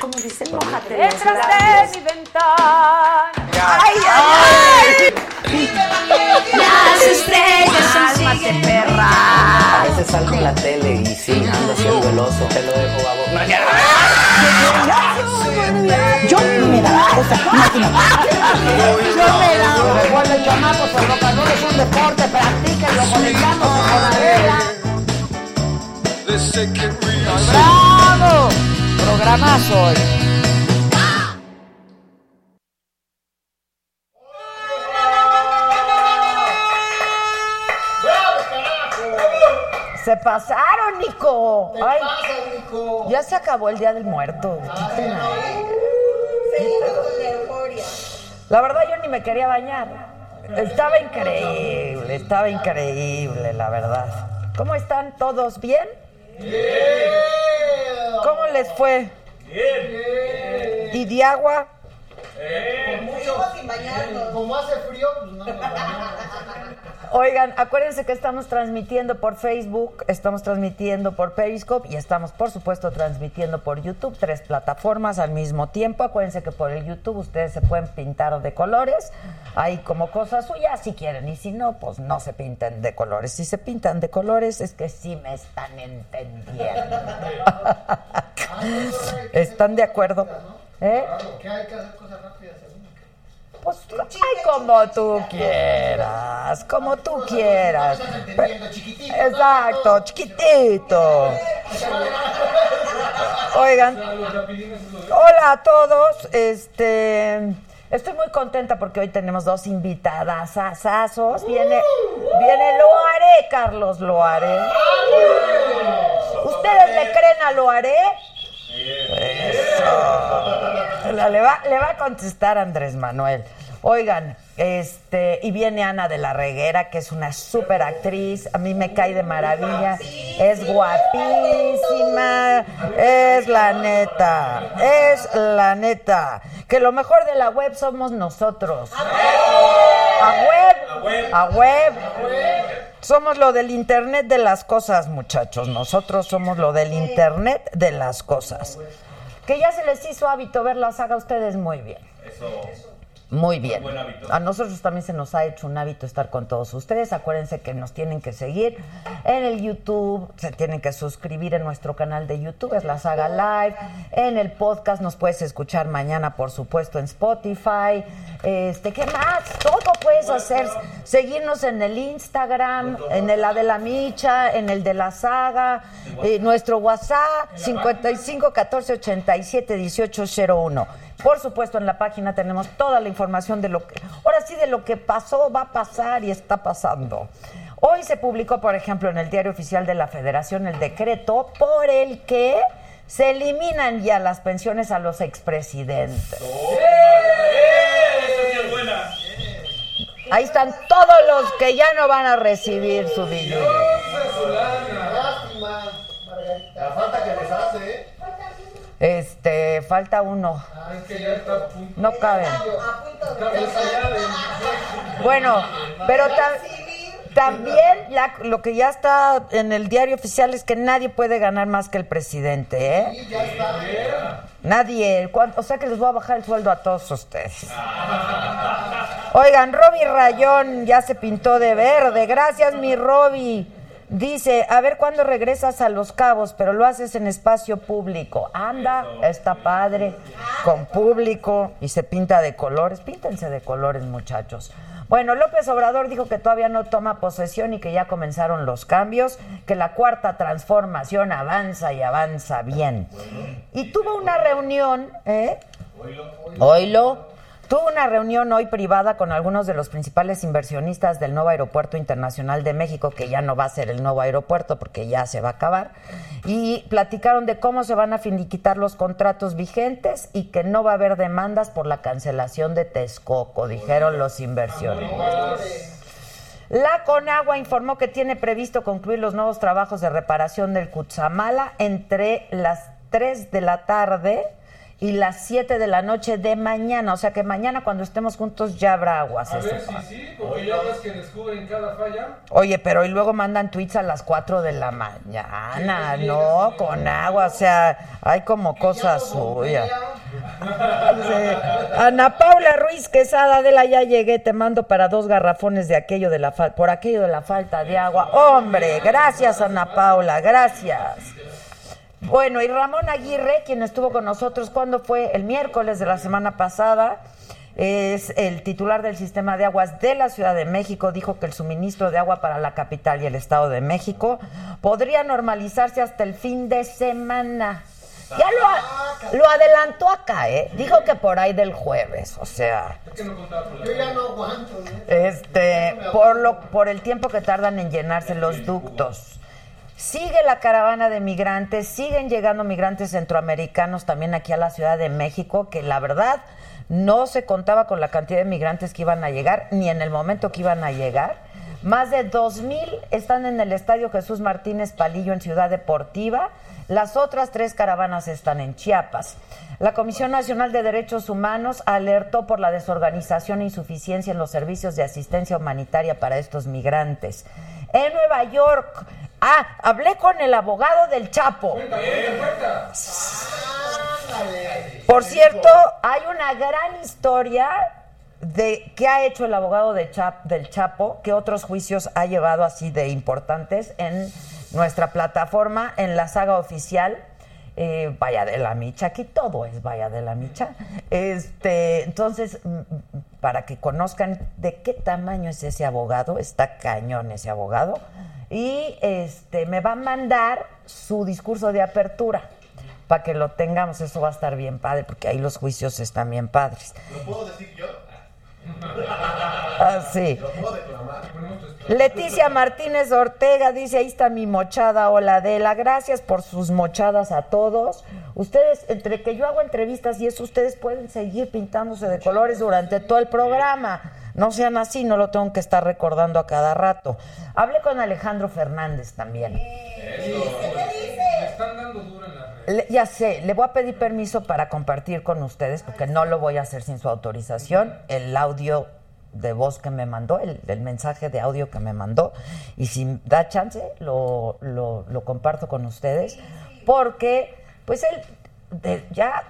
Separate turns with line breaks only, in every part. Como dicen, mojate. los
Detrás
labios.
de mi ventana.
¡Ay, ay, ay!
Las estrellas
Cálmate, perra.
A veces salgo en la tele y sí, ando siendo el oso. Te lo dejo a vos.
Yo me daba cosas.
Yo me la Recuerden, chamacos, el rock and roll es un deporte. Practíquenlo, conectamos con la regla. ¡Bravo! Programazo hoy.
Se pasaron, Nico. Ay, Ya se acabó el Día del Muerto. Quiten ahí. La verdad yo ni me quería bañar. Estaba increíble, estaba increíble, la verdad. ¿Cómo están todos? ¿Bien? ¿Cómo les fue? Bien. ¿Y Diagua? Oigan, acuérdense que estamos transmitiendo por Facebook, estamos transmitiendo por Periscope y estamos, por supuesto, transmitiendo por YouTube, tres plataformas al mismo tiempo. Acuérdense que por el YouTube ustedes se pueden pintar de colores, ahí como cosa suya, si quieren, y si no, pues no se pinten de colores. Si se pintan de colores es que sí me están entendiendo. ¿Están de acuerdo? ¿Eh? Pues ay, como tú quieras, como tú quieras. Exacto, chiquitito. Oigan, hola a todos. Este, estoy muy contenta porque hoy tenemos dos invitadas. Viene, viene Loaré, Carlos Loaré. ¿Ustedes le creen a Loaré? La- le, va, le va a contestar Andrés Manuel. Oigan, este, y viene Ana de la Reguera, que es una súper actriz, a mí me cae de maravilla, es guapísima, es la neta, es la neta, que lo mejor de la web somos nosotros. A web, a web. Somos lo del Internet de las cosas, muchachos, nosotros somos lo del Internet de las cosas. Que ya se les hizo hábito ver la saga a ustedes muy bien. Muy bien. A nosotros también se nos ha hecho un hábito estar con todos ustedes. Acuérdense que nos tienen que seguir en el YouTube, se tienen que suscribir en nuestro canal de YouTube, es la saga live. En el podcast nos puedes escuchar mañana, por supuesto, en Spotify. Este, ¿qué más? Todo puedes hacer. Seguirnos en el Instagram, en el la de la Micha, en el de la saga, eh, nuestro WhatsApp 55 14 87 18 01. Por supuesto, en la página tenemos toda la información de lo que, ahora sí, de lo que pasó, va a pasar y está pasando. Hoy se publicó, por ejemplo, en el Diario Oficial de la Federación el decreto por el que se eliminan ya las pensiones a los expresidentes.
Oh,
Ahí están todos los que ya no van a recibir su dinero.
La falta que les hace, ¿eh?
Este, falta uno.
Es que ya está a punto.
No caben. Bueno, pero tam- también la- lo que ya está en el diario oficial es que nadie puede ganar más que el presidente, ¿eh? Nadie. ¿Cuán- O sea que les voy a bajar el sueldo a todos ustedes. Oigan, Roby Rayón ya se pintó de verde. Gracias, mi Roby. Dice, a ver cuándo regresas a Los Cabos, pero lo haces en espacio público. Anda, está padre, con público y se pinta de colores. Píntense de colores, muchachos. Bueno, López Obrador dijo que todavía no toma posesión y que ya comenzaron los cambios, que la cuarta transformación avanza y avanza bien. Y tuvo una reunión, ¿eh? Oilo. Tuvo una reunión hoy privada con algunos de los principales inversionistas del nuevo aeropuerto internacional de México, que ya no va a ser el nuevo aeropuerto porque ya se va a acabar, y platicaron de cómo se van a finiquitar los contratos vigentes y que no va a haber demandas por la cancelación de Texcoco, dijeron los inversionistas. La Conagua informó que tiene previsto concluir los nuevos trabajos de reparación del Cutzamala entre las 3 de la tarde y las 7 de la noche de mañana. O sea que mañana cuando estemos juntos ya habrá aguas.
A
eso.
ver si sí, porque ya ves que descubren cada falla.
Oye, pero y luego mandan tweets a las 4 de la mañana,
Sí,
¿no?
sí,
Con agua, o sea, hay como cosas suyas. Dice, Ana Paula Ruiz Quesada de la ya llegué, te mando para dos garrafones de aquello de la fal- por aquello de la falta de agua. Hombre, gracias Ana Paula, gracias. Bueno, y Ramón Aguirre, quien estuvo con nosotros cuando fue el miércoles de la semana pasada, es el titular del sistema de aguas de la Ciudad de México, dijo que el suministro de agua para la capital y el Estado de México podría normalizarse hasta el fin de semana. Ya lo, a- lo adelantó acá, ¿eh? Dijo que por ahí del jueves, o sea...
Yo ya no aguanto. ¿eh?
Este, por lo, por el tiempo que tardan en llenarse los ductos. Sigue la caravana de migrantes, siguen llegando migrantes centroamericanos también aquí a la Ciudad de México, que la verdad no se contaba con la cantidad de migrantes que iban a llegar, ni en el momento que iban a llegar. Más de 2.000 están en el Estadio Jesús Martínez Palillo en Ciudad Deportiva. Las otras tres caravanas están en Chiapas. La Comisión Nacional de Derechos Humanos alertó por la desorganización e insuficiencia en los servicios de asistencia humanitaria para estos migrantes. En Nueva York, ah, hablé con el abogado del Chapo. Por cierto, hay una gran historia de qué ha hecho el abogado de Chap- del Chapo, qué otros juicios ha llevado así de importantes en nuestra plataforma, en la saga oficial. eh, vaya de la micha, aquí todo es vaya de la micha. Este, entonces, mm, mm, para que conozcan de qué tamaño es ese abogado, está cañón ese abogado, y este me va a mandar su discurso de apertura para que lo tengamos, eso va a estar bien padre, porque ahí los juicios están bien padres.
¿Lo puedo decir yo?
Ah, sí.
¿Puedo declamar?
Leticia Martínez Ortega dice, ahí está mi mochada, hola Adela, gracias por sus mochadas a todos. Ustedes, entre que yo hago entrevistas y eso, ustedes pueden seguir pintándose de colores durante todo el programa. No sean así, no lo tengo que estar recordando a cada rato. Hablé con Alejandro Fernández también.
Me están dando duro en la red.
Le- ya sé, le voy a pedir permiso para compartir con ustedes, porque no lo voy a hacer sin su autorización, el audio de voz que me mandó, el, el mensaje de audio que me mandó, y si da chance, lo, lo- lo comparto con ustedes, porque pues él de- ya,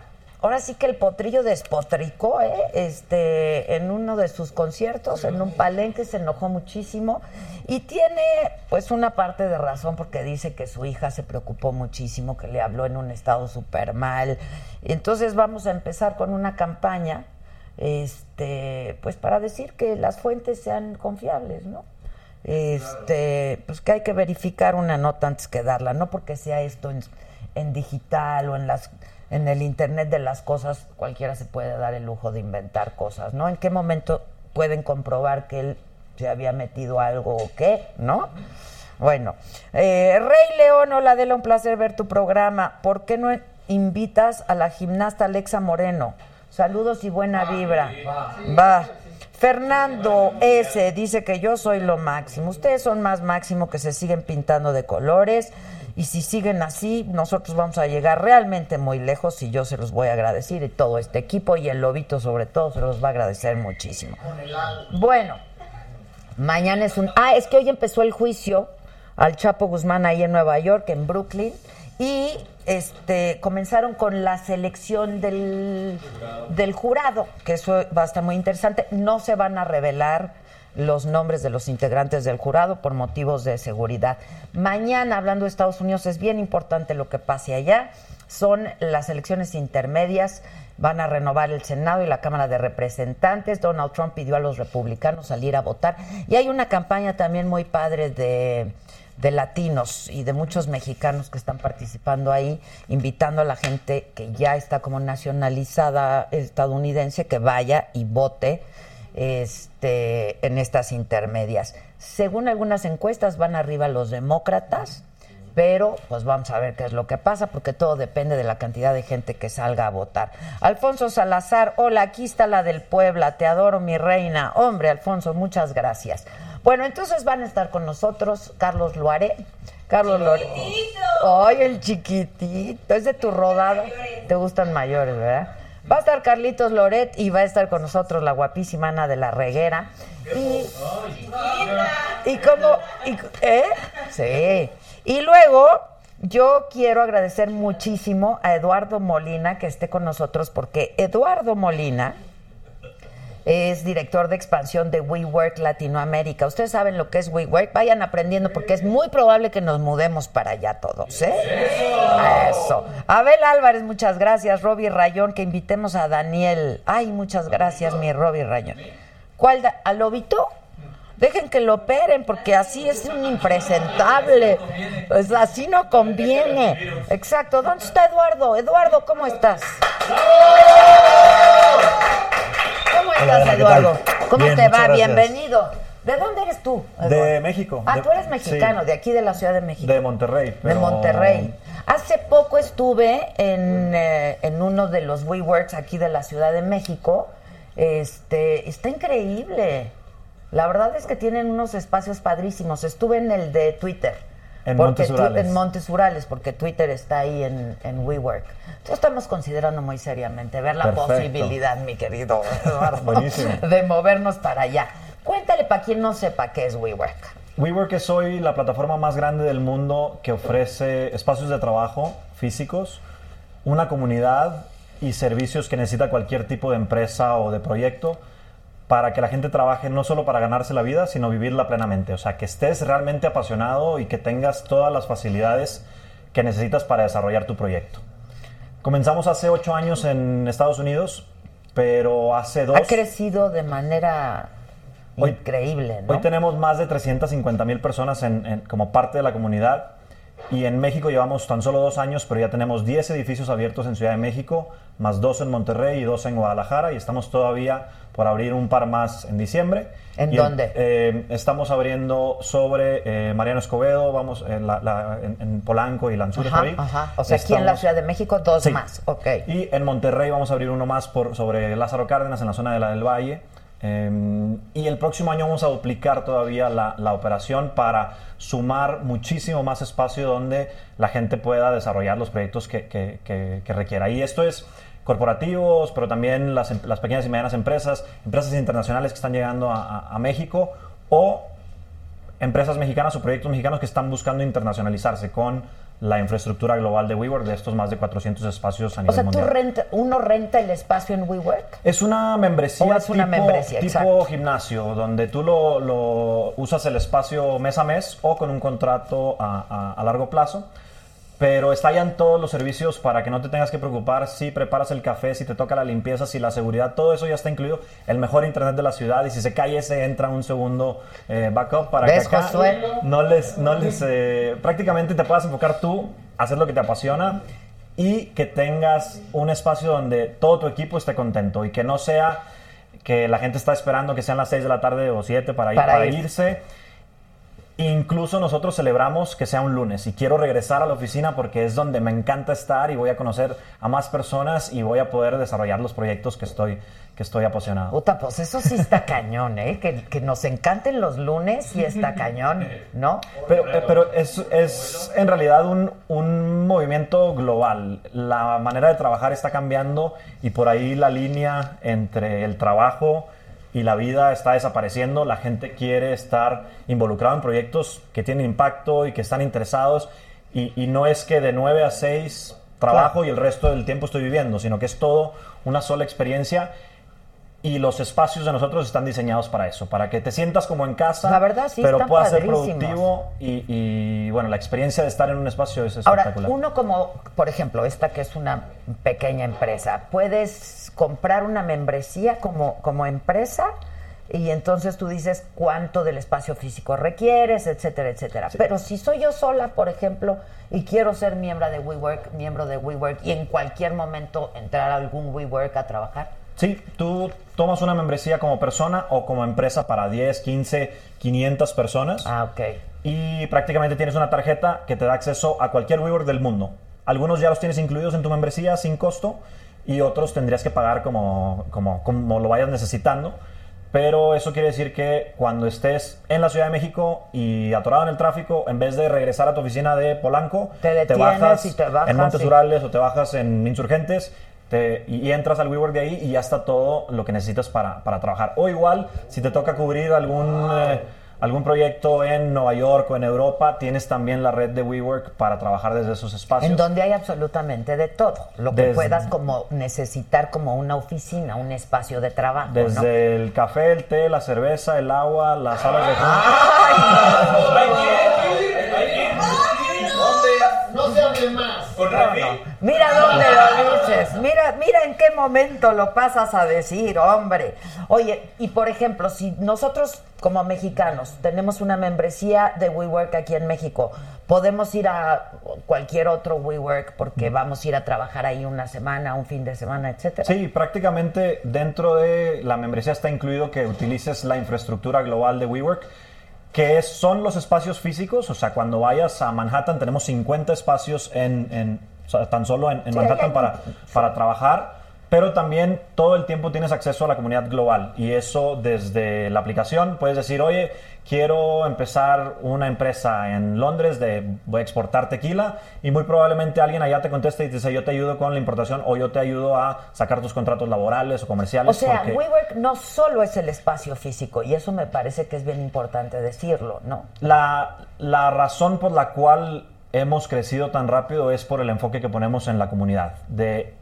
ahora sí que el potrillo despotricó, ¿eh? este, en uno de sus conciertos, en un palenque, se enojó muchísimo, y tiene pues una parte de razón porque dice que su hija se preocupó muchísimo, que le habló en un estado súper mal. Entonces vamos a empezar con una campaña, este, pues para decir que las fuentes sean confiables, ¿no? Este, pues que hay que verificar una nota antes que darla, no porque sea esto en, en digital o en las en el internet de las cosas, cualquiera se puede dar el lujo de inventar cosas, ¿no? ¿En qué momento pueden comprobar que él se había metido algo o qué, ¿no? Bueno, eh, Rey León, hola Adela, un placer ver tu programa. ¿Por qué no invitas a la gimnasta Alexa Moreno? Saludos y buena vibra. Va. Fernando S. dice que yo soy lo máximo. Ustedes son más máximo que se siguen pintando de colores. Y si siguen así, nosotros vamos a llegar realmente muy lejos y yo se los voy a agradecer y todo este equipo y el lobito sobre todo se los va a agradecer muchísimo. Bueno, Mañana es un... Ah, es que hoy empezó el juicio al Chapo Guzmán ahí en Nueva York, en Brooklyn, y este comenzaron con la selección del, del jurado, que eso va a estar muy interesante. No se van a revelar los nombres de los integrantes del jurado por motivos de seguridad. Mañana, hablando de Estados Unidos, es bien importante lo que pase allá. Son las elecciones intermedias Van a renovar el Senado y la Cámara de Representantes. Donald Trump pidió a los republicanos salir a votar. Y hay una campaña también muy padre de, de latinos y de muchos mexicanos que están participando ahí, invitando a la gente que ya está como nacionalizada estadounidense que vaya y vote este, en estas intermedias. Según algunas encuestas van arriba los demócratas, pero pues vamos a ver qué es lo que pasa porque todo depende de la cantidad de gente que salga a votar. Alfonso Salazar, hola, aquí está la del Puebla, te adoro mi reina. Hombre, Alfonso, muchas gracias. Bueno, entonces van a estar con nosotros Carlos Loaré. Carlos Loaré. ¡Ay, el chiquitito! Es de tu rodada. Te gustan mayores, ¿verdad? Va a estar Carlitos Loret y va a estar con nosotros la guapísima Ana de la Reguera. Y, y como, y- ¿eh? Sí. Y luego yo quiero agradecer muchísimo a Eduardo Molina que esté con nosotros porque Eduardo Molina es director de expansión de WeWork Latinoamérica. Ustedes saben lo que es WeWork, vayan aprendiendo porque es muy probable que nos mudemos para allá todos, ¿eh? Eso. Abel Álvarez, muchas gracias. Robbie Rayón, que invitemos a Daniel. Ay, muchas gracias, mi Robbie Rayón. ¿Cuál? da- ¿Al lobito? Dejen que lo operen porque así es un impresentable. Pues así no conviene. Exacto. ¿Dónde está Eduardo? Eduardo, ¿cómo estás? ¿Cómo
Hola,
estás,
Ana, ¿qué
Eduardo?
tal?
¿Cómo
Bien,
te va?
muchas gracias.
Bienvenido. ¿De dónde eres tú?
De
Eduardo?
México.
Ah,
De-
tú eres mexicano,
sí.
de aquí de la Ciudad de México.
De Monterrey.
De
pero-
Monterrey. Hace poco estuve en, eh, en uno de los WeWorks aquí de la Ciudad de México. Este, está increíble. La verdad es que tienen unos espacios padrísimos. Estuve en el de Twitter.
En
porque
Montes
tu-
Urales.
en Montes Urales, porque Twitter está ahí en, en WeWork. Entonces estamos considerando muy seriamente ver la
Perfecto.
posibilidad, mi querido Eduardo,
Buenísimo.
de movernos para allá. Cuéntale para quien no sepa qué es WeWork.
WeWork es hoy la plataforma más grande del mundo que ofrece espacios de trabajo físicos, una comunidad y servicios que necesita cualquier tipo de empresa o de proyecto para que la gente trabaje no solo para ganarse la vida, sino vivirla plenamente. O sea, que estés realmente apasionado y que tengas todas las facilidades que necesitas para desarrollar tu proyecto. Comenzamos hace ocho años en Estados Unidos, pero hace dos...
Ha crecido de manera
Hoy-
increíble, ¿no?
Hoy tenemos más de 350 mil personas en- en- como parte de la comunidad y en México llevamos tan solo dos años, pero ya tenemos 10 edificios abiertos en Ciudad de México, más dos en Monterrey y dos en Guadalajara y estamos todavía por abrir un par más en diciembre.
¿En
Y
dónde?
eh, estamos abriendo sobre eh, Mariano Escobedo, vamos en, la- la- en- en Polanco y Lanzures
ajá,
por ahí.
ajá. O sea, aquí en la
Estamos-
Ciudad de México, dos
Sí.
más. Ok.
y en Monterrey vamos a abrir uno más por, sobre Lázaro Cárdenas, en la zona de la del Valle. Eh, y el próximo año vamos a duplicar todavía la, la operación para sumar muchísimo más espacio donde la gente pueda desarrollar los proyectos que, que- que- que requiera. Y esto es corporativos, pero también las, em- las pequeñas y medianas empresas, empresas internacionales que están llegando a- a- a México o empresas mexicanas o proyectos mexicanos que están buscando internacionalizarse con la infraestructura global de WeWork de estos más de 400 espacios a
o
nivel
sea, tú
mundial.
renta, uno renta el espacio en WeWork.
es una membresía,
O es una
tipo,
membresía,
tipo
exacto.
gimnasio, donde tú lo, lo usas el espacio mes a mes o con un contrato a, a- a largo plazo. Pero estallan todos los servicios para que no te tengas que preocupar si preparas el café, si te toca la limpieza, si la seguridad, todo eso ya está incluido. El mejor internet de la ciudad y si se cae ese entra un segundo eh, backup para
¿Ves,
que acá
Josué?
no les, no les eh, prácticamente te puedas enfocar tú, hacer lo que te apasiona y que tengas un espacio donde todo tu equipo esté contento y que no sea que la gente está esperando que sean las 6 de la tarde o 7 para, ir-
Para
para
ir.
irse. Incluso nosotros celebramos que sea un lunes y quiero regresar a la oficina porque es donde me encanta estar y voy a conocer a más personas y voy a poder desarrollar los proyectos que estoy, que estoy apasionado.
Puta, pues eso sí está cañón, ¿eh? Que, que nos encanten los lunes y está cañón, ¿no?
Pero, eh, pero es, es en realidad un, un movimiento global. La manera de trabajar está cambiando y por ahí la línea entre el trabajo y la vida está desapareciendo. La gente quiere estar involucrada en proyectos que tienen impacto y que están interesados. Y, y no es que de 9 a 6 trabajo y el resto del tiempo estoy viviendo, sino que es todo una sola experiencia. Y los espacios de nosotros están diseñados para eso, para que te sientas como en casa,
La verdad, sí,
pero
están
puedas ser
padrísimos.
productivo y, y, bueno, la experiencia de estar en un espacio es
Ahora,
espectacular.
uno como, por ejemplo, esta que es una pequeña empresa, puedes comprar una membresía como, como empresa y entonces tú dices cuánto del espacio físico requieres, etcétera, etcétera. Pero si soy yo sola, por ejemplo, y quiero ser miembro de WeWork, miembro de WeWork y en cualquier momento entrar a algún WeWork a trabajar,
Sí, tú tomas una membresía como persona o como empresa para 10, 15, 500 personas
ah, ok.
y prácticamente tienes una tarjeta que te da acceso a cualquier WeWork del mundo. Algunos ya los tienes incluidos en tu membresía sin costo y otros tendrías que pagar como, como, como lo vayas necesitando. Pero eso quiere decir que cuando estés en la Ciudad de México y atorado en el tráfico, en vez de regresar a tu oficina de Polanco,
Te detienes
bajas
y te bajas
en Montes
y-
Urales o te bajas en Insurgentes te- y, y entras al WeWork de ahí y ya está todo lo que necesitas para, para trabajar. O igual, si te toca cubrir algún, eh, algún proyecto en Nueva York o en Europa, tienes también la red de WeWork para trabajar desde esos espacios.
En donde hay absolutamente de todo, lo que
Desde-
puedas como necesitar como una oficina, un espacio de trabajo, ¿no?
Desde el café, el té, la cerveza, el agua, las salas de
Con Rafi.
Mira dónde lo dices, mira, mira en qué momento lo pasas a decir, hombre. Oye, y por ejemplo, si nosotros como mexicanos tenemos una membresía de WeWork aquí en México, podemos ir a cualquier otro WeWork porque vamos a ir a trabajar ahí una semana, un fin de semana, etcétera.
Sí, prácticamente dentro de la membresía está incluido que utilices la infraestructura global de WeWork, que es- son los espacios físicos. O sea, cuando vayas a Manhattan tenemos 50 espacios en, en- o sea, tan solo en, en Manhattan para, para trabajar. Pero también todo el tiempo tienes acceso a la comunidad global y eso desde la aplicación puedes decir, oye, quiero empezar una empresa en Londres de voy a exportar tequila y muy probablemente alguien allá te conteste y te dice, yo te ayudo con la importación o yo te ayudo a sacar tus contratos laborales o
O
comerciales.
sea,
porque-
WeWork no solo es el espacio físico, y eso me parece que es bien importante decirlo, ¿no?
La, la razón por la cual hemos crecido tan rápido es por el enfoque que ponemos en la comunidad, de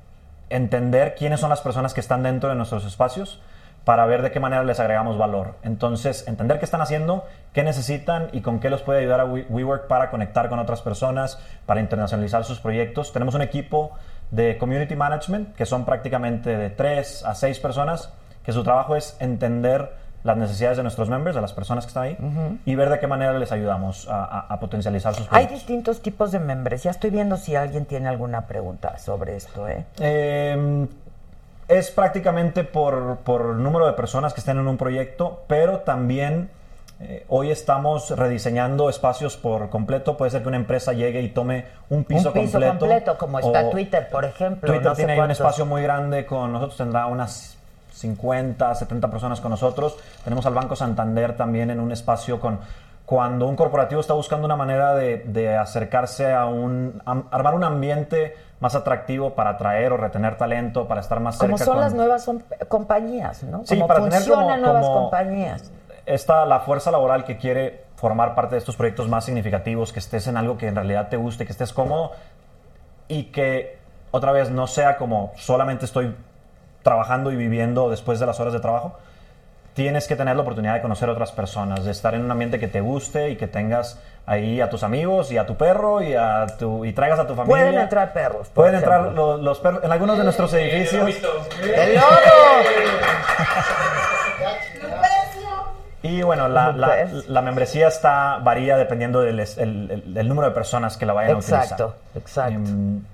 entender quiénes son las personas que están dentro de nuestros espacios para ver de qué manera les agregamos valor. Entonces, entender qué están haciendo, qué necesitan y con qué los puede ayudar a We- WeWork para conectar con otras personas, para internacionalizar sus proyectos. Tenemos un equipo de Community Management, que son prácticamente de 3 a 6 personas, que su trabajo es entender las necesidades de nuestros members, de las personas que están ahí, y ver de qué manera les ayudamos a, a- a potencializar sus
Hay
proyectos.
distintos tipos de membresía. Estoy viendo si alguien tiene alguna pregunta sobre esto, ¿eh?
Eh, es prácticamente por, por número de personas que estén en un proyecto, pero también eh, hoy estamos rediseñando espacios por completo. Puede ser que una empresa llegue y tome un piso,
un piso completo, como está
o-
Twitter, por ejemplo.
Twitter
no sé
tiene ahí un
cuántos.
espacio muy grande con nosotros, tendrá unas 50, 70 personas con nosotros. Tenemos al Banco Santander también en un espacio con... Cuando un corporativo está buscando una manera de, de acercarse a un... am- armar un ambiente más atractivo para atraer o retener talento, para estar más
Como
cerca
son
con-
las nuevas son- compañías, ¿no?
Sí,
como
para tener
funcionan
como-
nuevas
como-
compañías.
Está la fuerza laboral que quiere formar parte de estos proyectos más significativos, que estés en algo que en realidad te guste, que estés cómodo y que otra vez no sea como solamente estoy trabajando y viviendo después de las horas de trabajo. Tienes que tener la oportunidad de conocer a otras personas, de estar en un ambiente que te guste y que tengas ahí a tus amigos y a tu perro y, a tu, y traigas a tu familia.
Pueden entrar perros. por
Pueden entrar
ejemplo.
los, los perros en algunos de nuestros edificios.
¡El loro!
Y bueno, la, la,
Pues.
la membresía está varía dependiendo del es- el, el- el número de personas que la vayan a
Exacto,
utilizar.
exacto.
Em,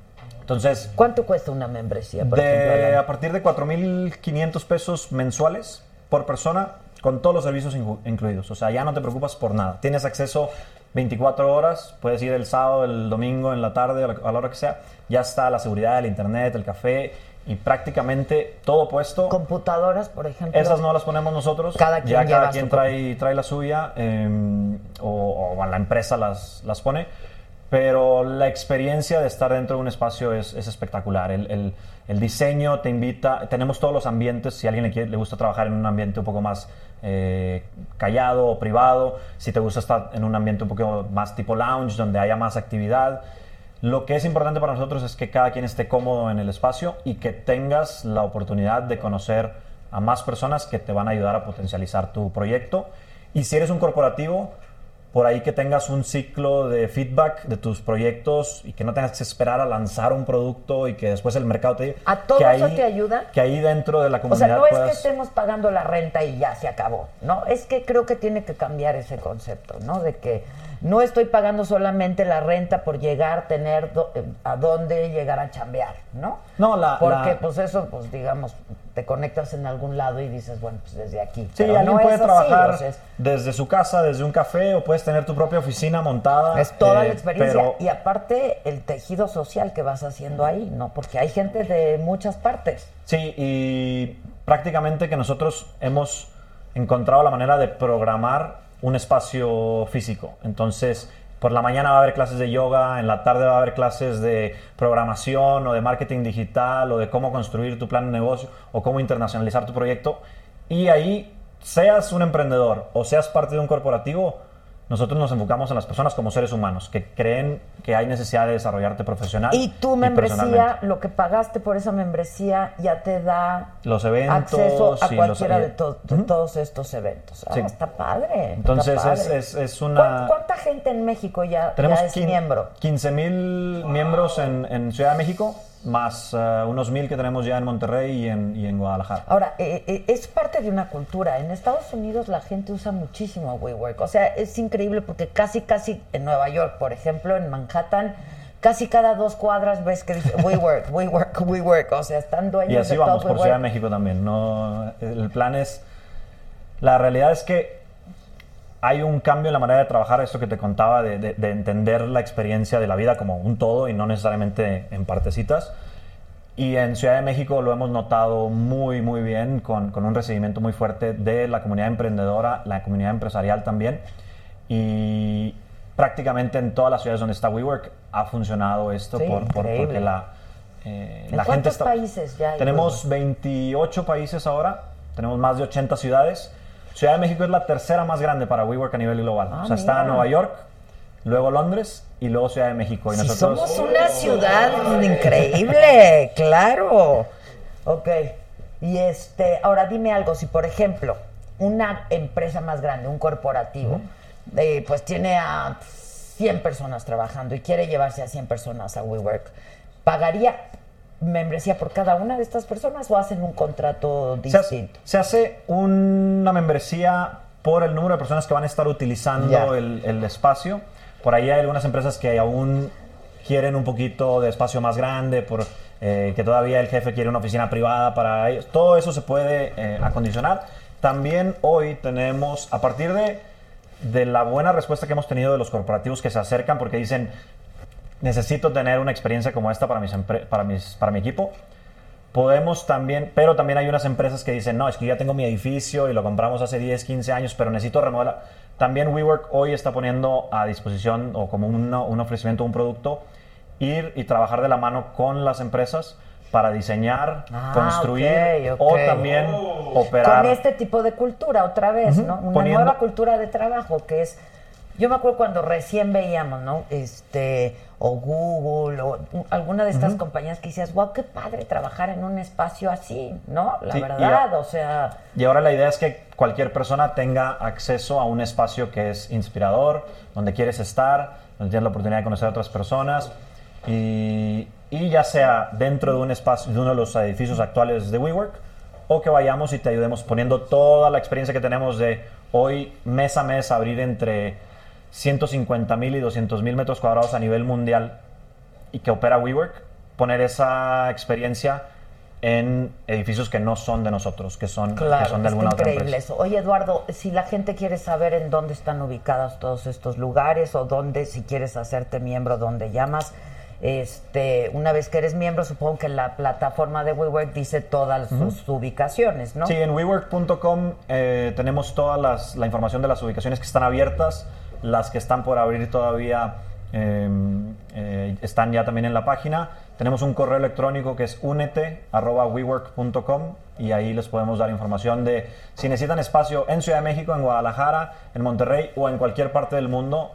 Entonces,
¿Cuánto cuesta una membresía, por ejemplo?
de,
Alan?
a partir de 4.500 pesos mensuales por persona, con todos los servicios inju- incluidos. O sea, ya no te preocupas por nada. Tienes acceso 24 horas, puedes ir el sábado, el domingo, en la tarde, a la, a la hora que sea. Ya está la seguridad, el internet, el café y prácticamente todo puesto.
Computadoras, por ejemplo.
Esas no las ponemos nosotros.
Cada quien
ya
lleva
cada
su
quien
copo.
trae, trae la suya eh, o, o la empresa las, las pone. Pero la experiencia de estar dentro de un espacio es, es espectacular. El, el- el diseño te invita. Tenemos todos los ambientes. Si a alguien le, quiere- le gusta trabajar en un ambiente un poco más eh, callado o privado, si te gusta estar en un ambiente un poco más tipo lounge, donde haya más actividad. Lo que es importante para nosotros es que cada quien esté cómodo en el espacio y que tengas la oportunidad de conocer a más personas que te van a ayudar a potencializar tu proyecto. Y si eres un corporativo, por ahí que tengas un ciclo de feedback de tus proyectos y que no tengas que esperar a lanzar un producto y que después el mercado te diga.
¿A todo
que
eso te ayuda?
Que ahí dentro de la
O sea,
comunidad pues.
no es que
puedas-
estemos pagando la renta y ya se acabó, ¿no? Es que creo que tiene que cambiar ese concepto, ¿no? De que no estoy pagando solamente la renta por llegar, tener do- eh, a dónde llegar a chambear, ¿no?
No, la-
Porque,
la-
pues eso, pues digamos, te conectas en algún lado y dices, bueno, pues desde aquí.
Sí,
Pero
alguien
no
puede
es así,
trabajar
o sea, es-
desde su casa, desde un café, o puedes tener tu propia oficina montada.
es toda
eh,
la experiencia.
pero-
Y aparte, el tejido social que vas haciendo ahí, ¿no? Porque hay gente de muchas partes.
Sí, y prácticamente que nosotros hemos encontrado la manera de programar un espacio físico. Entonces, por la mañana va a haber clases de yoga, en la tarde va a haber clases de programación o de marketing digital o de cómo construir tu plan de negocio o cómo internacionalizar tu proyecto. Y ahí, seas un emprendedor o seas parte de un corporativo, nosotros nos enfocamos en las personas como seres humanos que creen que hay necesidad de desarrollarte profesional.
Y tu membresía,
Ah, personalmente.
lo que pagaste por esa membresía, ya te da
Los eventos
acceso a
y los-
cualquiera de, to- de
Ujú.
todos estos eventos. Ah,
Sí.
Está padre.
Entonces,
está
es-
padre.
es- es una-
¿Cuán- ¿Cuánta gente en México ya,
Tenemos
ya es miembro?
15 mil miembros en, en Ciudad de México, más eh, unos mil que tenemos ya en Monterrey y en, y en Guadalajara.
Ahora, eh, eh, es parte de una cultura. En Estados Unidos la gente usa muchísimo WeWork. O sea, es increíble porque casi, casi en Nueva York, por ejemplo, en Manhattan, casi cada dos cuadras ves que dice WeWork, WeWork, WeWork. O sea, están dueños
Y así
de todo pues,
vamos por
WeWork.
Ciudad de México también. No, el plan es. La realidad es que hay un cambio en la manera de trabajar, esto que te contaba, de, de- de entender la experiencia de la vida como un todo y no necesariamente en partecitas. Y en Ciudad de México lo hemos notado muy, muy bien, con, con un recibimiento muy fuerte de la comunidad emprendedora, la comunidad empresarial también. Y prácticamente en todas las ciudades donde está WeWork ha funcionado esto
Sí,
por, por- porque
increíble.
la, eh,
¿En
la gente
cuántos
está...
países ya hay
Tenemos 28 países ahora, tenemos más de 80 ciudades. Ciudad de México es la tercera más grande para WeWork a nivel global.
Ah,
o sea, está
mira.
Nueva York, luego Londres y luego Ciudad de México. Y
Si
nosotros
somos una ciudad increíble, claro. Ok. Y este, ahora dime algo, si por ejemplo, una empresa más grande, un corporativo, eh, pues tiene a 100 personas trabajando y quiere llevarse a 100 personas a WeWork, ¿pagaría membresía por cada una de estas personas o hacen un contrato
se hace,
distinto?
se hace una membresía por el número de personas que van a estar utilizando
Ya.
el, el espacio. Por ahí hay algunas empresas que aún quieren un poquito de espacio más grande, por, eh, que todavía el jefe quiere una oficina privada para ellos. Todo eso se puede eh, acondicionar. También hoy tenemos, a partir de, de la buena respuesta que hemos tenido de los corporativos que se acercan porque dicen, necesito tener una experiencia como esta para, mis empre- para, mis, para mi equipo. Podemos también, pero también hay unas empresas que dicen, no, es que yo ya tengo mi edificio y lo compramos hace 10, 15 años, pero necesito remodelar. También WeWork hoy está poniendo a disposición o como un, un ofrecimiento, un producto, ir y trabajar de la mano con las empresas para diseñar,
Ah,
construir
ok, ok.
o también operar.
Con este tipo de cultura, otra vez,
Ujú,
¿no? Una
poniendo-
nueva cultura de trabajo que es. Yo me acuerdo cuando recién veíamos, ¿no? Este, o Google, o u- alguna de estas compañías que decías, wow, qué padre trabajar en un espacio así, ¿no? La
Sí, y
verdad,
a-
o sea.
Y ahora la idea es que cualquier persona tenga acceso a un espacio que es inspirador, donde quieres estar, donde tienes la oportunidad de conocer a otras personas. Y, y ya sea dentro de un espacio, de uno de los edificios actuales de WeWork, o que vayamos y te ayudemos poniendo toda la experiencia que tenemos de hoy, mes a mes, abrir entre 150 mil y 200 mil metros cuadrados a nivel mundial y que opera WeWork, poner esa experiencia en edificios que no son de nosotros, que son, que
Claro,
son
está
de alguna otra
increíble
empresa.
eso. Oye, Eduardo, si la gente quiere saber en dónde están ubicados todos estos lugares o dónde, si quieres hacerte miembro, dónde llamas, este, una vez que eres miembro, supongo que la plataforma de WeWork dice todas sus ubicaciones, ¿no?
Sí, en WeWork.com eh, tenemos toda las- la información de las ubicaciones que están abiertas, las que están por abrir todavía eh, eh, están ya también en la página. Tenemos un correo electrónico que es únete arroba wework.com y ahí les podemos dar información de si necesitan espacio en Ciudad de México, en Guadalajara, en Monterrey o en cualquier parte del mundo.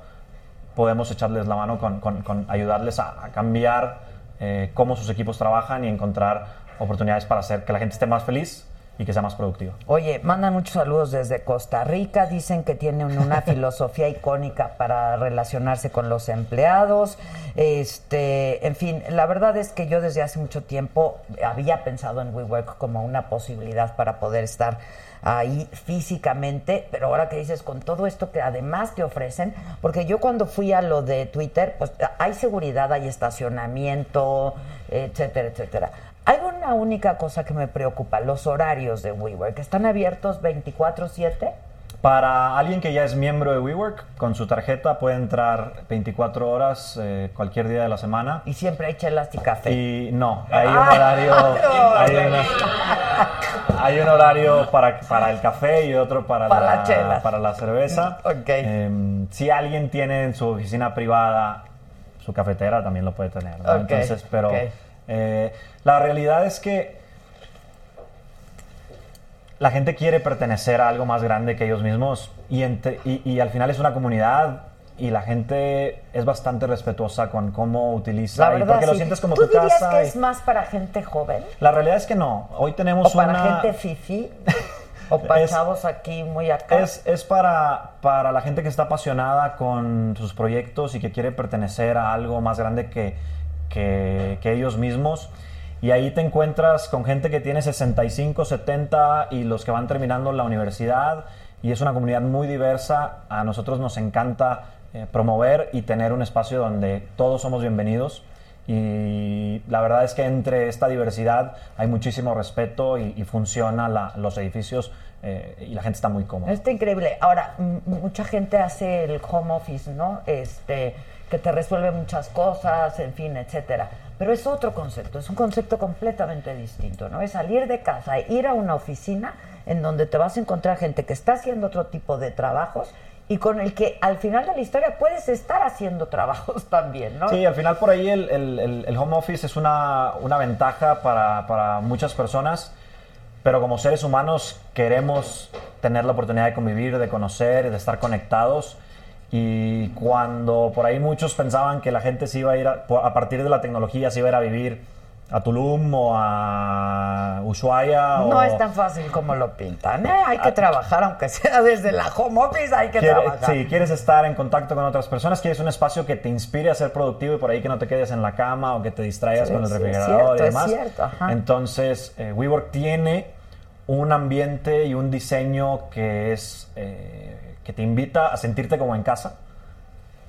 podemos echarles la mano con, con- con ayudarles a, a cambiar eh, cómo sus equipos trabajan y encontrar oportunidades para hacer que la gente esté más feliz y que sea más productiva.
Oye, mandan muchos saludos desde Costa Rica. Dicen que tienen una filosofía icónica para relacionarse con los empleados. Este, en fin, la verdad es que yo desde hace mucho tiempo había pensado en WeWork como una posibilidad para poder estar ahí físicamente, pero ahora que dices con todo esto que además te ofrecen, porque yo cuando fui a lo de Twitter, pues hay seguridad, hay estacionamiento, etcétera, etcétera. Hay una única cosa que me preocupa, los horarios de WeWork. ¿Están abiertos 24/7?
Para alguien que ya es miembro de WeWork, con su tarjeta puede entrar 24 horas eh, cualquier día de la semana.
Y siempre hay chelas y café.
Y no, hay
Ah,
un horario, hay, una- hay un horario para, para el café y otro para,
Para las chelas.
para la cerveza.
Mm, ok.
Em, si alguien tiene en su oficina privada su cafetera, también lo puede tener. ¿no?
Ok,
Entonces, pero
ok.
eh, la realidad es que la gente quiere pertenecer a algo más grande que ellos mismos y, ente- y- y al final es una comunidad y la gente es bastante respetuosa con cómo utiliza
La
y
verdad,
porque lo
sí.
sientes como
¿Tú
tu
dirías
casa.
que
y-
es más para gente joven?
La realidad es que no. Hoy
¿O
tenemos
para
una
gente fifi? ¿O para
Es-
chavos aquí muy acá?
es, es para, para la gente que está apasionada con sus proyectos y que quiere pertenecer a algo más grande que, que, que ellos mismos. Y ahí te encuentras con gente que tiene 65, 70 y los que van terminando la universidad. Y es una comunidad muy diversa. A nosotros nos encanta eh, promover y tener un espacio donde todos somos bienvenidos. Y la verdad es que entre esta diversidad hay muchísimo respeto y, y funciona la- los edificios eh, y la gente está muy cómoda.
Está increíble. Ahora, m- mucha gente hace el home office, ¿no? Este, que te resuelve muchas cosas, en fin, etcétera. Pero es otro concepto, es un concepto completamente distinto, ¿no? Es salir de casa, ir a una oficina en donde te vas a encontrar gente que está haciendo otro tipo de trabajos y con el que al final de la historia puedes estar haciendo trabajos también, ¿no?
Sí, al final por ahí el, el- el- el home office es una, una ventaja para, para muchas personas, pero como seres humanos queremos tener la oportunidad de convivir, de conocer, de estar conectados. Y cuando por ahí muchos pensaban que la gente se iba a ir, a, por- a partir de la tecnología, se iba a ir a vivir a Tulum o a Ushuaia.
No
o-
es tan fácil como lo pintan, ¿eh? Hay que trabajar, aunque sea desde la home office, hay que
Ah, Quiere-
trabajar.
sí, quieres estar en contacto con otras personas, quieres un espacio que te inspire a ser productivo y por ahí que no te quedes en la cama o que te distraigas
Sí,
con el
sí, es
refrigerador
cierto,
y
es
demás.
cierto, ajá.
Entonces, eh, WeWork tiene un ambiente y un diseño que es eh, que te invita a sentirte como en casa,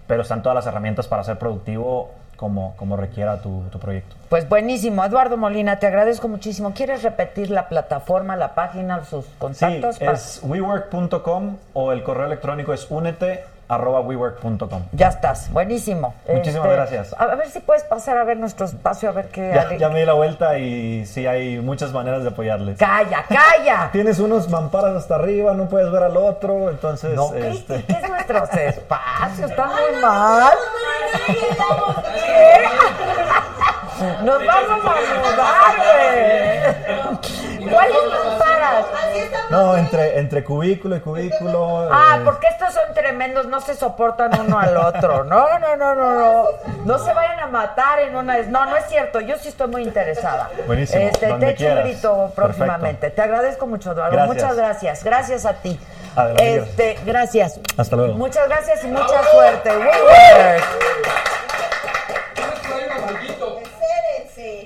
pero están todas las herramientas para ser productivo como, como requiera tu, tu proyecto.
Pues buenísimo, Eduardo Molina, te agradezco muchísimo. ¿Quieres repetir la plataforma, la página, sus
Sí,
contactos? para-
es WeWork.com o el correo electrónico es únete arroba WeWork.com.
Ya estás, buenísimo. Este,
Muchísimas gracias.
A a ver si puedes pasar a ver nuestro espacio, a ver qué...
Ya,
ale-
ya me di la vuelta y sí hay muchas maneras de apoyarles.
Calla, calla.
Tienes unos mamparas hasta arriba, no puedes ver al otro, entonces
No
este,
critiques nuestros espacios, está muy mal. Nos vamos a mudar, güey. ¿Cuáles mamparas?
no entre entre cubículo y cubículo.
Ah,
eh,
porque estos son tremendos, no se soportan uno al otro. No, no, no, no, no. No se vayan a matar en una. No, no es cierto. Yo sí estoy muy interesada.
Buenísimo,
Este,
donde
te echo un
quieras.
grito próximamente. Te agradezco mucho, Eduardo.
Gracias.
Muchas gracias. Gracias a ti.
Adelante.
Este, gracias.
Hasta luego.
Muchas gracias y mucha suerte. Winners.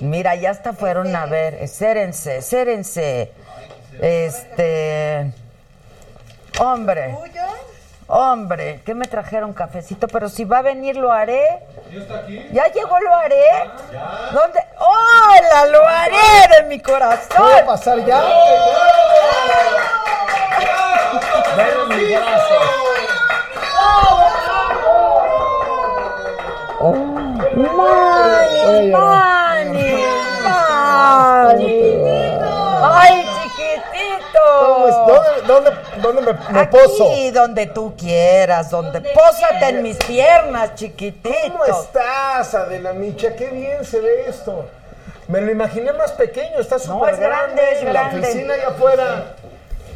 Mira, ya hasta fueron a ver. Sérense, sérense. Este. Hombre. Hombre, ¿qué me trajeron cafecito? Pero si va a venir, lo haré. ¿Ya llegó lo haré? ¿Dónde? ¡Hola, lo haré de mi
¿Puedo
corazón!
pasar ya? Ven, mi brazo.
¡Mani,
Ay, ay, ay.
mani, mani! ¡Ay, chiquitito!
¿Cómo
Pues,
es? ¿Dónde, dónde, dónde me, me poso?
Aquí, donde tú quieras, donde pósate en mis piernas,
¿Cómo
chiquitito.
estás, Adela Micha? Qué bien se ve esto. Me lo imaginé más pequeño, está súper
es grande, es grande.
La oficina allá afuera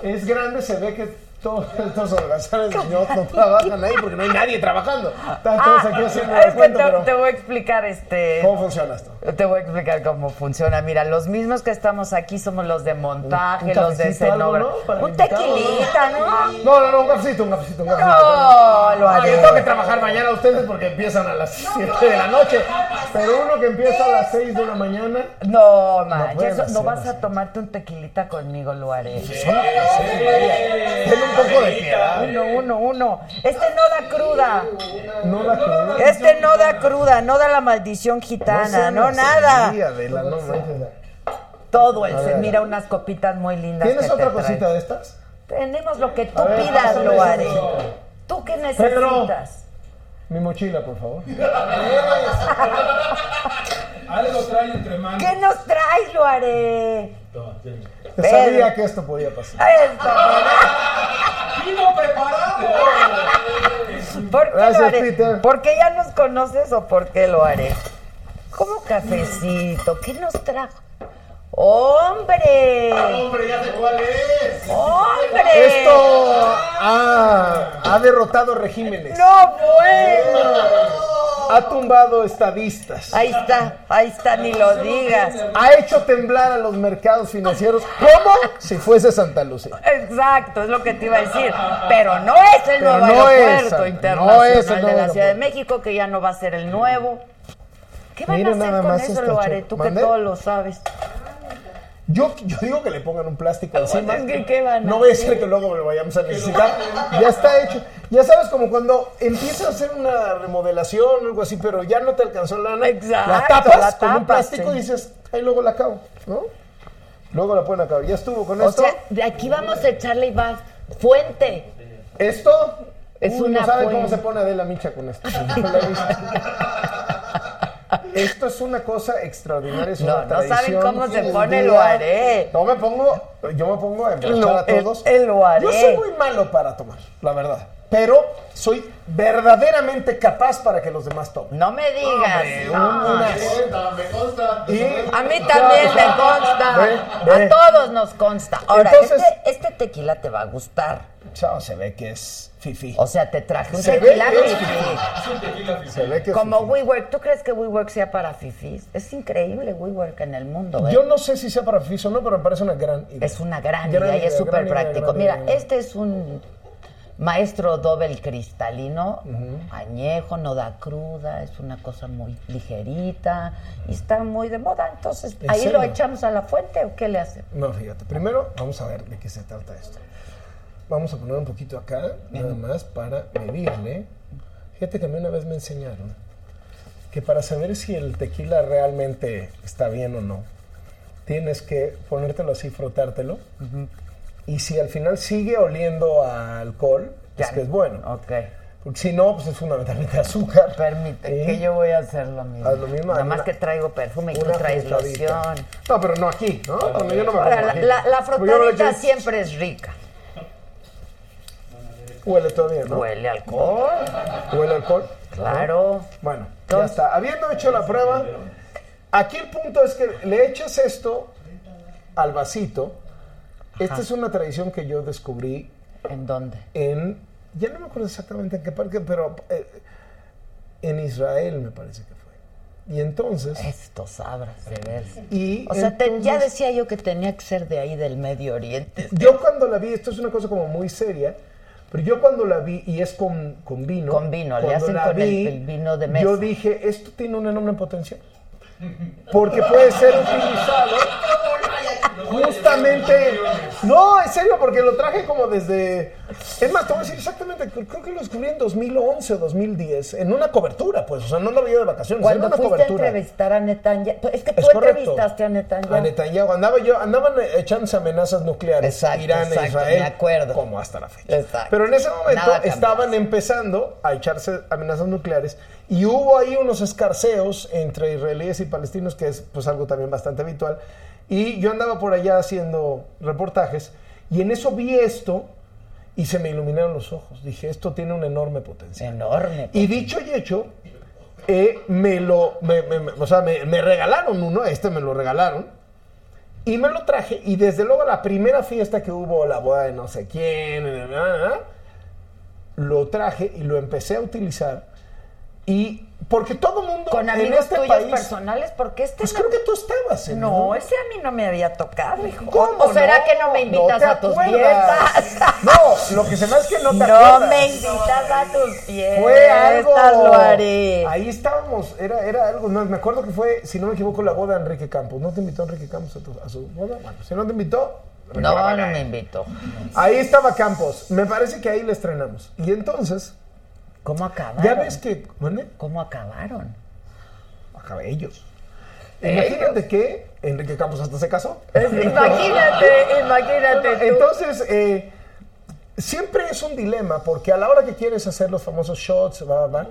es grande, se ve que todos estos holgazanes no, no trabajan ahí porque no hay nadie trabajando. Están todos aquí haciendo
Ah, es
el
que
cuento,
te, te
pero
voy a explicar este.
¿cómo funciona esto?
Te voy a explicar cómo funciona. Mira, los mismos que estamos aquí somos los de montaje,
Un- un
los de
cafecito, algo,
escenógrafía.
¿no? Para el
Un
invitado,
tequilita, ¿no?
No, no, no, un cafecito, un cafecito, un cafecito.
No, lo
Ah,
haré.
yo tengo que trabajar mañana ustedes porque empiezan a las 7 de la noche. Pero uno que empieza a las 6 de la mañana.
No, man,
No pueden
no,
hacer
vas
así.
a tomarte un tequilita conmigo, lo haré.
Son las seis y media. Ten un poco de piedad.
Uno, uno, uno. Este no da cruda.
No la cruda.
Este no da cruda, no da la maldición
No
gitana,
sean
no
así,
nada.
Adela, no manches.
Todo el se
ver.
mira unas copitas muy lindas.
¿Tienes
que te
otra
traen.
cosita de estas?
Tenemos lo que tú
A ver,
pidas,
pásame
lo haré.
esto.
¿Tú qué
Pedro.
necesitas?
Mi mochila, por favor.
Algo trae entre manos.
¿Qué nos traes, lo haré? Pedro.
Sabía que esto podía pasar.
Esto,
¡Vino preparado!
¿por qué
Gracias,
lo haré?
Peter.
¿Porque ya nos conoces o por qué lo haré? ¿Cómo cafecito? ¿Qué nos trajo? ¡Hombre!
Hombre, ya sé cuál es.
¡Hombre!
Esto ha, ha derrotado regímenes,
¡No, bueno!
ha tumbado estadistas,
Ahí está, ahí está, ni lo digas.
ha hecho temblar a los mercados financieros como si fuese Santa Lucía.
Exacto, es lo que te iba a decir. Pero no es el
Pero
nuevo
no es,
aeropuerto
no
internacional
es el
de la
nuevo
Ciudad de
aeropuerto.
México, que ya no va a ser el nuevo. ¿Qué van
Mira
a hacer
nada
con
más este
eso,
esta
lo haré?
chica.
Tú que
¿Mande?
todo lo sabes.
Yo, yo digo que le pongan un plástico encima.
es que, ¿qué van a
no voy a ser que luego lo vayamos a necesitar. Ya está hecho. Ya sabes, como cuando empiezas a hacer una remodelación o algo así, pero ya no te alcanzó lana.
Exacto,
La tapas
la
con un
tapas,
plástico
sí.
y dices, ahí luego la acabo, ¿no? Luego la pueden acabar. Ya estuvo con
O
esto.
sea, de aquí vamos a echarle y va fuente.
Esto
Es
Uy,
una
no saben
buena.
cómo se pone Adela Micha con esto. Con la vista. esto es una cosa extraordinaria, es
No,
una
no saben
tradición.
cómo se
un
pone,
día.
lo haré.
No me pongo, yo me pongo a emborrachar
No,
a todos.
el- ¿eh? el lo haré.
Yo soy muy malo para tomar, la verdad. Pero soy verdaderamente capaz para que los demás tomen.
No me digas. no.
Unas.
Me consta.
Y
A mí también me consta.
Ve, ve.
A todos nos consta. Ahora,
Entonces-
este, este tequila te va a gustar.
chao, se ve que es fifi.
O sea, te traje un
Se ve
tequila
que es
fifí.
Se ve que es
Como
fifí.
WeWork. ¿Tú crees que WeWork sea para fifís? Es increíble WeWork en el mundo. ¿eh?
Yo no sé si sea para fifis o no, pero me parece una gran idea.
Es una gran,
Gran
idea y es
idea,
súper
gran idea,
práctico.
gran
Mira,
idea.
este es un maestro doble cristalino, añejo, no da cruda, es una cosa muy ligerita y está muy de moda. Entonces,
¿En
¿ahí
serio?
lo echamos a la fuente o qué le hacemos?
No, fíjate. Primero, vamos a ver de qué se trata esto. Vamos a poner un poquito acá, nada más, para medirle. Fíjate que a mí una vez me enseñaron que para saber si el tequila realmente está bien o no, tienes que ponértelo así, frotártelo. Y si al final sigue oliendo a alcohol, es
Ya.
que es bueno.
Ok.
Porque si no, pues es fundamentalmente azúcar.
Permite
¿Sí?
que yo voy a hacer lo mismo.
Haz lo mismo,
Nada
haz
más
una-
que traigo perfume y tú
Una
traes
frotadita.
loción.
No, pero no aquí, ¿no? Bueno, yo no me
Ahora,
pongo
la,
aquí.
la- la
Porque yo no le
frotadita
quiero-
siempre es rica.
Huele todavía, ¿no?
Huele a alcohol,
Huele a alcohol.
claro.
Bueno, ya
Entonces-
está. Habiendo hecho la prueba, aquí el punto es que le echas esto al vasito. Esta es una tradición que yo descubrí
¿En dónde?
en, ya no me acuerdo exactamente en qué parque, pero eh, en Israel me parece que fue. Y entonces,
Esto sabrás de ver.
y
O sea, te- ya
entonces,
decía yo que tenía que ser de ahí del Medio Oriente.
yo cuando la vi, esto es una cosa como muy seria, pero yo cuando la vi, y es con, con vino,
Con vino, le
cuando
hacen
la
con el- el vino de mesa.
Yo dije, esto tiene un enorme potencial, porque puede ser utilizado justamente, no, en serio, porque lo traje como desde, es más, te voy a decir exactamente, cre- creo que lo descubrí en 2011 o 2010, en una cobertura, pues, o sea, no lo vi de vacaciones,
Cuando
en una
fuiste a
cobertura.
entrevistar a Netanyahu, pues, es que tú
Es correcto.
entrevistaste a Netanyahu.
A Netanyahu. Andaba yo, andaban echándose amenazas nucleares.
Exacto,
Irán e
exacto,
Israel.
me acuerdo.
Como hasta la fecha.
Exacto.
Pero en ese momento
Nada cambió.
estaban empezando a echarse amenazas nucleares y hubo ahí unos escarceos entre israelíes y palestinos, que es pues algo también bastante habitual. Y yo andaba por allá haciendo reportajes y en eso vi esto y se me iluminaron los ojos. Dije, esto tiene un enorme potencial.
Enorme.
Y dicho y hecho, eh, me lo, me- me- me- o sea, me, me regalaron uno, este me lo regalaron, y me lo traje, y desde luego la primera fiesta que hubo, la boda de no sé quién, na, na, na, lo traje y lo empecé a utilizar, y porque todo mundo
Con
en
amigos
este
tuyos
país,
personales, porque este
pues
no-
creo que tú estabas, ¿eh?
No, ese a mí no me había tocado, hijo.
¿Cómo
¿O será que no me
¿No
invitas
te
a tus
acuerdas?
fiestas?
No, lo que se me es que no te
No
acuerdas.
me invitas a tus fiestas.
Fue algo.
Lo haré.
Ahí estábamos, era, era algo. No, me acuerdo que fue, si no me equivoco, la boda de Enrique Campos. ¿No te invitó Enrique Campos a, tu- a su boda? Bueno, si no te invitó.
No, no me invitó.
Ahí estaba Campos. Me parece que ahí la estrenamos. Y entonces,
¿Cómo acabaron?
ya ves que. ¿Mande?
¿Cómo acabaron?
Acá ellos. Imagínate que Enrique Campos hasta se casó.
Imagínate, imagínate. tú.
Entonces, eh, siempre es un dilema, porque a la hora que quieres hacer los famosos shots, bla, bla, bla,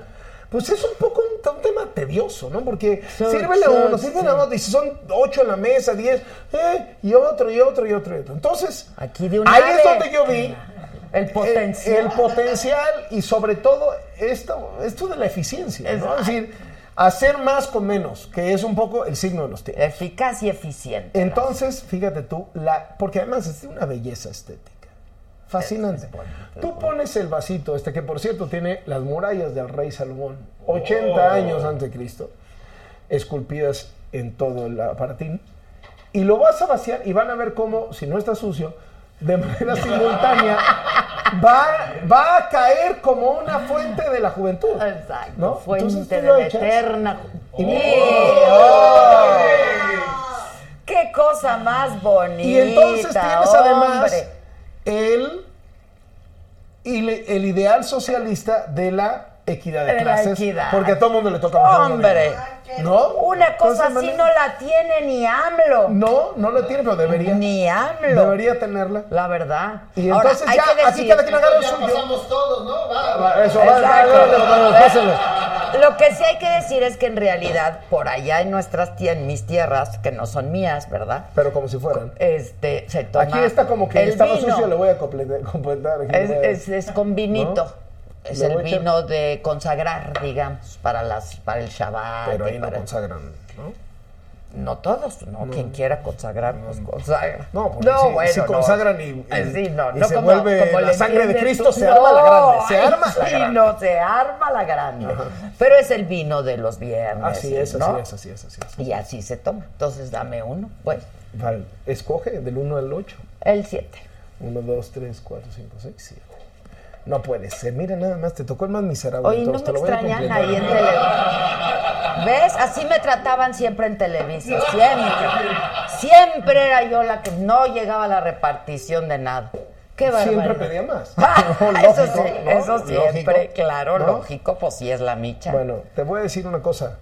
pues es un poco un, un tema tedioso, ¿no? Porque
Shots,
sírvele a uno,
shots,
sírvele a otro, y si son ocho en la mesa, diez, eh, y otro, y otro, y otro, y otro. Entonces,
Aquí de una
ahí
vez.
es donde yo vi eh,
El potencial.
el, el potencial y sobre todo esto, esto de la eficiencia, ¿no? Es decir, hacer más con menos, que es un poco el signo de los tiempos.
Eficaz y eficiente.
Entonces, fíjate tú, la, porque además es de una belleza estética. Fascinante. Tú pones el vasito, este que por cierto tiene las murallas del rey Salomón,
Oh.
80 años antes de Cristo, esculpidas en todo el aparatín, y lo vas a vaciar y van a ver cómo, si no está sucio, de manera simultánea va, va a caer como una fuente de la juventud.
Exacto.
¿no? Entonces tú
Fuente de
lo
la
echas.
eterna. ¡Oh!
Y- ¡Oh!
¡Qué cosa más bonita!
Y entonces tienes además
hombre!
el, il- el ideal socialista de la equidad de,
De la
clases.
equidad.
Porque a todo mundo le toca más.
¡Hombre!
¿No?
Una cosa así
Entonces,
no la tiene ni AMLO.
No, no la tiene, pero debería.
Ni AMLO.
Debería tenerla.
La verdad.
Y
Ahora,
entonces
hay que
ya, así
decir-
cada quien agarra el
Ya
suyo.
pasamos todos, ¿no? Va, va.
Va, Eso, va, va,
Exacto.
va, va, pásale.
Lo que sí hay que decir es que en realidad, por allá en nuestras tierras, en mis tierras, que no son mías, ¿verdad?
Pero como si fueran.
Este, se toma
Aquí está como que
el
estaba
vino.
sucio, le voy a comple- completar. aquí le
Es,
voy a-
es- es con vinito. Es
Le
el
voy a echar-
vino de consagrar, digamos, para las para el Shabbat.
Pero
y
ahí no
para-
consagran, ¿no?
No todos, no. Quien quiera consagrar, pues consagra.
No, porque si- si consagran y- y-
Eh, sí, no,
y
no
se
como-
vuelve
como
la
le
sangre de
entiendes
Cristo, se arma la grande, se
ay,
arma la
sí,
grande.
no, se arma la grande. Pero es el vino de los viernes.
Así es,
¿no?
así es, así es, así es.
Y así se toma. Entonces dame uno. Pues
Vale, escoge del 1 al 8.
el 7.
1, 2, 3, 4, 5, 6, 7. No puede ser. Mira, nada más te tocó el más miserable. de
Oye, no
todos,
me
te lo voy a
extrañan
completar.
ahí en Televisa. ¿Ves? Así me trataban siempre en Televisa, siempre. Siempre era yo la que no llegaba a la repartición de nada. Qué
Siempre
barbaridad.
pedía más.
Ah,
No,
eso
lógico,
sí,
¿no?
eso
Lógico,
siempre, claro,
¿no?
lógico, pues sí es la micha.
Bueno, te voy a decir una cosa.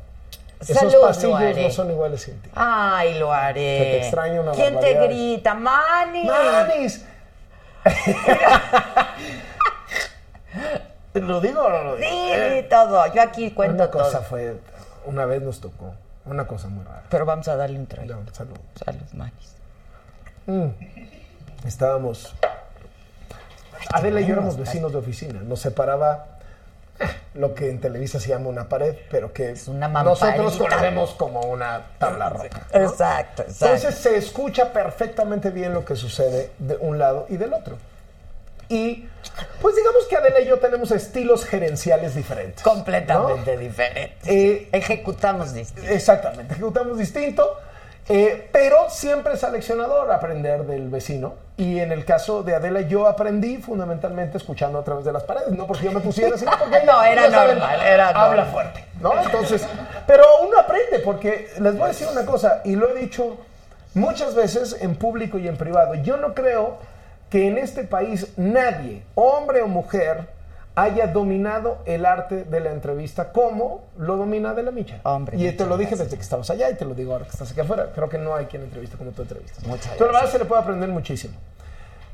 Salud,
Esos pasillos
Luare.
no son iguales sin ti.
Ay, lo haré.
Se te extraña una
¿Quién te
barbaridad.
grita? ¡Mani!
¡Manis! ¿Lo digo o no lo digo?
Sí, sí, todo. Yo aquí cuento
Una cosa
todo.
fue, una vez nos tocó, una cosa muy rara.
Pero vamos a darle un trago
No, salud.
a los manis.
Estábamos. Adela y yo éramos vecinos de oficina. Nos separaba eh, lo que en Televisa se llama una pared, pero que
una
nosotros
mamparita.
conocemos como una tabla roca.
Exacto, exacto.
Entonces se escucha perfectamente bien lo que sucede de un lado y del otro. Y pues digamos que Adela y yo tenemos estilos gerenciales diferentes. ¿no?
completamente diferente.
Eh,
Ejecutamos distinto.
Exactamente, ejecutamos distinto, eh, pero siempre es aleccionador aprender del vecino. Y en el caso de Adela, yo aprendí fundamentalmente escuchando a través de las paredes, no porque yo me pusiera, sino porque ella,
No, era
ya saben,
normal, era
habla
normal.
fuerte, ¿no? Entonces, pero uno aprende, porque les voy a decir una cosa, y lo he dicho muchas veces en público y en privado, yo no creo que en este país nadie, hombre o mujer, haya dominado el arte de la entrevista como lo domina de la micha.
Hombre,
y te
muchas
lo dije desde que estabas allá y te lo digo ahora que estás aquí afuera. Creo que no hay quien entrevista como tú entrevistas.
Muchas
Tú, la verdad, se le puede aprender muchísimo.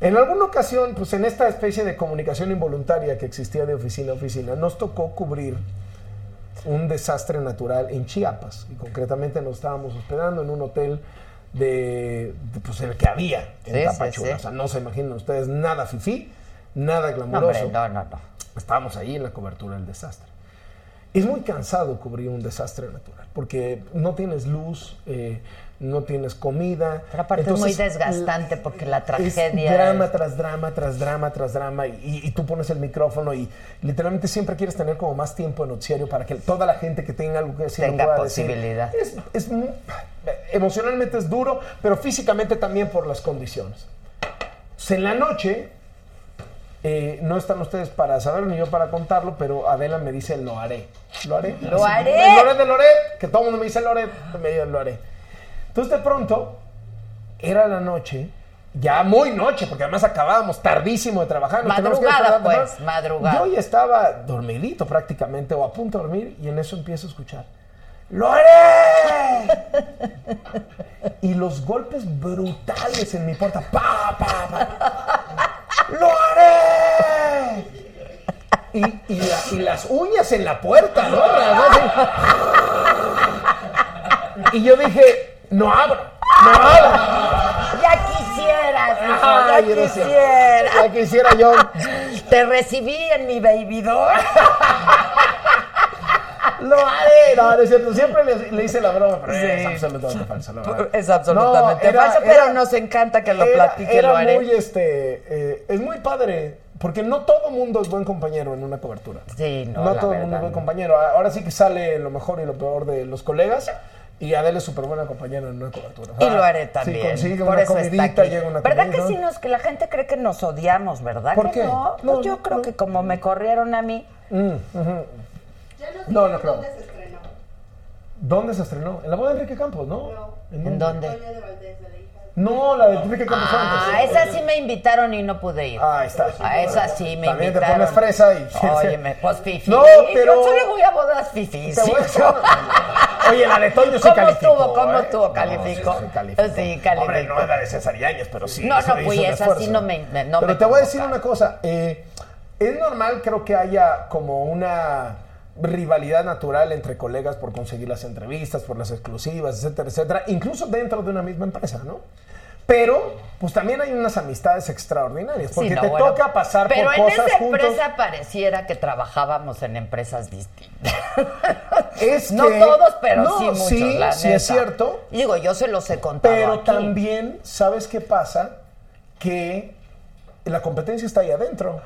En alguna ocasión, pues en esta especie de comunicación involuntaria que existía de oficina a oficina, nos tocó cubrir un desastre natural en Chiapas. Y concretamente nos estábamos hospedando en un hotel de, de, pues el que había en
Sí, sí,
Tapachula.
sí.
O sea, no se imaginan ustedes nada fifí, nada
No,
glamuroso.
hombre, no, no, no.
Estábamos ahí en la cobertura del desastre. Es muy cansado cubrir un desastre natural, porque no tienes luz, eh, no tienes comida.
Pero aparte es muy desgastante
l-
porque la
es
tragedia
drama
es-
tras drama, tras drama, tras drama, y, y tú pones el micrófono y literalmente siempre quieres tener como más tiempo en noticiario para que toda la gente que tenga algo que decir lo
Tenga
pueda
posibilidad.
decir. Es, es muy- emocionalmente es duro, pero físicamente también por las condiciones. Entonces, en la noche eh, no están ustedes para saberlo ni yo para contarlo, pero Adela me dice lo haré. Lo haré.
Lo haré.
El Loret de Loret, que todo el mundo me dice Loret, me dice lo haré. Entonces de pronto era la noche, ya muy noche, porque además acabábamos tardísimo de trabajar. nos teníamos que ir a
Madrugada,
trabajar.
pues, madrugada.
Yo ya estaba dormidito prácticamente o a punto de dormir y en eso empiezo a escuchar. ¡Lo haré! y los golpes brutales en mi puerta. ¡Pa, pa, pa! ¡Lo haré! y, y la- y las uñas en la puerta, ¿no? Así. Y yo dije, no abro, no abro.
Ya quisieras, hijo,
Ay,
ya
gracias.
quisieras.
Ya quisiera yo.
Te recibí en mi babydoor.
Lo haré, no, no es cierto. Siempre le, le hice la broma, pero
Sí.
es absolutamente falso, la verdad.
Es absolutamente
No, era-
falso,
era-
pero nos encanta que lo
era-
platique,
era
lo haré.
muy, este, eh, es muy padre, porque no todo mundo es buen compañero en una cobertura.
Sí, no,
no,
la
todo el
verdad,
mundo es buen
no.
compañero. A- Ahora sí que sale lo mejor y lo peor de los colegas. Y Adele es súper buena compañera en una cobertura. O
Y
sea,
lo haré
Si
también.
consigue
Por
una
eso está
comidita,
aquí.
llega una
¿Verdad
comida,
que sí
¿no?
nos, que la gente cree que nos odiamos, verdad?
¿Por
que
qué?
No?
No,
Pues yo
no,
creo
no.
que como me corrieron a mí,
Mm, No, no, claro. ¿Dónde se estrenó? En la boda de Enrique Campos, ¿no?
¿en dónde?
No, la de Enrique Campos fue antes.
Ah, esa sí me invitaron y no pude ir.
Ah, ahí está.
A esa sí me
También te
invitaron.
pones fresa y-
Óyeme, pues fifi.
No, pero-
Yo solo voy a bodas fifis.
Te voy a decir- Oye, la de Toño sí
¿Cómo
calificó.
estuvo? ¿Cómo
¿eh?
estuvo?
No,
¿Calificó?
sí, sí calificó.
Sí, calificó.
Hombre, no es la de César Yáñez, pero sí.
No,
hizo-
no,
hizo
pues,
un
esa
esfuerzo.
sí no me- me- no
Pero
me
te voy a decir
convocaron.
una cosa. eh, es normal, creo que haya como una rivalidad natural entre colegas por conseguir las entrevistas, por las exclusivas, etcétera, etcétera, incluso dentro de una misma empresa, ¿no? Pero, pues también hay unas amistades extraordinarias, porque
Sí, no,
te
bueno.
toca pasar
Pero
por
en
cosas
esa
juntos.
empresa pareciera que trabajábamos en empresas distintas.
Es
no
que-
todos, pero
no,
sí muchos.
sí,
la
sí es
neta.
cierto.
Digo, yo se los he contado.
Pero
aquí.
también, ¿sabes qué pasa? Que la competencia está ahí adentro.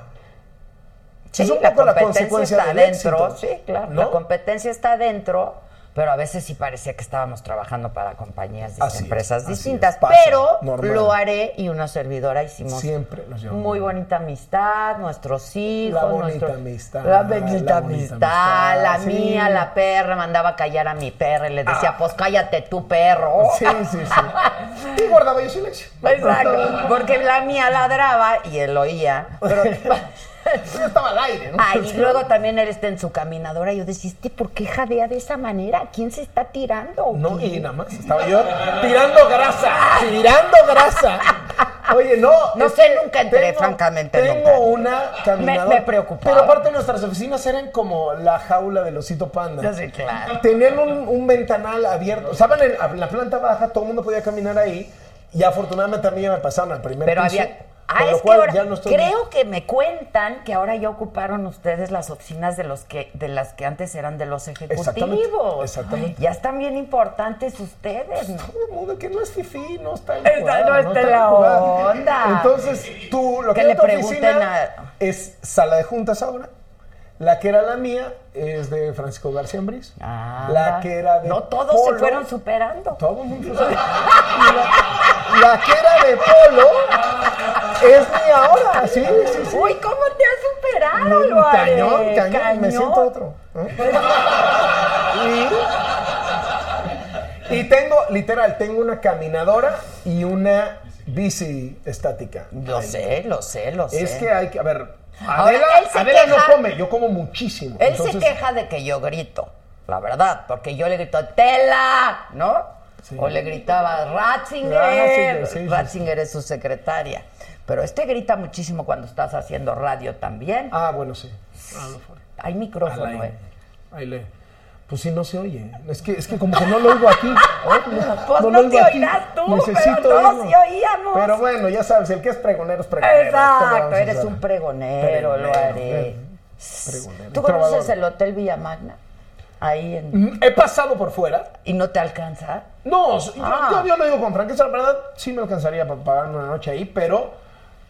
Sí,
es un
la
poco la
competencia
consecuencia
está
del
adentro.
éxito,
Sí, claro.
¿no?
La competencia está adentro, pero a veces sí parecía que estábamos trabajando para compañías, dis-
Así es,
empresas
así es,
distintas.
pasa,
pero
normal.
lo haré y una servidora hicimos
Siempre nos llevamos.
Muy bonita amistad, nuestros hijos.
La bonita
nuestro-
amistad,
La
la
bonita
bonita
amistad. La
amistad,
mía,
sí. Ah.
la perra, mandaba a callar a mi perra y le decía, pues cállate tú, perro.
Sí, sí, sí. Y guardaba yo silencio.
Exacto. Porque la mía ladraba y él oía. Pero
Yo estaba al aire, ¿no?
Ay, Ah, y luego también él está en su caminadora. y Yo decía, ¿este por qué jadea de esa manera? ¿Quién se está tirando? o
No,
qué?"
y nada más. Estaba yo tirando grasa. Tirando grasa. Oye, no.
No
es
sé,
que
nunca entré, francamente,
Tengo
nunca.
una caminadora.
Me- me preocupaba.
Pero aparte, nuestras oficinas eran como la jaula del osito panda.
Yo sí, claro.
Tenían un, un ventanal abierto. Estaban en en la planta baja, todo el mundo podía caminar ahí. Y afortunadamente a mí ya me pasaron al primer
Pero
piso.
había. Ah,
con lo
es que
cual
ahora.
ya no estoy-
creo que me cuentan que ahora ya ocuparon ustedes las oficinas de los que de las que antes eran de los ejecutivos.
Exactamente, exactamente.
Ay, ya están bien importantes ustedes, ¿no?
Todo el mundo que no es fifí, no está en
Esa no está en la onda.
Entonces, tú, lo
Que
que,
le
era tu
pregunten
oficina
a-
es sala de juntas ahora. La que era la mía es de Francisco García Ambriz.
Anda.
la que era de
Ah, No todos
Polo-
se fueron superando.
Todo el mundo se- Y la, la que era de Polo es mía ahora. Sí, sí, sí.
Uy, ¿cómo te has superado,
Mm,
Luare?
cañón, cañón, me siento otro. ¿eh? y, y tengo, literal, tengo una caminadora y una bici estática.
Lo sé, lo sé, lo sé.
Es que hay que, a ver,
Ahora,
Adela,
él se
Adela
queja-
no come, yo como muchísimo.
Él se
entonces-
queja de que yo grito, la verdad, porque yo le grito tela, ¿no? O le gritaba Ratzinger.
Ratzinger, sí, sí,
Ratzinger es su secretaria. Pero este grita muchísimo cuando estás haciendo radio también.
Ah, bueno, sí.
Hay micrófono,
Alain.
¿eh?
Ahí le. Pues sí, no se oye. Es que, es que como que no lo oigo aquí.
Pues no, te oirás tú, pero todos sí oíamos.
Pero bueno, ya sabes, el que es pregonero es pregonero. ¿qué le vamos
Exacto,
a
eres
hacer?
un pregonero, lo haré.
eh, pregonero,
¿Tú conoces
trovador.
el Hotel Villamagna? Ahí en...
Mm, He pasado por fuera.
¿Y no te alcanza?
No, s- yo-
Ah.
yo, yo lo digo con franqueza, la verdad sí me alcanzaría para pagarme una noche ahí, pero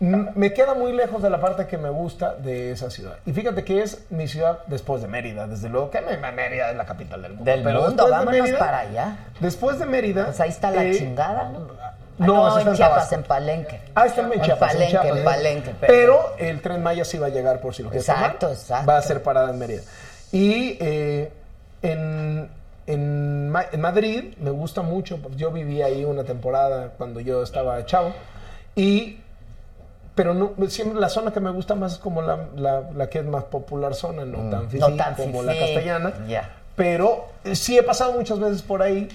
mm, me queda muy lejos de la parte que me gusta de esa ciudad. Y fíjate que es mi ciudad después de Mérida, desde luego, que me- Mérida es la capital del mundo.
Del
pero
mundo,
después de
vámonos
Mérida-
para allá.
Después de Mérida...
Pues ahí está la
eh,
chingada, ¿no? Ah,
no, esa está
en
en
Chiapas,
Tabasco.
en Palenque.
Ah, está en Chiapas,
Palenque,
Chiapas,
en
¿eh?
Palenque.
Pero el tren Maya sí va a llegar por si lo quieres tomar.
Exacto, exacto.
Va a ser parada en Mérida. Y eh, en, en, Ma- en Madrid me gusta mucho. pues, Yo viví ahí una temporada cuando yo estaba chavo. Y pero no, pues, siempre la zona que me gusta más es como la, la- la que es más popular zona, no tan fifí
Mm. no tan
como
fifí,
la castellana.
ya.
Pero eh, sí he pasado muchas veces por ahí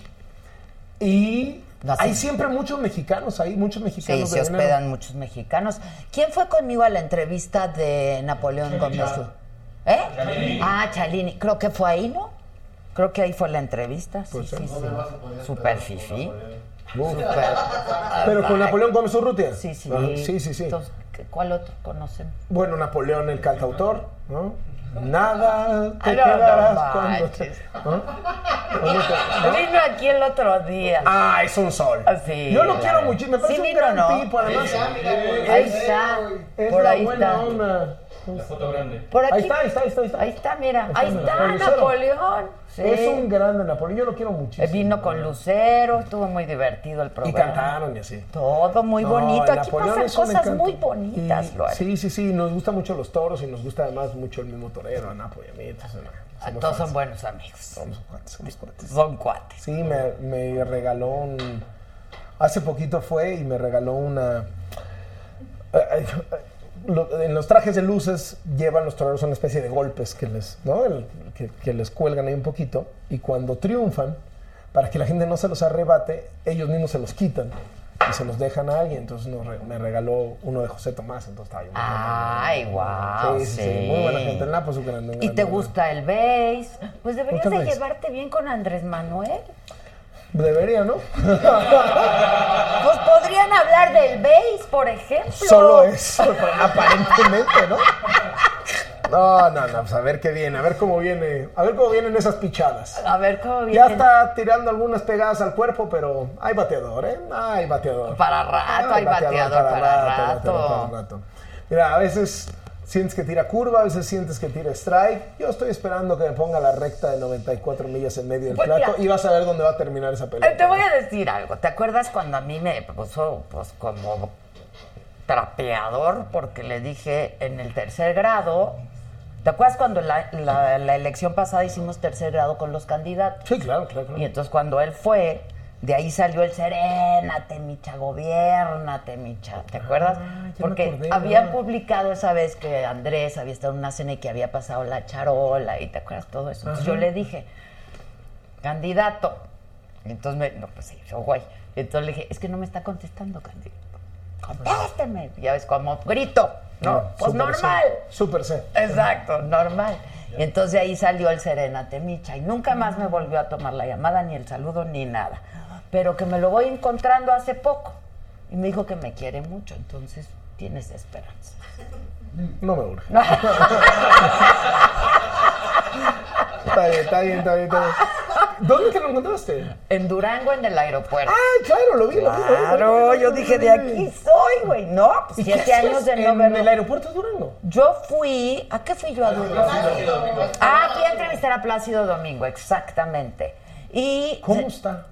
y
No, sí.
hay siempre muchos mexicanos ahí, muchos mexicanos.
Sí,
de
se
dinero.
hospedan muchos mexicanos. ¿Quién fue conmigo a la entrevista de Napoleón Gómez? ¿Eh? Ah, Chalini. Creo que fue ahí, ¿no? Creo que ahí fue la entrevista. Sí,
Pues
sí,
sí.
sí. Super fifí.
Pero con Napoleón Gómez Urrutia.
Sí, sí.
Ajá, Sí, sí, sí.
Entonces, ¿qué- ¿cuál otro conocen?
Bueno, Napoleón el cantautor, ¿no? Nada te
Ah, no,
quedarás
no
cuando te...
manches.
¿no?
Vino aquí el otro día.
Ah, es un sol.
Ah, sí.
Yo lo quiero muchísimo, me
Sí,
parece un
vino,
gran
¿no?
tipo, además.
Ahí está.
Es
Por
la
ahí
buena
está.
onda.
La foto grande.
Por
Ahí
aquí.
está, ahí está, ahí está. Ahí está.
Ahí está, mira. Ahí
mira.
está
Con Lucero.
Napoleón. Sí.
Es un grande Napoleón, yo lo quiero muchísimo.
Eh, Vino con Lucero, estuvo muy divertido el
Y
programa.
cantaron y así.
Todo muy
No,
bonito.
el
Aquí
Napoleón
pasan
es un
cosas
encanto.
muy bonitas,
Y-
Lola.
Sí, sí, sí, nos gustan mucho los toros y nos gusta además mucho el mismo torero, a Napo y a mí. Entonces, no,
Ah,
somos
Todos
fans.
son buenos amigos.
Somos cuates, somos cuates.
Son cuates.
Sí, me, me regaló un... Hace poquito fue y me regaló una... lo- En los trajes de luces llevan los toreros una especie de golpes que les, ¿no? El- que, que les cuelgan ahí un poquito y cuando triunfan, para que la gente no se los arrebate, ellos mismos se los quitan y se los dejan a alguien. Entonces nos re- me regaló uno de José Tomás, entonces estaba yo muy
Ay, guau.
contento. Sí, sí, sí, muy buena gente. El Napo es un gran- un
Ah, ¿Y
gran-
te
un gran-
gusta el bass? Pues deberías
Gusta el
de
bass.
llevarte bien con Andrés Manuel.
Debería, ¿no?
Pues podrían hablar del bass, por ejemplo.
Solo eso, aparentemente, ¿no? No, no, no, pues a ver qué viene, a ver cómo viene, a ver cómo vienen esas pichadas.
A ver cómo viene.
Ya está tirando algunas pegadas al cuerpo, pero hay bateador, ¿eh? Hay bateador.
Para rato, hay bateador para rato.
para rato. Mira, a veces sientes que tira curva, a veces sientes que tira strike. Yo estoy esperando que me ponga la recta de 94 millas en medio del
Pues
plato
mira.
y vas a ver dónde va a terminar esa
Eh,
pelota.
Te voy a decir algo. ¿Te acuerdas cuando a mí me puso pues como trapeador porque le dije en el tercer grado? ¿Te acuerdas cuando la, la- la elección pasada hicimos tercer grado con los candidatos?
Sí, claro, claro, claro.
Y entonces cuando él fue, de ahí salió el serénate, micha, gobiernate, micha. ¿Te acuerdas?
Ah, me
Porque
acordé,
habían
ah.
publicado esa vez que Andrés había estado en una cena y que había pasado la charola y te acuerdas todo eso. Entonces yo le dije, candidato. Y Entonces me, no, pues sí, yo güey. Entonces le dije, es que no me está contestando, candidato. Contésteme. Ya ves, como grito. No, pues
súper
normal.
C, Súper C.
Exacto, normal. Y entonces de ahí salió el Serénate, Micha. Y nunca más me volvió a tomar la llamada, ni el saludo, ni nada. Pero que me lo voy encontrando hace poco. Y me dijo que me quiere mucho. Entonces, tienes esperanza.
No me urge. está bien, está bien, está bien, está bien. ¿Dónde que lo encontraste?
En Durango, en el aeropuerto.
Ay, claro, lo vi, lo vi. lo vi, lo vi, lo
Claro,
vi,
yo
lo vi,
dije,
lo
de
vi.
aquí soy, güey. No, pues
¿Y qué
siete
hacías
años de no
en el
verlo.
aeropuerto de Durango?
Yo fui, ¿a qué fui yo a Durango? Ah, fui a entrevistar a Plácido Domingo, exactamente. Y
¿Cómo está?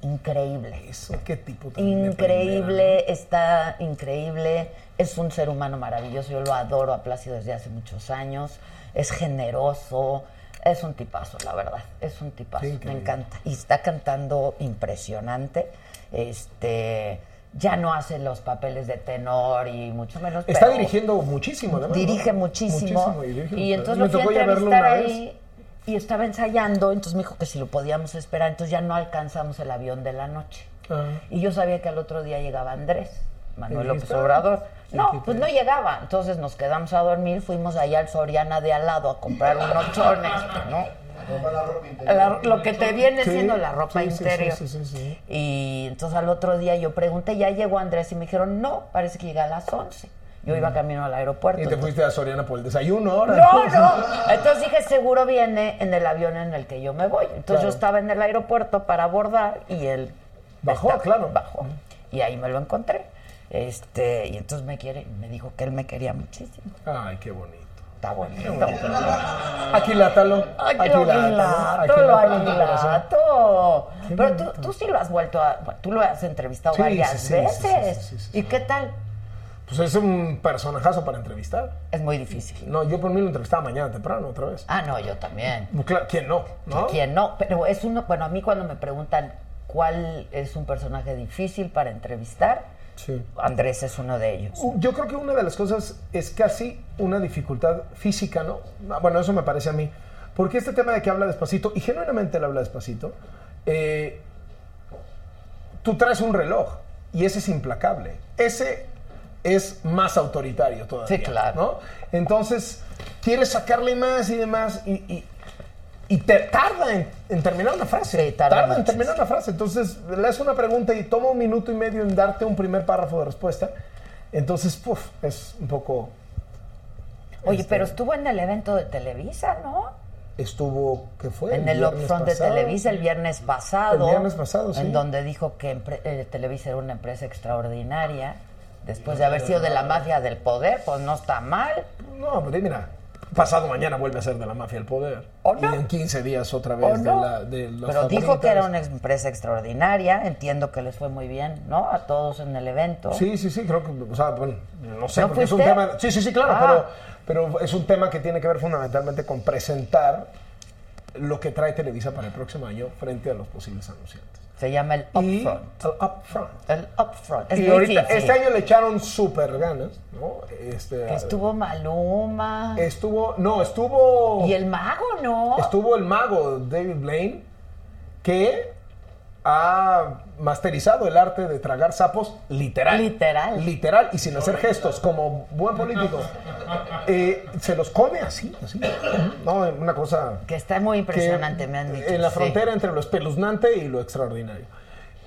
increíble.
Eso, qué tipo tan
Increíble, está increíble. Es un ser humano maravilloso. Yo lo adoro a Plácido desde hace muchos años. Es generoso. Es un tipazo, la verdad. Es un tipazo.
Qué
Me
increíble.
encanta. Y está cantando impresionante. Este. Ya no hace los papeles de tenor y mucho menos.
Está
pero
dirigiendo muchísimo, además. ¿no?
Dirige muchísimo.
Muchísimo, y dirige
y entonces
Me
lo fui a
tocó ya verlo
entrevistar
una vez.
ahí y estaba ensayando. Entonces me dijo que si lo podíamos esperar. Entonces ya no alcanzamos el avión de la noche.
Ah.
Y yo sabía que al otro día llegaba Andrés, Manuel
¿Y
López
está?
Obrador.
Sí,
No,
sí,
pues
sí.
no llegaba. Entonces nos quedamos a dormir, fuimos allá al Soriana de al lado a comprar unos chones, ¿no? La- lo que te viene
Ah. Sí,
siendo la ropa
sí, sí,
interior.
sí, sí, sí, sí.
Y entonces al otro día yo pregunté, ya llegó Andrés y me dijeron, no, parece que llega a las 11. Yo iba camino al aeropuerto.
Mm. Y te
entonces-
fuiste a Soriana por el desayuno ahora.
no, no. Entonces dije, seguro viene en el avión en el que yo me voy. Entonces
Claro.
yo estaba en el aeropuerto para abordar y él.
Bajó,
estaba-
claro.
Bajó. Y ahí me lo encontré. Este, y entonces me quiere, me dijo que él me quería muchísimo.
Ay, qué bonito.
Está bonito.
Aquilátalo.
Ay, que lo aguilato, lo aguilato. Pero tú, tú sí lo has vuelto a. bueno, Tú lo has entrevistado
Sí,
varias
sí, sí, sí, sí,
veces.
sí, sí, sí,
¿Y qué tal?
Pues es un personajazo para entrevistar.
Es muy difícil.
No, yo por mí lo entrevistaba mañana temprano otra vez.
Ah, no, yo también.
Claro, ¿Quién no? ¿No?
¿Quién no? Pero es uno, bueno, a mí cuando me preguntan cuál es un personaje difícil para entrevistar,
Sí.
Andrés es uno de ellos.
U- Uh, Yo creo que una de las cosas es casi una dificultad física, ¿no? Ah, Bueno, eso me parece a mí. Porque este tema de que habla despacito, y genuinamente él habla despacito, eh, tú traes un reloj y ese es implacable. Ese es más autoritario todavía.
Sí, claro.
¿no? Entonces, quieres sacarle más y demás, y, y- y te tarda en, en terminar la frase.
Sí, tarda
en
mucho.
terminar la frase. Entonces, le haces una pregunta y toma un minuto y medio en darte un primer párrafo de respuesta. Entonces, puf, es un poco...
Oye,
este,
pero estuvo en el evento de Televisa, ¿no?
Estuvo, ¿qué fue?
En el
viernes
upfront de
pasado.
Televisa el viernes pasado.
El viernes pasado, sí.
En donde dijo que empre- eh, Televisa era una empresa extraordinaria. Después de haber sido de la mafia del poder, pues no está mal.
No, pero mira, pasado mañana vuelve a ser de la mafia el poder.
¿O no?
Y en 15 días otra
¿O
vez
no?
Pues de la... De los
Pero dijo que
fabricantes.
era una empresa extraordinaria. Entiendo que les fue muy bien, ¿no? A todos en el evento.
Sí, sí, sí, creo que, o sea, bueno, no sé,
¿No
porque es un
fuiste?
tema, sí, sí, sí, claro,
Ah.
pero, pero es un tema que tiene que ver fundamentalmente con presentar lo que trae Televisa para el próximo año frente a los posibles anunciantes.
Se llama el
Y el
Upfront.
upfront.
El Upfront. Es
Y ahorita,
difícil.
este año le echaron súper ganas, ¿no? Este,
Que estuvo Maluma.
estuvo, no, estuvo...
Y el mago, ¿no?
Estuvo el mago David Blaine que ha masterizado el arte de tragar sapos literal.
Literal.
Literal y sin hacer gestos, como buen político. Eh, se los come así, así. No, una cosa
Que está muy
que
impresionante, me han dicho.
En la
sí.
frontera entre lo espeluznante y lo extraordinario.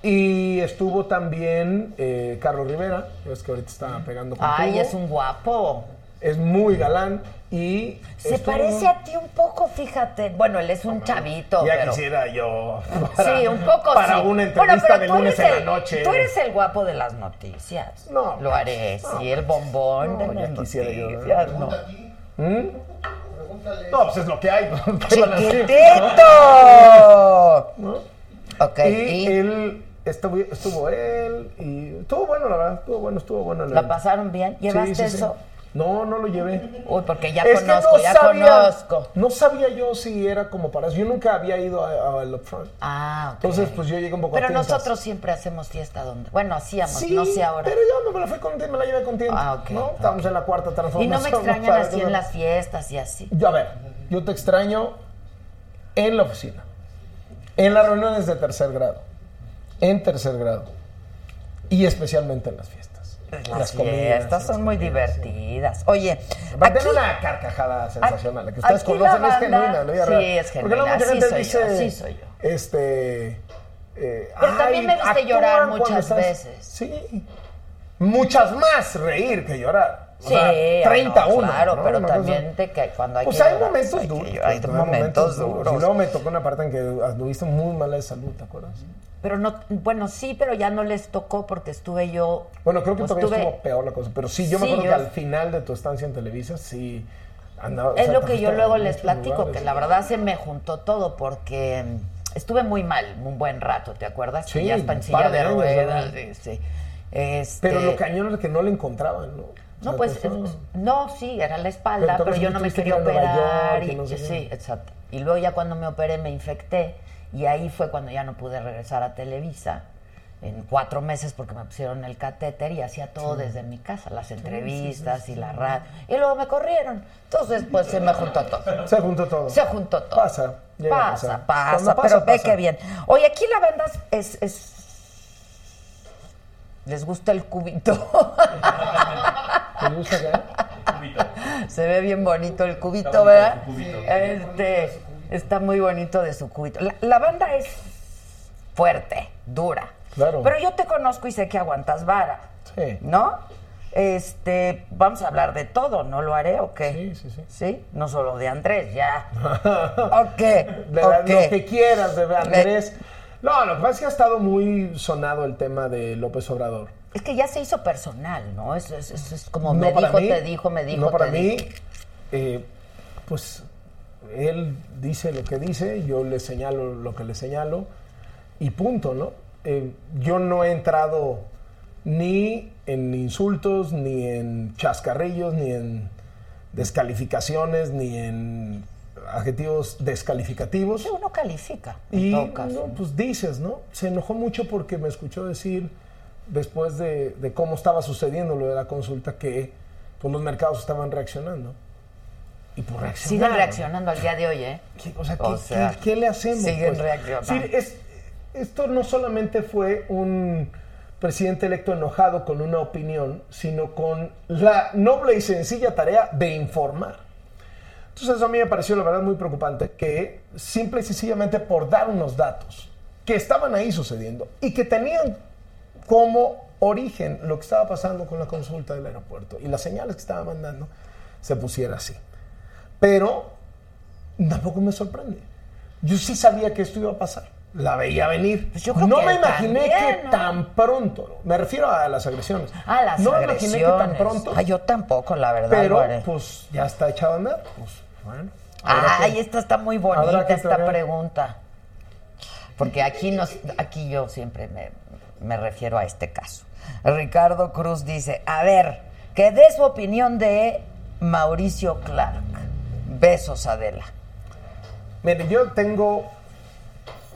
Y estuvo también eh, Carlos Rivera, es que ahorita está pegando con
Ay,
tubo.
es un guapo.
Es muy galán y...
Se
estuvo-
parece a ti un poco, fíjate. Bueno, él es un chavito,
Ya
pero.
quisiera yo.
sí, un poco sí.
Para una
Bueno,
entrevista
pero
de
tú
lunes
eres
en la
el-
noche.
Tú eres el guapo de las noticias.
No,
Lo haré,
no,
sí, el bombón
no,
de
ya
las
quisiera yo, ¿eh?
noticias. No.
No, pues es lo que hay. ¿qué van a decir?
¡Chiquitito!
¿No?
Ok,
Y,
y,
él estuvo, estuvo él y estuvo bueno, la verdad, estuvo bueno, estuvo bueno. el
la
evento.
pasaron bien.
Sí,
¿Llevaste
sí, sí.
eso?
No, no lo llevé.
Uy, porque ya
Es que
conozco,
no
ya
sabía,
conozco.
No sabía yo si era como para eso. Yo nunca había ido a- al upfront.
Ah, ok.
Entonces, pues, yo llegué un poco a
Pero
tientas.
nosotros siempre hacemos fiesta donde. Bueno, hacíamos,
Sí,
no sé ahora.
pero yo me la fui contenta, me la llevé contenta.
Ah, ok,
¿no?
ok.
Estábamos en la cuarta
Y
transformación.
no me extrañan
¿sabes?
así en las fiestas y así.
Yo, a ver, yo te extraño en la oficina, en las reuniones de tercer grado, en tercer grado y especialmente en las fiestas.
Pues Las
comidas,
fiestas
las
son muy
comidas, sí.
divertidas. Oye,
Aparte
aquí-
era una carcajada sensacional. La que ustedes
aquí la
conocen es
banda-
genuina, la vida
sí,
real.
es
Porque luego
genuina,
mucha
así
gente
soy yo,
dice,
así soy yo.
Este. eh,
Pero también me viste
actúan
llorar
cuando
muchas veces.
Sí. Muchas más reír que llorar. O
Sí,
sea,
ah, no,
31.
claro,
¿no?
pero
Una cosa-
también te cae cuando hay
pues
que
hay
llorar,
momentos
hay que
duros.
llorar, hay
pues,
momentos duros.
Y luego me tocó una parte en que anduviste muy mala de salud, ¿te acuerdas?
Pero no, bueno, sí, pero ya no les tocó porque estuve yo.
Bueno, creo que
pues,
todavía
tuve-
estuvo peor la cosa. Pero sí, yo me
Sí,
acuerdo
yo-
que al final de tu estancia en Televisa, sí andaba. o
Es
sea,
lo
te
que
fuiste
yo
a
luego les
muchos
platico,
lugares.
que la verdad se me juntó todo porque mm, estuve muy mal un buen rato, ¿te acuerdas? Que
Sí,
ya está en
un
silla
par
de,
de años,
ruedas.
¿no?
sí, sí. Este,
Pero lo cañón es que no le encontraban, ¿no?
No,
La
pues,
cosa-
eh, no, sí, era la espalda,
Pero
pero,
entonces
yo
tú
no me
tuviste que
quería
ir a Nueva
operar.
York y
y-
no sé
sí,
qué.
exacto. Y luego ya cuando me operé me infecté y ahí fue cuando ya no pude regresar a Televisa en cuatro meses porque me pusieron el catéter y hacía todo desde mi casa, las entrevistas y la radio. Y luego me corrieron. Entonces, pues se me juntó todo.
Se juntó todo.
Se juntó todo.
Pasa, llega a
Pasa,
pasar.
pasa,
Cuando pasa,
pero ve
pasa.
qué bien. Oye, aquí la banda es... es- Les gusta el cubito.
¿Te gusta acá?
Se ve bien bonito el cubito,
Está bonito
¿verdad?
su cubito.
Este, está muy bonito de su cubito. La, la banda es fuerte, dura.
Claro.
Pero yo te conozco y sé que aguantas vara.
Sí.
¿No? Este, vamos a hablar de todo, ¿no lo haré o qué?
Sí, sí, sí.
Sí, no solo de Andrés, ya. ok.
De la-
ok.
Lo que quieras, de Andrés. No, lo que pasa es que ha estado muy sonado el tema de López Obrador.
Es que ya se hizo personal, ¿no? Es, es- es- es como
no
me
para
dijo,
mí,
te dijo, me dijo,
No para
te
mí.
dijo.
eh, pues él dice lo que dice, yo le señalo lo que le señalo y punto, ¿no? Eh, yo no he entrado ni en insultos, ni en chascarrillos, ni en descalificaciones, ni en adjetivos descalificativos.
Sí, uno califica. en
Y
todo caso.
no, pues dices, ¿no? Se enojó mucho porque me escuchó decir, después de, de cómo estaba sucediendo lo de la consulta, que pues, los mercados estaban reaccionando. Y pues por reaccionar.
Siguen reaccionando al día de hoy, ¿eh?
¿Qué- O sea, ¿qué,
O sea,
qué- qué le hacemos? pues?
siguen reaccionando.
Sí, es- esto no solamente fue un presidente electo enojado con una opinión, sino con la noble y sencilla tarea de informar. Entonces eso a mí me pareció la verdad muy preocupante, que simple y sencillamente por dar unos datos que estaban ahí sucediendo y que tenían como origen lo que estaba pasando con la consulta del aeropuerto y las señales que estaba mandando, se pusiera así. Pero tampoco me sorprende. Yo sí sabía que esto iba a pasar. La veía venir.
Pues yo creo
no
que
me
él
imaginé
también,
que
¿no?
tan pronto. Me refiero a las agresiones.
Ah, las
no
agresiones.
me imaginé que tan pronto.
Ay, yo tampoco, la verdad,
pero
Lore.
pues ya está echado a andar. Pues bueno. habrá que-
Ay, esta está muy bonita
habrá que
esta
esperar.
pregunta. Porque aquí nos, aquí yo siempre me, me refiero a este caso. Ricardo Cruz dice, a ver, que dé su opinión de Mauricio Clark. Besos, Adela.
Mire, yo tengo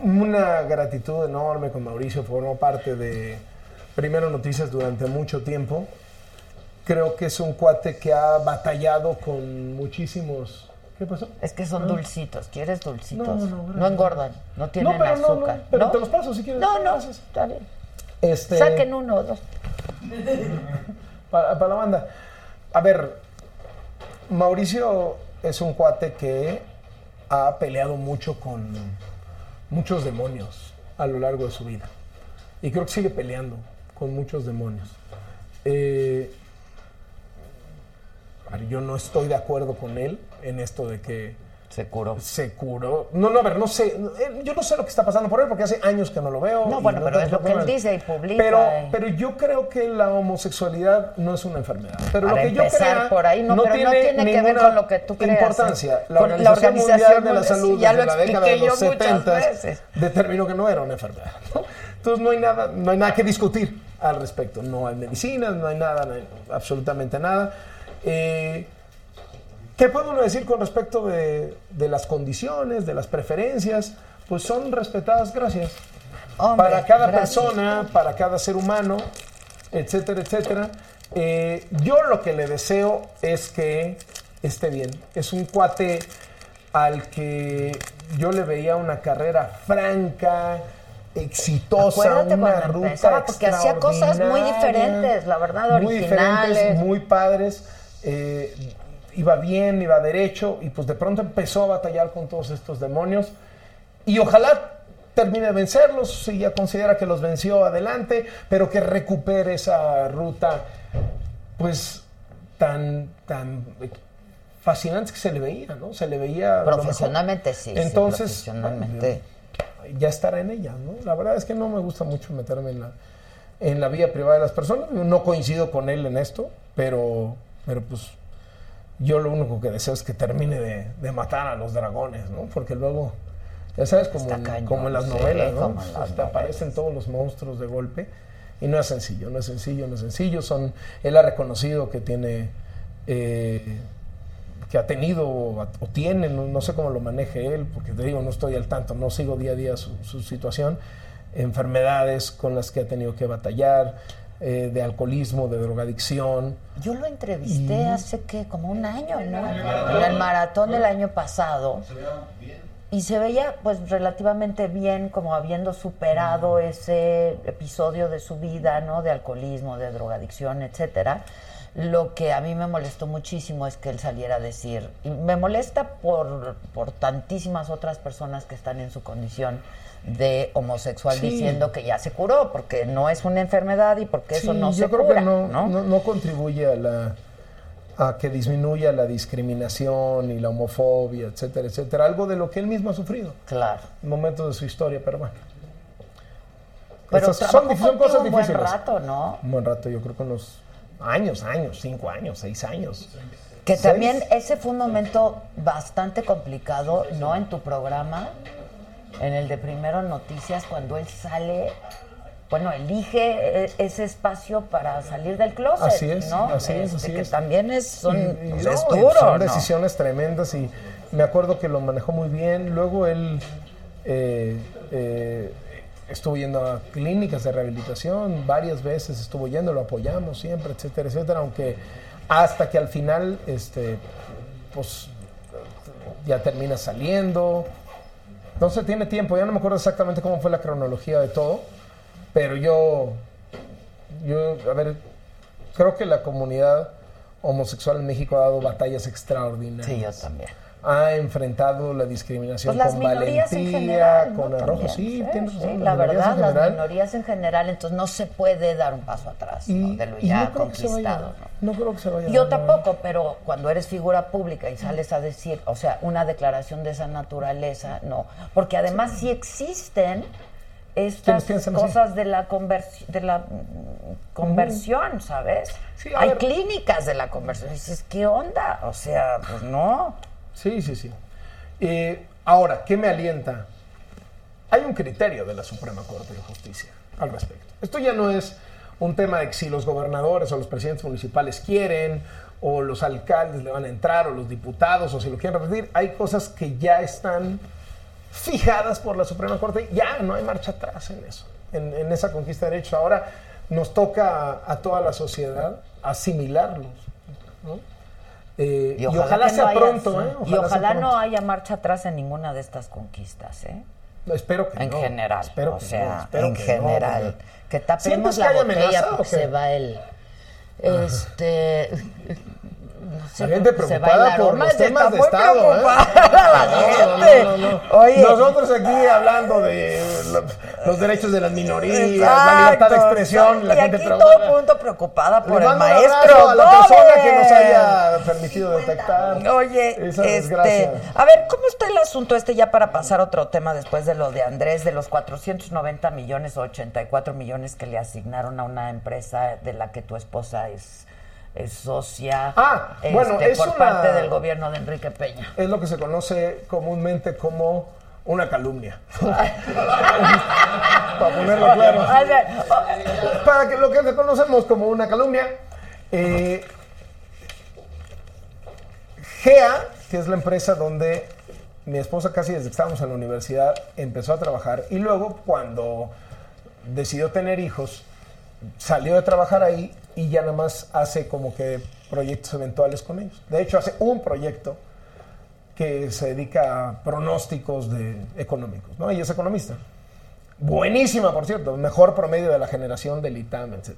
una gratitud enorme con Mauricio, formó parte de Primero Noticias durante mucho tiempo. Creo que es un cuate que ha batallado con muchísimos... ¿Qué pasó?
Es que son dulcitos, ¿quieres dulcitos?
No, no, gracias.
engordan, no tienen
pero no,
azúcar.
no, pero te los paso si quieres.
No, no,
Gracias.
está bien.
Este,
Saquen uno o dos.
para, para la banda. A ver, Mauricio es un cuate que ha peleado mucho con muchos demonios a lo largo de su vida. Y creo que sigue peleando con muchos demonios. Eh, a ver, yo no estoy de acuerdo con él en esto de que
Se curó.
se curó. No, no, a ver, no sé. eh, Yo no sé lo que está pasando por él porque hace años que no lo veo.
No,
y
bueno, pero
tengo
es lo que él
problema.
dice y publica,
Pero,
eh.
pero yo creo que la homosexualidad no es una enfermedad. Pero
Para
lo que yo
empezar
crea
por ahí, no, pero no tiene que ver
ninguna
con lo que tú creas,
Importancia.
¿eh?
La
Con la
Organización,
Organización
Mundial de la
Mundial,
Salud
sí, ya lo
desde la década de
expliqué
los
yo muchas
70
veces.
determinó que no era una enfermedad. ¿no? Entonces no hay nada, no hay nada que discutir al respecto. No hay medicinas, no hay nada, no hay absolutamente nada. Eh, ¿Qué puede uno decir con respecto de, de las condiciones, de las preferencias? Pues son respetadas, gracias.
Hombre,
para cada
gracias.
persona, para cada ser humano, etcétera, etcétera. Eh, yo lo que le deseo es que esté bien. Es un cuate al que yo le veía una carrera franca, exitosa,
Acuérdate
una
cuando
ruta
empezaba, porque hacía cosas muy
extraordinaria,
diferentes, la verdad,
muy
originales.
diferentes, muy padres. eh, iba bien, iba derecho y pues de pronto empezó a batallar con todos estos demonios y ojalá termine de vencerlos, si ya considera que los venció adelante, pero que recupere esa ruta, pues tan tan fascinante que se le veía, ¿no? Se le veía a lo mejor.
Profesionalmente sí, sí,
Entonces
profesionalmente.
ya estará en ella, ¿no? La verdad es que no me gusta mucho meterme en la en la vida privada de las personas, Yo no coincido con él en esto, pero pero pues yo lo único que deseo es que termine de, de matar a los dragones, ¿no? Porque luego, ya sabes, como,
Está
en,
cañón,
como en las
sí,
novelas, ¿no?
como en las
Te aparecen todos los monstruos de golpe. Y no es sencillo, no es sencillo, no es sencillo. Son, él ha reconocido que tiene, eh, que ha tenido o a- o tiene, no, no sé cómo lo maneje él, porque te digo, no estoy al tanto, no sigo día a día su, su situación. Enfermedades con las que ha tenido que batallar, eh, de alcoholismo, de drogadicción.
Yo lo entrevisté
Mm.
hace que como un año, ¿no? En el maratón del año pasado. Y se veía pues relativamente bien, como habiendo
Mm.
superado ese episodio de su vida, ¿no? De alcoholismo, de drogadicción, etcétera. Lo que a mí me molestó muchísimo es que él saliera a decir, y me molesta por, por tantísimas otras personas que están en su condición de homosexual
Sí.
diciendo que ya se curó, porque no es una enfermedad y porque eso
Sí,
no
yo
se
creo
cura,
que no,
¿no?
no- no contribuye a la a que disminuya la discriminación y la homofobia, etcétera, etcétera, algo de lo que él mismo ha sufrido
Claro.
en momentos de su historia, pero bueno.
Pero
Esas
trabajó
dif- son
contigo un buen rato, ¿no?
Un buen rato, yo creo que unos años, años, cinco años, seis años.
Que
Seis.
también ese fue un momento bastante complicado, ¿no? En tu programa, en el de Primero Noticias, cuando él sale, bueno, elige eh, ese espacio para salir del closet,
Así es,
¿no?
así es,
Este,
así
que
es.
también es, son,
Y- y
pues,
no,
es
y
duro,
son
¿no?
decisiones tremendas y me acuerdo que lo manejó muy bien. Luego él eh, eh, estuvo yendo a clínicas de rehabilitación varias veces, estuvo yendo, lo apoyamos siempre, etcétera, etcétera, aunque hasta que al final, este, pues ya termina saliendo. No se tiene tiempo, ya no me acuerdo exactamente cómo fue la cronología de todo, pero yo, yo, a ver, creo que la comunidad homosexual en México ha dado batallas extraordinarias.
Sí, yo también.
ha enfrentado la discriminación
Pues las
con
minorías en
valentía,
general. ¿no?
con arrojo.
También, ¿eh?
Sí, tienes razón.
sí,
las
la
minorías en
verdad, las
general.
minorías en general, entonces no se puede dar un paso atrás
Y,
¿no? de lo
y
ya
no creo que se vaya.
conquistado. ¿no?
No creo que se vaya. a
Yo
dar, ¿no?
tampoco, pero cuando eres figura pública y sales a decir, o sea, una declaración de esa naturaleza, no. Porque además sí, existen estas
¿Quiénes piensan así?
cosas de la, convers- de la mm, conversión, ¿sabes?
Sí, a
Hay
ver.
clínicas de la conversión. Y dices, ¿qué onda? O sea, pues no.
Sí, sí, sí. Eh, ahora, ¿qué me alienta? Hay un criterio de la Suprema Corte de Justicia al respecto. Esto ya no es un tema de que si los gobernadores o los presidentes municipales quieren, o los alcaldes le van a entrar, o los diputados, o si lo quieren repetir. Hay cosas que ya están fijadas por la Suprema Corte. Ya no hay marcha atrás en eso, en, en esa conquista de derechos. Ahora nos toca a, a toda la sociedad asimilarlos. ¿no? Eh, y ojalá,
que no
sea
haya-
pronto.
sí.
¿eh?
y
sea
ojalá
pronto.
no haya marcha atrás en ninguna de estas conquistas, ¿eh?
No, espero que
En
no.
general,
Espero
o
que no,
sea,
espero
en
que no,
general.
porque-
que
¿Sientes
tapemos
que
la
hay
botella
amenaza
porque
o qué?
se va el... Este... no sé,
La gente
creo que se va
preocupada
el
por
aroma,
los
está
temas de
muy
Estado, ¿eh?
preocupada la
No, no, no,
gente.
no, no.
Oye,
Nosotros aquí hablando de eh, lo- los derechos de las minorías, la libertad de
exacto,
expresión, la
y
gente
aquí
preocupada.
todo el mundo preocupada por
Le
el
mando un abrazo
maestro
a la persona que nos
Doble.
haya permitido detectar
Oye, este,
esa desgracia.
a ver, ¿cómo está el asunto este ya para pasar a otro tema después de lo de Andrés, de los 490 millones o 84 millones que le asignaron a una empresa de la que tu esposa es, es socia? este,
Ah, bueno, es
por
una-
parte del gobierno de Enrique Peña.
Es lo que se conoce comúnmente como una calumnia. Para ponerlo claro.
A ver, o-
para que lo que conocemos como una calumnia. eh, GEA, que es la empresa donde mi esposa casi desde que estábamos en la universidad empezó a trabajar y luego cuando decidió tener hijos salió de trabajar ahí y ya nada más hace como que proyectos eventuales con ellos. De hecho hace un proyecto que se dedica a pronósticos de económicos, ¿no? Y es economista. Buenísima, por cierto. Mejor promedio de la generación del ITAM, etc.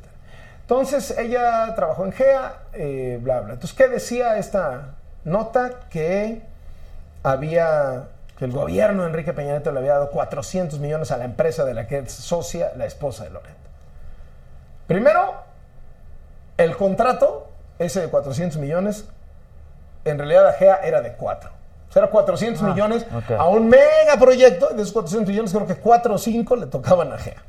Entonces, ella trabajó en GEA, eh, bla, bla. Entonces, ¿qué decía esta nota? Que había, que el gobierno de Enrique Peña Nieto le había dado 400 millones a la empresa de la que es socia la esposa de Loret. Primero, el contrato, ese de 400 millones, en realidad la GEA era de 4. O sea, era 400 millones
ok.
a un megaproyecto, y de esos 400 millones creo que 4 o 5 le tocaban a GEA.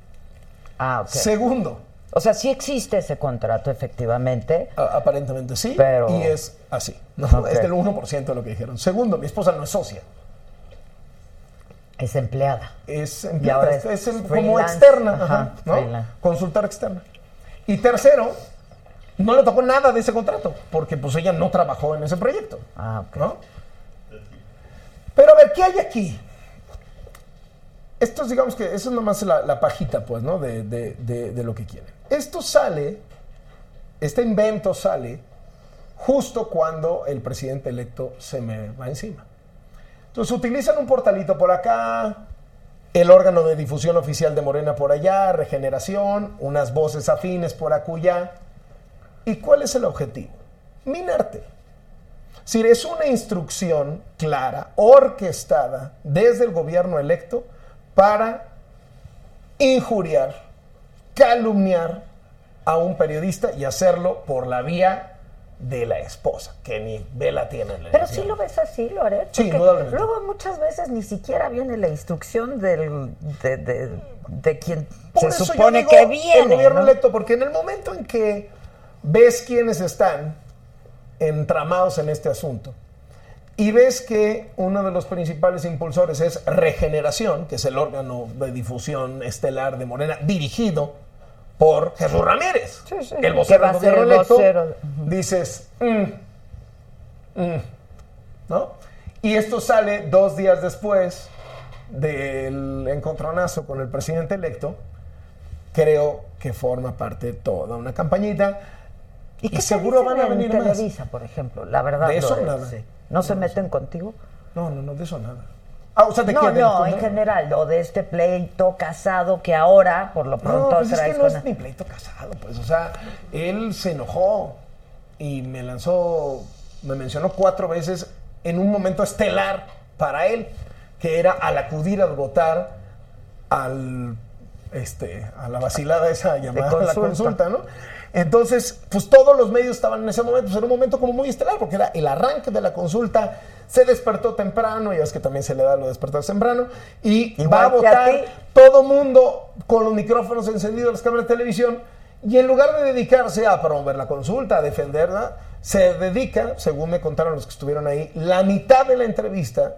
ah, ok.
Segundo,
O sea, sí existe ese contrato, efectivamente.
a- aparentemente sí,
Pero-
y es así. ¿no?
Ok.
Es del 1% de lo que dijeron. Segundo, mi esposa no es socia.
Es empleada.
es,
Y ahora
es,
es
es en- como
freelance.
externa, ajá,
Ajá,
¿no?
freelance.
Consultora externa. Y tercero, no le tocó nada de ese contrato, porque pues ella no trabajó en ese proyecto.
Ah, ok.
¿no? Pero a ver, ¿qué hay aquí? Esto es, digamos que, eso es nomás la, la pajita, pues, ¿no? De, de- de- de lo que quieren. Esto sale, este invento sale justo cuando el presidente electo se me va encima. Entonces utilizan un portalito por acá, el órgano de difusión oficial de Morena por allá, Regeneración, unas voces afines por acullá. ¿Y cuál es el objetivo? Minarte. Es decir, es una instrucción clara, orquestada desde el gobierno electo para injuriar, calumniar a un periodista y hacerlo por la vía de la esposa, que ni vela tiene. en la
Pero sí
elección.
lo ves así, Loret.
Sí,
porque
indudablemente.
Luego muchas veces ni siquiera viene la instrucción del, de, de- de quien
Por
se
eso yo
supone
digo
que viene.
El gobierno
¿no?
electo, porque en el momento en que ves quiénes están entramados en este asunto y ves que uno de los principales impulsores es Regeneración, que es el órgano de difusión estelar de Morena, dirigido por Jesús Ramírez,
Sí, sí.
el
Que
vocero
va
del
a ser
gobierno
el
electo.
vocero. Ujú.
Dices, "Mm, mm", ¿no? Y esto sale dos días después del encontronazo con el presidente electo, creo que forma parte de toda una campañita.
¿Y, qué te
seguro
dicen
van a
en
venir más.
Televisa, por ejemplo. La verdad,
De eso
Loret,
nada.
sí. ¿No se meten contigo?
No, no, no, de eso nada. Ah, o sea, ¿de qué?
No,
¿Del
no, en
contrato?
general, lo de este pleito casado que ahora, por lo pronto,
No, pues es
traes
que no
con-
es mi pleito casado, pues, o sea, él se enojó y me lanzó, me mencionó cuatro veces en un momento estelar para él, que era al acudir al votar al este a la vacilada esa llamada a la
consulta.
consulta, ¿no? Entonces, pues todos los medios estaban en ese momento, pues, era un momento como muy estelar, porque era el arranque de la consulta, se despertó temprano, ya es que también se le da lo de despertar temprano, y
Igual
va a
que a
votar
ti.
todo mundo con los micrófonos encendidos, las cámaras de televisión, y en lugar de dedicarse a promover la consulta, a defenderla, se dedica, según me contaron los que estuvieron ahí, la mitad de la entrevista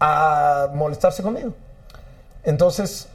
a molestarse conmigo. Entonces,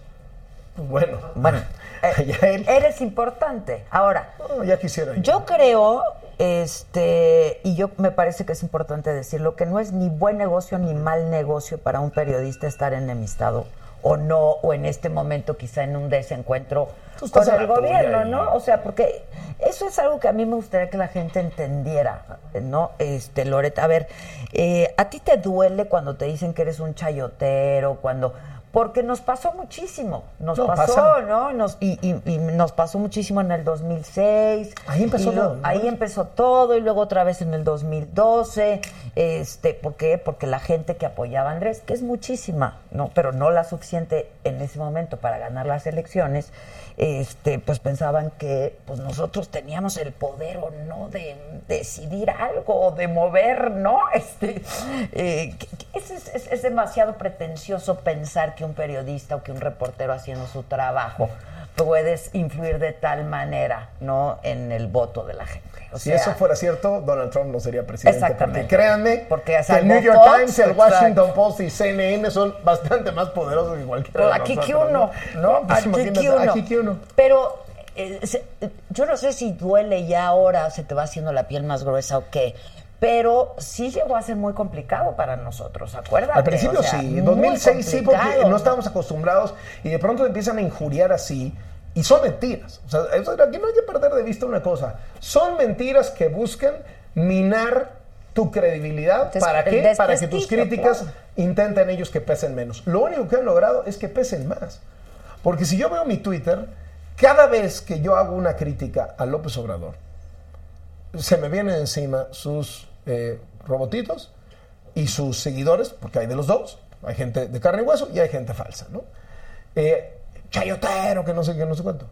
pues bueno,
Bueno, eh,
ya él-
eres importante. Ahora,
no, ya quisiera yo.
yo creo, este, y yo me parece que es importante decirlo, que no es ni buen negocio ni mal negocio para un periodista estar enemistado o no, o en este momento quizá en un desencuentro
Tú estás
con
a
el
la tuya
gobierno,
ahí.
¿no? O sea, porque eso es algo que a mí me gustaría que la gente entendiera, ¿no? Este, Loreta, a ver, eh, ¿a ti te duele cuando te dicen que eres un chayotero, cuando... Porque nos pasó muchísimo, nos
No,
pasó,
pasa.
¿no? Nos, y, y- y nos pasó muchísimo en el 2006,
Ahí empezó
y luego-
todo, ¿no?
Ahí empezó todo y luego otra vez en el 2012. Este, ¿Por qué? Porque la gente que apoyaba a Andrés, que es muchísima, no, pero no la suficiente en ese momento para ganar las elecciones, este, pues pensaban que pues nosotros teníamos el poder o no de decidir algo o de mover, ¿no? Este, eh, que- que es, es- es demasiado pretencioso pensar que un periodista o que un reportero haciendo su trabajo puedes influir de tal manera, ¿no, en el voto de la gente. O
Si
sea,
eso fuera cierto, Donald Trump no sería presidente.
Exactamente.
Porque créanme
Porque
que el
salvo
New York
Fox,
Times, el
exacto.
Washington Post y CNN son bastante más poderosos que cualquiera.
Pero
de
aquí que
nosotros,
uno,
No,
¿no?
Pues
Aquí
imagínate,
que uno.
Aquí que uno.
Pero eh, se- yo no sé si duele ya ahora, se te va haciendo la piel más gruesa o qué. Pero sí llegó a ser muy complicado para nosotros, acuérdate.
Al principio
o sea,
sí,
muy
en 2006 sí, porque
complicado,
no estábamos acostumbrados y de pronto empiezan a injuriar así. Y son mentiras. O sea, eso- aquí no hay que perder de vista una cosa. Son mentiras que buscan minar tu credibilidad.
Des-
¿Para
el
qué? Para que tus
desprestigio,
críticas
claro.
intenten ellos que pesen menos. Lo único que han logrado es que pesen más. Porque si yo veo mi Twitter, cada vez que yo hago una crítica a López Obrador, se me vienen encima sus eh, robotitos y sus seguidores, porque hay de los dos, hay gente de carne y hueso y hay gente falsa, ¿no? Eh, chayotero, que no sé qué, no sé cuánto.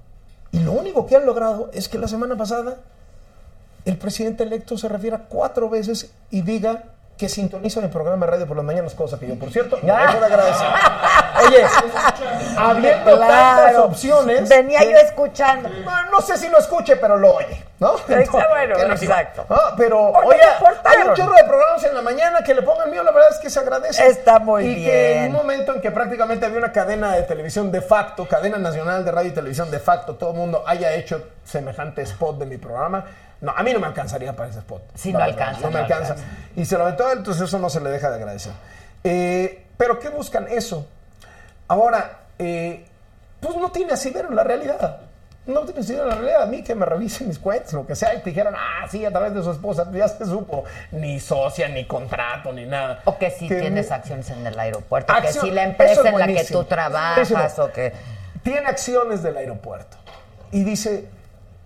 Y lo único que han logrado es que la semana pasada el presidente electo se refiera cuatro veces y diga que sintoniza mi programa de radio por las mañanas, cosa que yo, por cierto, no dejo de agradecer. Oye, habiendo tantas
Claro.
opciones...
Venía
que-
yo escuchando.
no, no sé si lo escuche, pero lo oye, ¿no? Entonces,
bueno,
¿qué nos iba?
exacto.
Ah, pero,
Porque
oiga,
lo cortaron.
hay un chorro de programas en la mañana que le pongan mío, la verdad es que se agradece.
Está muy
Y que en
bien.
un momento en que prácticamente había una cadena de televisión de facto, cadena nacional de radio y televisión de facto, todo el mundo haya hecho semejante spot de mi programa. No, a mí no me alcanzaría para ese spot.
Sí, no
La verdad,
alcanza,
No me
no
alcanza. Y se lo aventó, él, entonces eso no se le deja de agradecer. Eh, pero ¿qué buscan eso? Ahora, eh, pues no tiene asidero en la realidad. No tiene asidero en la realidad. A mí que me revisen mis cuentas, lo que sea, y te dijeron, ah, sí, a través de su esposa, pues ya se supo. Ni socia, ni contrato, ni nada.
O que sí tienes
no-
acciones en el aeropuerto, que
Acción-
sí la
eso
empresa
es
en la que
buenísimo.
tú trabajas
Eso.
o que...
Tiene acciones del aeropuerto. Y dice,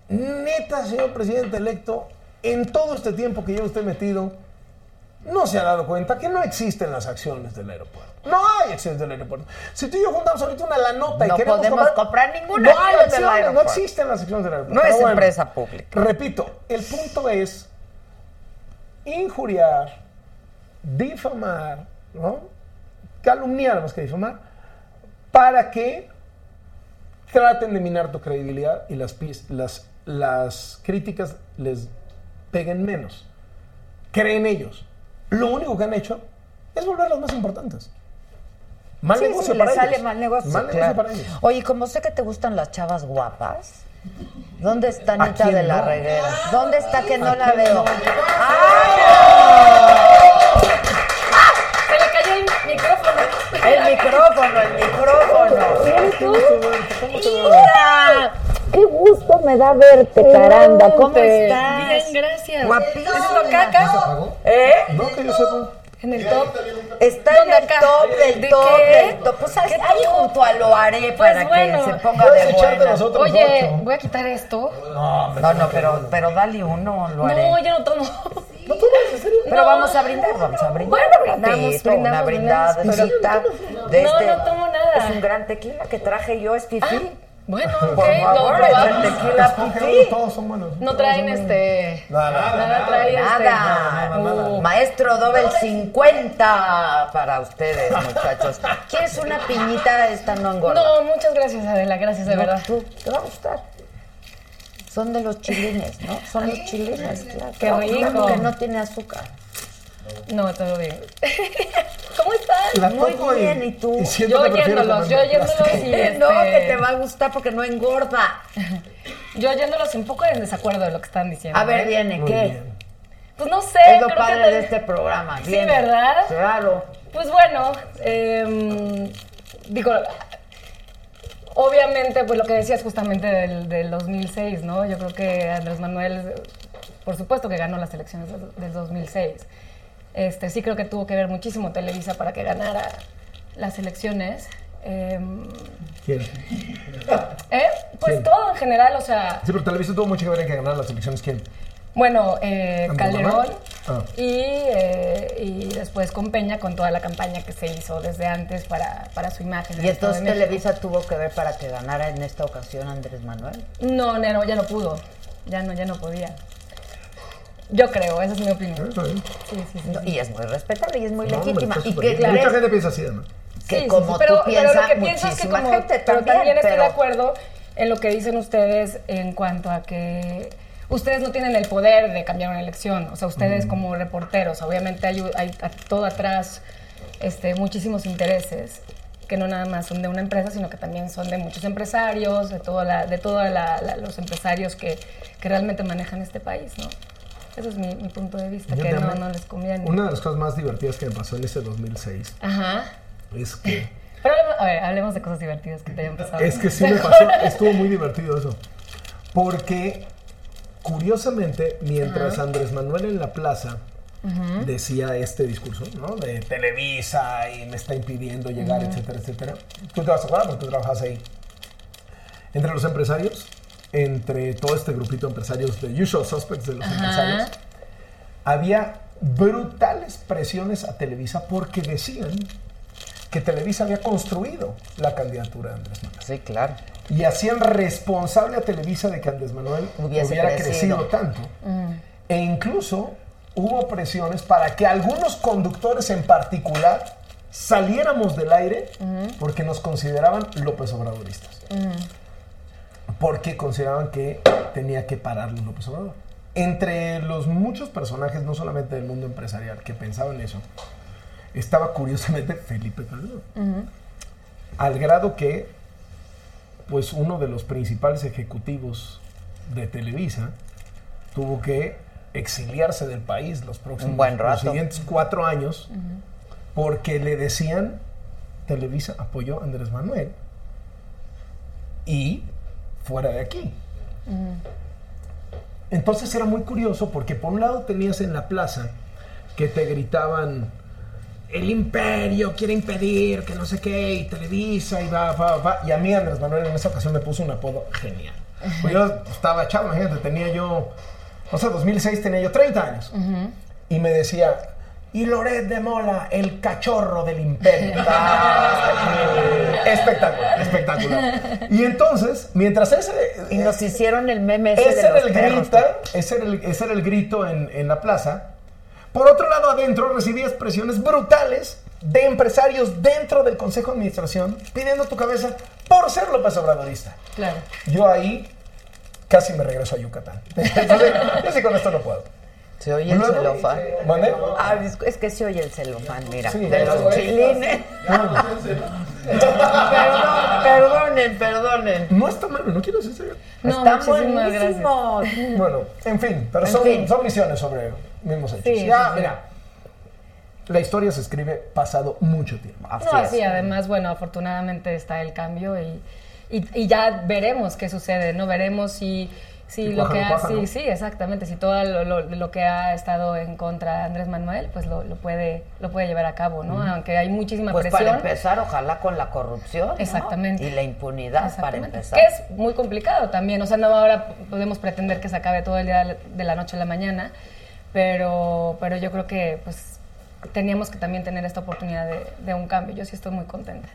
neta, señor presidente electo, en todo este tiempo que lleva usted metido, no se ha dado cuenta que no existen las acciones del aeropuerto. No hay acciones del aeropuerto. Si tú y yo juntamos ahorita una la nota
No
y queremos
podemos comprar ninguna
no
acción
hay
del
acciones, no
aeropuerto.
existen las acciones del aeropuerto.
No
Pero
es empresa pública.
Repito, el punto es injuriar, difamar, ¿no? calumniar más que difamar, para que traten de minar tu credibilidad y las, pis- las, las críticas les peguen menos. Creen ellos. Lo único que han hecho es volver las más importantes. Mal
Sí,
negocio
sí,
para
le
ellos.
sale mal negocio.
Mal negocio
claro.
para ellos.
Oye, como sé que te gustan las chavas guapas, ¿dónde está
¿A
Anita
quién
de la
no?
Reguera? ¿Dónde está que no la veo?
Se le cayó el micrófono.
¡Ay! El micrófono, el micrófono. ¡Mira! ¡Qué gusto me da verte, caramba! ¿Cómo estás?
Bien, gracias.
Guapísima.
¿Estás acá, acá?
¿Eh?
No, que yo sepa.
En el top.
Está en
¿Dónde
el
acá?
top del
¿De
top
qué?
del top. Pues ahí
¿Qué
ahí
top?
junto a Loaré para
bueno.
que se ponga
Puedes
de
echarte
buena.
los otros
Oye,
ocho.
voy a quitar esto.
No, no, pero, pero dale uno, Loaré.
No, yo no tomo.
No tú vas a hacer un-
Pero
No.
vamos a brindar, vamos a brindar.
Bueno, brindamos,
Ratito, una
brindamos, brindamos, pero-
brindadita
No,
de este.
no tomo nada.
Es un gran tequila que traje yo, es
Ah,
fifí.
bueno,
Por
ok, lo
favor, es el
probamos.
tequila
Escoge uno,
fifí.
todos son buenos.
No traen este.
Nada, nada.
Nada trae este.
Nada.
Uh,
Maestro Doble 50 para ustedes, muchachos. ¿Quieres una piñita? Esta no engorda.
No, muchas gracias, Adela. Gracias, de
No,
verdad.
tú, te va a gustar. Son de los chilines, ¿no? Son los chilines, claro.
Qué
Claro,
rico.
claro que no tiene azúcar.
No, todo bien. ¿Cómo estás?
La
Muy
toco y-
bien, ¿y tú?
siento
Yo
que prefiero
oyéndolos, yo
tomarme
oyéndolos y este,
Eh, No, que te va a gustar porque no engorda.
Yo oyéndolos un poco en desacuerdo de lo que están diciendo.
A ver,
¿eh?
viene,
Muy
¿qué?
bien.
Pues no sé,
Es lo
creo
padre
que te-
de este programa.
Sí,
viene.
¿verdad?
Claro.
Pues bueno, em, digo, obviamente, pues lo que decías justamente del, del 2006, ¿no? Yo creo que Andrés Manuel, por supuesto que ganó las elecciones del- del 2006. Este, sí creo que tuvo que ver muchísimo Televisa para que ganara las elecciones. Em,
¿Quién?
¿eh? Pues
Sí.
todo en general, o sea,
Sí, pero Televisa tuvo mucho que ver en que ganar las elecciones. ¿Quién?
Bueno, eh,
¿Con
Calderón
tu mamá? Ah.
y, eh, y después con Peña, con toda la campaña que se hizo desde antes para, para su imagen. en
Y
el Estado
entonces
de México.
Televisa tuvo que ver para que ganara en esta ocasión Andrés Manuel.
No, no, no, ya no pudo. Ya no, ya no podía. Yo creo, esa es mi
Ah, ¿Eh?
opinión. Sí, sí, sí.
No,
sí.
y es muy respetable y es muy
No, hombre,
legítima.
está
y
súper
que
bien.
crees
Mucha gente piensa así, ¿no?
que
Sí, sí,
como
sí, pero,
tú piensas,
pero lo que pienso es que
muchísima
como-
gente
pero
también.
estoy
pero-
de acuerdo en lo que dicen ustedes en cuanto a que ustedes no tienen el poder de cambiar una elección. O sea, ustedes como reporteros, obviamente hay, hay a- todo atrás este, muchísimos intereses que no nada más son de una empresa, sino que también son de muchos empresarios, de todos de toda la- la- los empresarios que, que realmente manejan este país, ¿no? Ese es mi, mi punto de vista,
Yo
que no,
también.
no les conviene.
Una de las cosas más divertidas que me pasó en este ese 2006
Ajá.
es que,
Pero hablemos- a ver, hablemos de cosas divertidas que te hayan pasado.
es que sí me pasó, estuvo muy divertido eso. Porque, curiosamente, mientras Andrés Manuel en la plaza decía este discurso, ¿no? De Televisa y me está impidiendo llegar, etcétera, etcétera. Tú te vas a acordar porque tú trabajas ahí. Entre los empresarios, entre todo este grupito de empresarios, de usual suspects de los empresarios, había brutales presiones a Televisa porque decían que Televisa había construido la candidatura de Andrés Manuel.
Sí, claro.
Y hacían responsable a Televisa de que Andrés Manuel
Hubiese
hubiera
crecido.
crecido, tanto. E incluso hubo presiones para que algunos conductores en particular saliéramos del aire porque nos consideraban López Obradoristas. Porque consideraban que tenía que pararlo López Obrador. Entre los muchos personajes, no solamente del mundo empresarial, que pensaban eso, estaba curiosamente Felipe Calderón. Al grado que, pues, uno de los principales ejecutivos de Televisa tuvo que exiliarse del país los próximos
Un buen rato.
los siguientes cuatro años porque le decían Televisa apoyó a Andrés Manuel y fuera de aquí. Entonces era muy curioso porque por un lado tenías en la plaza que te gritaban el imperio quiere impedir que no sé qué y Televisa y va, va, va. Y a mí Andrés Manuel en esa ocasión me puso un apodo genial. Pues yo estaba chavo, imagínate, tenía yo, o sea, 2006 tenía yo 30 años. Y me decía, y Loret de Mola, el cachorro del imperio. Ah, espectacular, espectacular. Y entonces, mientras ese...
Y nos hicieron el meme ese,
Ese
de
era,
los
el
perros. pues.
grito, ese, era el, ese era el grito en, en la plaza. Por otro lado, adentro recibías presiones brutales de empresarios dentro del Consejo de Administración pidiendo tu cabeza por ser López Obradorista.
Claro.
Yo ahí casi me regreso a Yucatán. Entonces, yo sí con esto no puedo.
Se oye el
Luego-
celofán.
¿Mande?
Ah, es- es que se oye el celofán, mira.
Sí,
de
ya
los
se oye.
chilines. Perdón, perdonen, perdonen.
No está malo, no quiero decir
No,
Están
muchísimas gracias.
buenísimos.
Bueno, en fin, pero
En
son,
fin.
son visiones sobre mismos hechos.
Sí,
ya,
sí, sí.
mira, la historia se escribe pasado mucho tiempo.
Así
No,
es.
así además, bueno, afortunadamente está el cambio y, y- y ya veremos qué sucede, ¿no? Veremos si, si
Si
lo
cuaja,
que
no
ha,
cuaja,
sí,
¿no?
sí, exactamente, si todo lo, lo- lo que ha estado en contra de Andrés Manuel, pues lo, lo puede, lo puede llevar a cabo, ¿no? Aunque hay muchísima
Pues
presión.
para empezar, ojalá con la corrupción. ¿no?
Exactamente.
Y la impunidad para
Exactamente.
empezar.
Que es muy complicado también. O sea, no ahora podemos pretender que se acabe todo el día de la noche a la mañana. pero, pero yo creo que pues teníamos que también tener esta oportunidad de, de un cambio. Yo sí estoy muy contenta.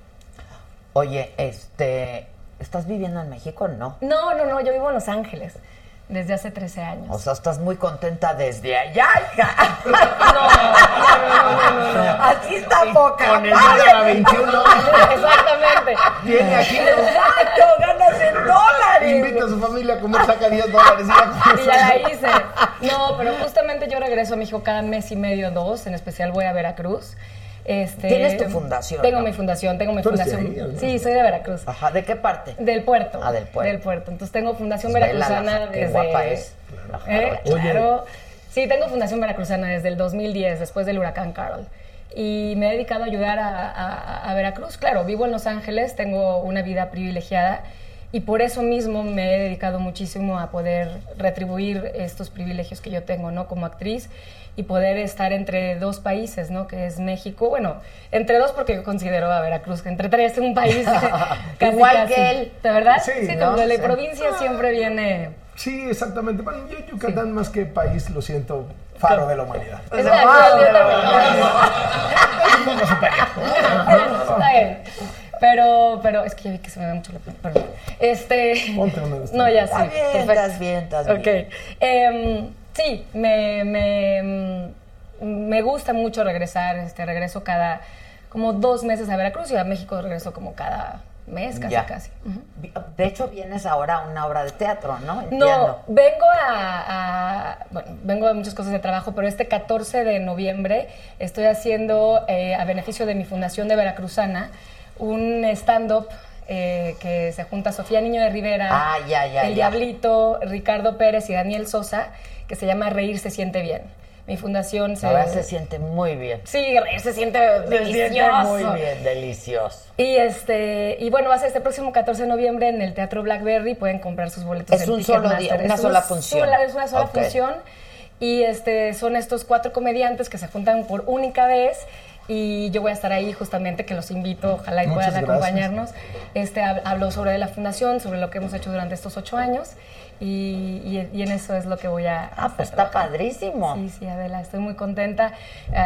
Oye, este, ¿estás viviendo en México? No.
No, no, no, yo vivo en Los Ángeles desde hace 13 años.
O sea, estás muy contenta desde allá, hija. Así está poca.
Con el dólar a 21.
Exactamente.
Viene aquí.
Exacto, ganas en dólares.
Invita a su familia a comer, saca 10 dólares.
Y ya la hice. No, pero justamente yo regreso a México cada mes y medio, dos, en especial voy a Veracruz. Este,
Tienes tu fundación,
Tengo
¿no?
mi fundación, tengo mi
Tú eres de
fundación.
ahí, ¿no?
sí, soy de Veracruz.
Ajá, ¿de qué parte?
Del puerto.
Ah, del puerto.
Entonces tengo Fundación
Pues baila
Veracruzana
la- qué
desde.
guapa es.
¿Eh?
Oye.
Claro. Sí, tengo Fundación Veracruzana desde el 2010, después del huracán Carol. Y me he dedicado a ayudar a, a- a Veracruz. Claro, vivo en Los Ángeles, tengo una vida privilegiada y por eso mismo me he dedicado muchísimo a poder retribuir estos privilegios que yo tengo, ¿no? Como actriz y poder estar entre dos países, ¿no? Que es México, bueno, entre dos porque yo considero a Veracruz que entre tres un país casi,
Igual
casi.
que él.
¿De verdad?
Sí,
como
¿no?
la
Sí.
provincia siempre viene...
Sí, exactamente. Bueno, yo Yucatán más que país lo siento faro de la humanidad.
Es la- yo- yo también. Está bien. Pero, pero, es que ya vi que se me da mucho la pena, perdón. Este.
Ponte una de estas.
No, ya sí.
Está bien,
perfecto.
estás bien, estás bien.
Ok. Em, sí, me, me, mm, me gusta mucho regresar. Este, regreso cada como dos meses a Veracruz y a México regreso como cada mes, casi,
Ya.
casi. Ujú.
Vi- De hecho, vienes ahora a una obra de teatro, ¿no?
No,
Entiendo.
vengo a, a- Bueno, vengo a muchas cosas de trabajo, pero este 14 de noviembre estoy haciendo, eh, a beneficio de mi fundación de Veracruzana, un stand-up eh, que se junta Sofía Niño de Rivera,
Ah, ya, ya,
El
ya.
Diablito, Ricardo Pérez y Daniel Sosa, que se llama Reír se siente bien. Mi fundación se.
Ahora se siente muy bien.
Sí, reír se siente
Se siente
delicioso.
muy bien, delicioso.
Y este, y bueno, va a ser este próximo 14 de noviembre en el Teatro Blackberry, pueden comprar sus boletos
Es
en
un solo día,
Ticketmaster.
una
Es
sola función.
sola- es una sola
Ok.
función. Y este son estos cuatro comediantes que se juntan por única vez y yo voy a estar ahí justamente que los invito, ojalá y
Muchas
puedan
gracias.
acompañarnos. Este hab- hablo sobre la fundación, sobre lo que hemos hecho durante estos ocho años y, y- y en eso es lo que voy a
Ah, pues
estar
está
trabajando.
padrísimo.
Sí, sí, Adela, estoy muy
Todo
contenta.
lo que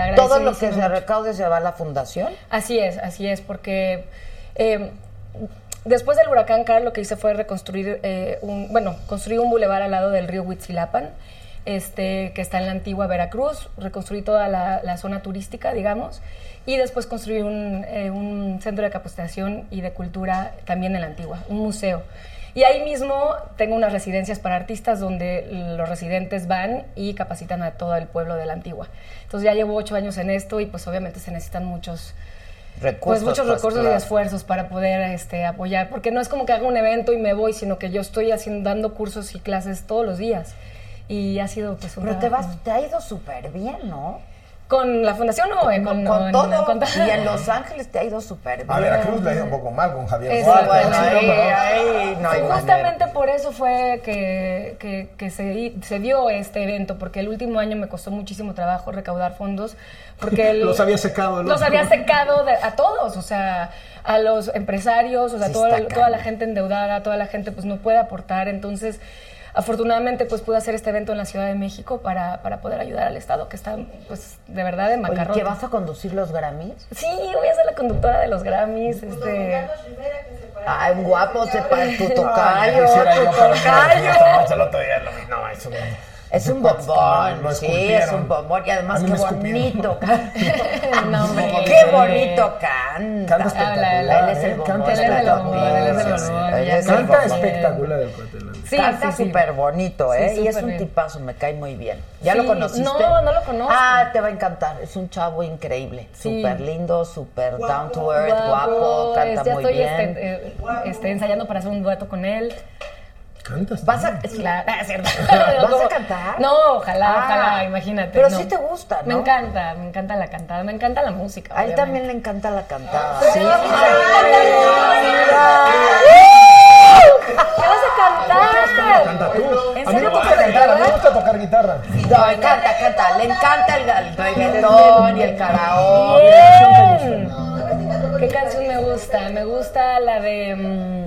agradecidísima
se
mucho.
recaude se va a la fundación.
Así es, así es, porque eh, después del huracán Carl lo que hice fue reconstruir, eh, un, bueno, construir un bulevar al lado del río Huitzilapan, este, que está en la antigua Veracruz, reconstruí toda la, la zona turística, digamos, y después construí un, eh, un centro de capacitación y de cultura también en la antigua, un museo. Y ahí mismo tengo unas residencias para artistas donde los residentes van y capacitan a todo el pueblo de la antigua. Entonces ya llevo ocho años en esto y pues obviamente se necesitan muchos,
Recursos.
pues muchos recursos
claro.
y esfuerzos para poder este, apoyar, porque no es como que haga un evento y me voy, sino que yo estoy haciendo, dando cursos y clases todos los días. Y ha sido pues un
Pero te,
trabajo.
vas, te ha ido súper bien, ¿no?
¿Con la fundación o eh, con,
con
con-
todo.
con-
y en Los Ángeles te ha ido súper bien.
A Veracruz le ha ido un poco mal con Javier
Exacto.
Suárez.
Bueno,
pues, Sí,
ahí,
no,
ahí no hay manera.
Justamente por eso fue que, que- que se, di- se dio este evento, porque el último año me costó muchísimo trabajo recaudar fondos, porque el-
Los había secado, ¿no?
Los había secado de- a todos, o sea, a los empresarios, o sea,
Sí,
todo-
está
toda la
cañón.
gente endeudada, toda la gente pues no puede aportar, entonces... Afortunadamente, pues pude hacer este evento en la Ciudad de México para, para poder ayudar al Estado, que está, pues, de verdad en
Oye,
macarrones.
¿qué vas a conducir los Grammys?
Sí, voy a ser la conductora de los Grammys. Este...
Ay, guapo, se para tu tocayo,
Quisiera
tu
yo para un
tocayo.
restaurante el otro día, lo vi, no, eso no.
Es un bombón,
Lo
sí,
esculpieron.
es un bombón. Y además,
A mí
qué
me escupieron.
bonito. canta.
No, hombre.
qué bonito canta.
Canta espectacular.
la- la-
Él es el
¿eh?
bombón.
Canta
Él es el bombón, él es
Sí, sí, sí.
espectacular.
el bombón, ya
Él es
sé.
el
Canta
bombón.
espectacular el cuate. la neta.
Sí,
canta
sí, sí.
súper bonito,
Sí,
¿eh? y
súper
es un
bien.
tipazo, me cae muy bien. ¿Ya
Sí,
lo conociste?
no, no lo conozco.
Ah, te va a encantar. Es un chavo increíble.
Sí.
Súper lindo, súper down to earth, guapo, canta
ya
muy
estoy
bien.
Este, eh, este, ensayando para hacer un dueto con él.
Cantas.
¿Vas a,
Claro, es cierto.
¿Vas
Como-
a cantar?
No, ojalá,
Ah,
ojalá, imagínate.
Pero
no.
sí te gusta, ¿no?
Me encanta, me encanta la cantada, me encanta la música.
A él
obviamente.
también le encanta la cantada.
¿Qué vas a cantar?
Canta tú. A
¿En
mí me
serio?
gusta cantar, a mí me gusta tocar guitarra.
No, me encanta, canta. Le encanta el, el reggaetón y el karaoke.
¿Qué canción me gusta? Me gusta la de. mm,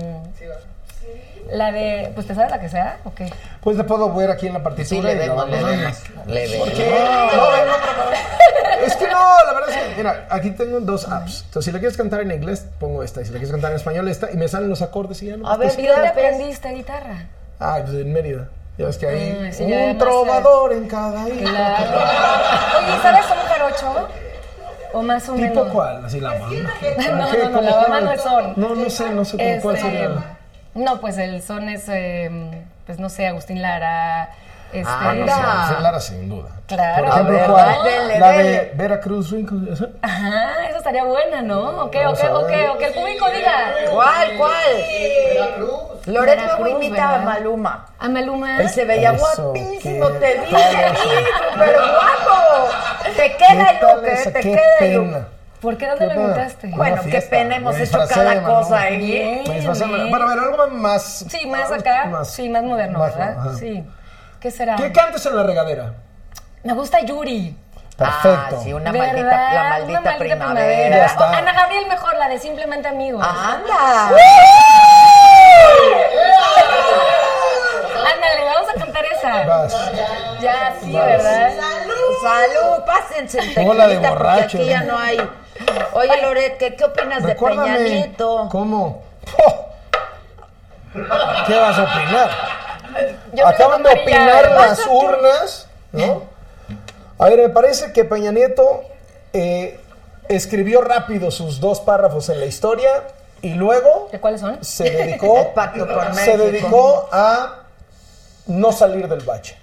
La de, pues te sabes la que sea, ¿o qué?
Pues le puedo ver aquí en la partitura
Sí, le
y la
vemos,
vamos
le
a ver.
vemos. Le vemos.
¿Qué? No, no, no, no. Es que no, la verdad es que, mira, aquí tengo dos apps. Entonces, si la quieres cantar en inglés, pongo esta. Y si la quieres cantar en español, esta. Y me salen los acordes y ya no.
A ver,
¿Y dónde
mira, pues,
aprendiste guitarra?
Ah, pues en Mérida. Ya ves que hay
Ah, sí, ya
un
además,
trovador en cada isla.
Claro. Oye, ¿sabes cómo jarocho? ¿O más o
¿Tipo
menos?
cuál? Así la banda.
No, no,
¿Qué?
no,
¿Cómo
la
cuál?
banda no es son.
No, no sé, no sé cómo cuál
Este,
sería.
No, pues el son es, eh, pues no sé, Agustín Lara. Este,
Anda.
José Lara, sin duda.
Claro.
Por ejemplo,
ver,
¿cuál?
dale,
la
dale.
de Veracruz Wrinkle. ¿esa?
Ajá, eso estaría buena, ¿no? O que, o
Vamos
que,
a
o
ver.
que, o que el público diga.
¿Cuál, cuál? Loret luego
Veracruz,
imita a
¿verdad?
Maluma.
A Maluma.
Él se veía
Eso,
guapísimo,
qué
te dije,
tal
hijo, pero guapo. Te queda
¿Qué
el
tal
look,
esa?
¿eh? te
Qué
queda el look.
pena.
¿Por qué dónde lo
tal?
invitaste?
Bueno,
Una
qué
fiesta,
pena, hemos
me
hecho
disfracé de
cada
Maluma.
cosa ahí.
Me
Pues
disfrazé de Maluma. Bueno, a ver, algo más.
¿eh? Sí, más acá.
Más-
sí, más moderno,
más-
¿verdad?
ajá.
Sí. ¿Qué será?
¿Qué cantas en la regadera?
Me gusta Yuri.
Perfecto.
Ah, sí, una
¿verdad?
maldita, la
Una
maldita, primavera. Ah.
Ya
está.
O Ana Gabriel mejor, la de Simplemente Amigos.
¡Anda!
Ándale, vamos a cantar esa.
Vas.
Ya, sí, ¿verdad?
¡Salud! Pásense el
Hola de
tequilita, porque
borracho. ¿eh?
aquí ya no hay. Oye, Loret, ¿qué, qué opinas de Peña
Recuérdame.
Nieto?
¿Cómo? ¡Oh! ¿Qué vas a opinar?
Yo
Acaban de
creo que María-
opinar las urnas, ¿no? A ver, me parece que Peña Nieto eh, escribió rápido sus dos párrafos en la historia y luego
¿De ¿Cuáles son?
se dedicó,
El pacto por
se
México.
dedicó a no salir del bache.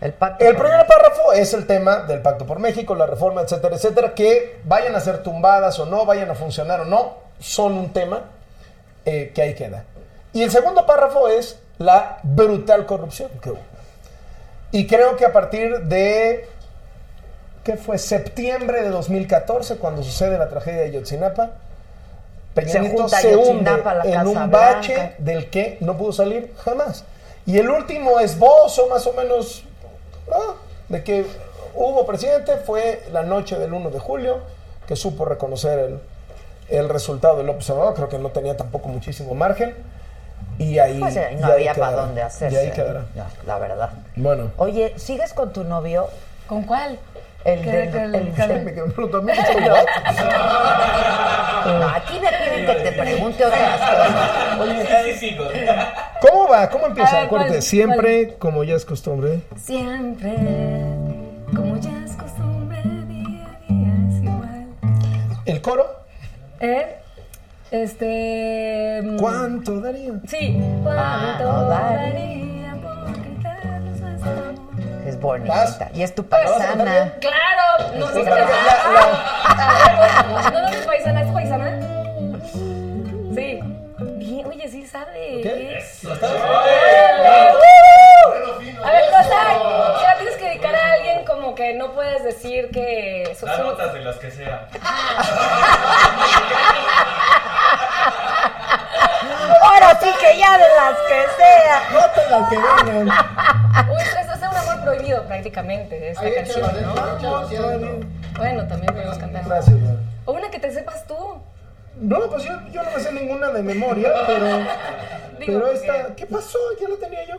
El pacto.
El
por-
primer párrafo es el tema del Pacto por México, la reforma, etcétera, etcétera, que vayan a ser tumbadas o no, vayan a funcionar o no, son un tema eh, que ahí queda. Y el segundo párrafo es la brutal corrupción que hubo. Y creo que a partir de, ¿qué fue? Septiembre de 2014, cuando sucede la tragedia de Yotzinapa, Peña
Se
Nieto
junta
se hunde
Ayotzinapa, la
en
Casa
un bache
Blanca.
del que no pudo salir jamás. Y el último esbozo, más o menos, ah, de que hubo presidente fue la noche del 1 de julio, que supo reconocer el, el resultado del observador. Creo que no tenía tampoco muchísimo margen. Y ahí.
Pues, eh,
y
no
ahí
había para
quedará.
dónde hacerse.
Y ahí quedará.
No, la verdad.
Bueno.
Oye, ¿sigues con tu novio?
¿Con cuál?
El
¿Qué-
del-
qué-
el-
qué-
Me quedó bruto, me hizo igual.
No, aquí me piden que te pregunte otras cosas.
¿Cómo va? ¿Cómo
A
empieza
ver,
el corte?
¿cuál-
Siempre, como ya es costumbre.
Siempre, como ya es costumbre, día a día es igual.
El coro.
¿Eh? Este. mm,
¿Cuánto daría?
Sí. Ah,
no,
¿Cuánto
dale.
daría por quitarnos nuestro amor?
Es bonita. Y es tu paisana.
Claro, no sé si ¿No no es paisana? ¿Es paisana? Sí. Bien, oye, sí sabe. A ver, cosa, si la tienes que dedicar a alguien como que no puedes decir que... su- su-
de las que sea.
Ahora sí que ya de las que sea.
Nótala que vengan.
Uy, esto es un amor prohibido prácticamente, esta canción, ¿no? Bueno, también podemos cantar.
Gracias. güey.
O una que te sepas tú.
No, pues yo, yo no me sé ninguna de memoria, pero. Pero
Digo, porque-
esta. ¿Qué pasó? Ya la tenía yo.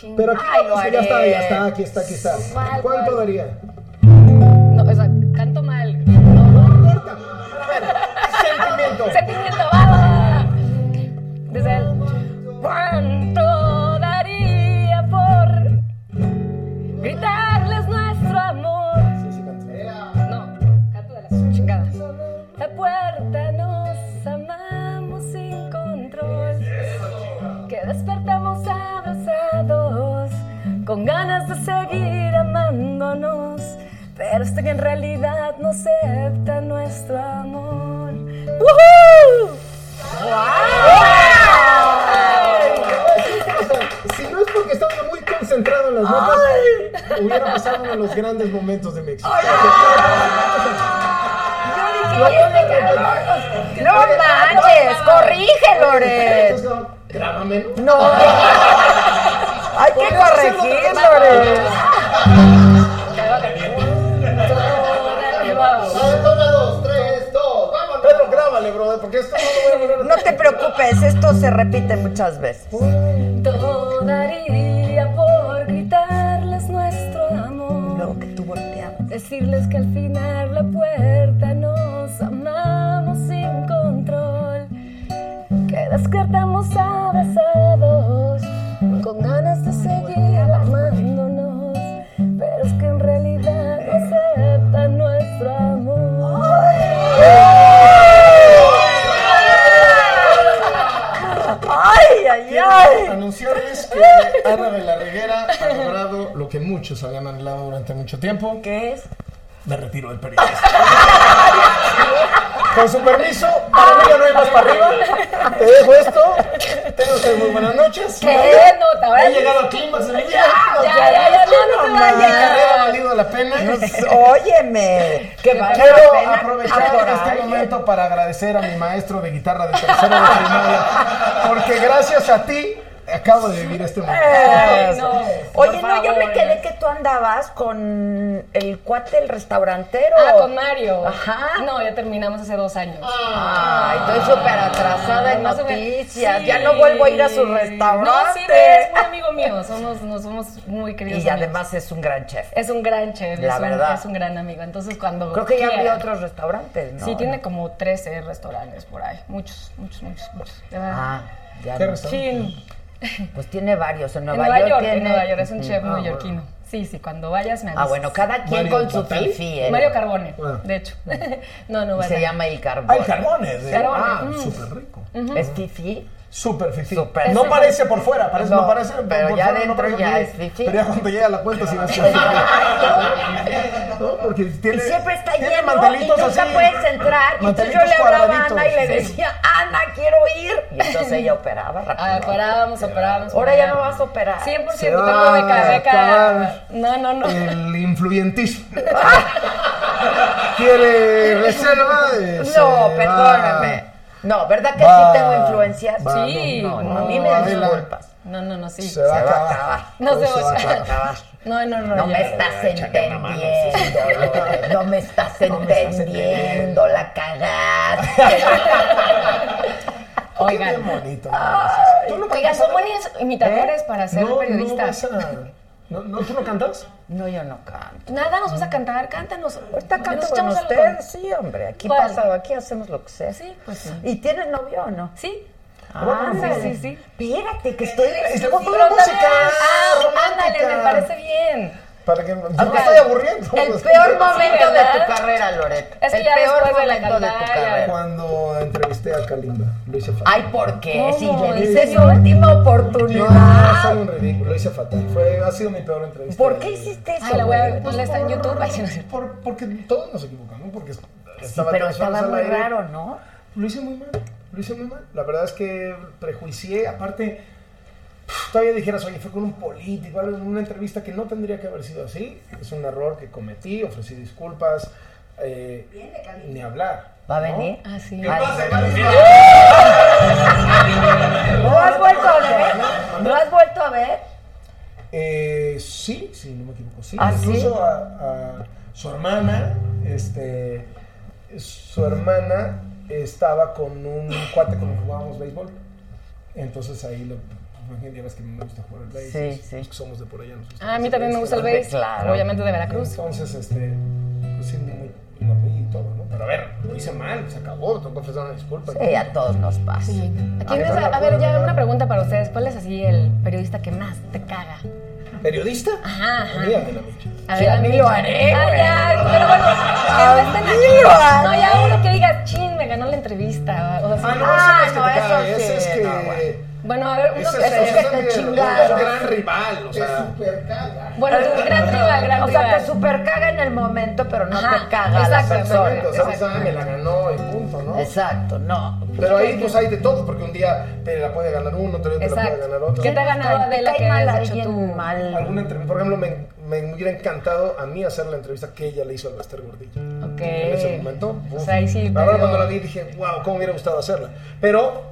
Ching.
Pero aquí
Ay,
vamos,
lo
que ya está,
haré.
ya está, aquí está, aquí está.
Mal,
¿Cuánto
mal.
daría?
No, o sea, canto mal. No, no.
Corta. A ver, Sentimiento.
Sentimiento, va, va, va. Desde el cuánto daría por gritarles nuestro amor. No, canto de las chingadas. La puerta nos amamos sin control. Que despertamos abrazados, con ganas de seguir amándonos. Pero hasta que en realidad no acepta nuestro amor. ¡Woohoo!
O sea, si no es porque estaba muy concentrado en las notas, hubiera pasado uno de los grandes momentos de México.
Yo dije, no manches, corrige, Loret.
Entonces, no, grábame, ¿no?
No. Hay que corregir, Loret.
Toma dos, tres, dos, vámonos. Pedro, grábale, brother, porque esto no lo voy a volver
No te preocupes, esto se repite muchas veces.
Todo daría por gritarles nuestro amor.
Luego que tú volteabas.
Decirles que al final la puerta nos amamos sin control. Que descartamos abrazados con ganas de seguir amándonos. Pero es que en realidad no aceptan nuestro amor.
¡Ay, ay, ay!
Anunciarles que Ana de la Reguera ha logrado lo que muchos habían anhelado durante mucho tiempo.
¿Qué es?
Me retiro del periodismo. Con su permiso, para mí ya no hay más para arriba. Te dejo esto. Tengo ustedes muy buenas noches.
¿Qué nota? Ahora
He llegado al clímax de mi vida.
Ya, ya, ya, ya, no, no te
Mi carrera ha
vayas.
valido la pena.
Pues, óyeme, que vale
Quiero
la pena
aprovechar
adorar.
este momento para agradecer a mi maestro de guitarra de tercero de primaria, porque gracias a ti acabo de vivir este momento.
Ay, no, por
Oye, no, yo
favor,
me quedé
ya.
que tú andabas con el cuate, el restaurantero.
Ah, con Mario.
Ajá.
No, ya terminamos hace dos años.
Ay, estoy súper atrasada en
Más o menos.
noticias.
Sí.
Ya no vuelvo a ir a su restaurante.
No, sí, es muy amigo mío. Somos, nos somos muy queridos.
y
amigos.
además es un gran chef.
Es un gran chef.
La
es un-
verdad.
es un gran amigo. Entonces, cuando.
Creo que ya
quiera-
había otros restaurantes, ¿no?
Sí, tiene como 13 restaurantes por ahí. Muchos, muchos, muchos, muchos. De verdad.
Ah, ya no.
Sí,
Pues tiene varios. En
en
Nueva,
Nueva York,
tiene...
en Nueva York, es un chef
Ah,
neoyorquino. Sí, sí, cuando vayas me
Ah,
avisas.
bueno, cada quien
Mario
con su
Batán.
fifi, ¿eh?
Mario Carbone,
Ah.
de hecho. no, no
Y
va
se llama El Carbón.
Hay carbones. ¿eh?
Carbones,
Ah,
mm.
súper rico.
¿Es fifi?
Súper fifí.
Súper.
No parece por fuera, parece,
No,
no, parece.
pero
por
ya
fuera,
dentro
parece
ya
fifí.
es fifí.
Pero ya cuando llega la cuenta sí va a ser fifí. ¿No? Porque
Y
tiene,
siempre está
tiene
lleno y
mantelitos
nunca
así.
puedes entrar. Y entonces yo
Mantelitos
le hablaba a Ana y
cuadraditos.
le
Sí.
decía, Ana, quiero ir. Y entonces ella operaba
Ah,
rápido.
operábamos, operábamos.
Ahora ya no
operábamos.
vas a operar.
100%
Se
tengo
va
beca,
a
beca.
acabar.
No, no, no.
El influyentismo. ¿Quiere reserva? Eh, se
No,
va.
perdóname. No, ¿verdad que
Va.
sí tengo influencia?
Va,
Sí,
No, no,
no,
a mí me
Adela.
disculpas.
No, no, no, sí.
Se va a
Se va a
acabar.
acabar.
No se
Todo
va a acabar.
acabar.
No, no, no.
No
ya.
me estás entendiendo. Lore, No me estás entendiendo. La cagaste.
Qué
Oigan.
bonito. Tú no
Oigan,
cantas,
son
Adela?
buenos imitadores para ser
no, No,
periodistas.
vas a- no, no, ¿Tú no cantas?
No, yo no canto.
Nada, nos vas a cantar, cántanos.
Ahorita
Nos
canto con
echamos algo
ustedes. Sí, hombre. Aquí
¿Cuál?
pasa, aquí hacemos lo que sea.
Sí, pues sí.
¿Y tienes novio o no?
Sí.
Ah, Ándale.
Ah, sí, sí.
Espérate, que estoy. este,
Estamos
Sí,
poniendo
pero
música
también-
romántica.
Ah, ándale, me parece bien.
Para que no yo
Ok.
me estoy aburriendo. pues.
El peor momento de
¿verdad?
tu carrera, Loreto.
Es que
el
ya
peor
después de la
momento de tu
campaña.
carrera.
Cuando entrevisté a Kalimba, lo hice fatal.
Ay, ¿por qué? Si
¿Cómo?
dices es última
No, no,
oportunidad.
soy un ridículo, lo hice fatal. Fue, ha sido mi peor entrevista.
¿Por qué hiciste eso?
Ay, la voy a ver.
güey?
¿Dónde está en YouTube? Ay, sí, no sé.
Por- porque todos nos equivocamos, porque
Sí, pero
tres horas
estaba
al
muy
aire.
raro, ¿no?
Lo hice muy mal, lo hice muy mal. La verdad es que prejuicié, aparte, todavía dijeras, oye, fue con un político, algo, una entrevista que no tendría que haber sido así. Es un error que cometí, ofrecí disculpas, eh, ni hablar.
¿Va a venir?
Ah, sí.
Ay. ¿Lo has vuelto a ver? ¿Lo has vuelto a ver?
Eh, sí, sí, no me equivoco, sí.
¿Ah, sí?
Incluso a, a su hermana, este, su hermana estaba con un cuate con el que jugábamos béisbol. Entonces ahí lo, ya ves que me gusta jugar al béisbol.
Sí, sí.
Los que somos de por allá nos gusta.
Ah, a mí también me gusta el
Claro.
bass. Obviamente de Veracruz.
Entonces, este, pues sí, muy, lo pedí y todo, ¿no? Pero a ver, lo hice mal, se acabó, tengo que ofrecer una disculpa.
Sí, Eh, a todos nos pasa.
¿A quién es? A a ver, ya una pregunta para ustedes. ¿Cuál es así el periodista que más te caga?
¿Periodista?
Ajá, ajá.
Mira, de la micha.
A
Sí, a mí lo haré,
Ah,
güey.
ya, pero bueno,
A
que no estén
mí
aquí.
lo haré.
No, ya uno que diga, chin, me ganó la entrevista. O sea, sí.
Ah, no,
Ah,
ese no
no,
es que te cae,
eso
ese
sí,
es que...
no, bueno.
bueno, a ver, uno
Ese
que
es, ese
que
es
te
mi-
chingaron.
un gran rival, o sea.
Bueno, tu gran rival, gran
O sea, te
rival.
super caga en el momento, pero no
Ajá,
te caga la
exacto,
persona.
Exactamente, o sea, pues, ah, me la ganó y punto, ¿no?
Exacto, no.
Pero ahí pues hay de todo, porque un día te la puede ganar uno, otro día te la puede ganar
Exacto.
otro.
¿Qué te ha ganado
Te
Adela
cae
que
mal
has hecho
alguien
tú?
mal.
Alguna entrevista, por ejemplo, me, me hubiera encantado a mí hacer la entrevista que ella le hizo al Bester Gordillo.
Ok.
En ese momento.
O
uf.
sea, ahí sí.
Ahora
pero-
cuando la vi dije, wow, cómo me hubiera gustado hacerla. Pero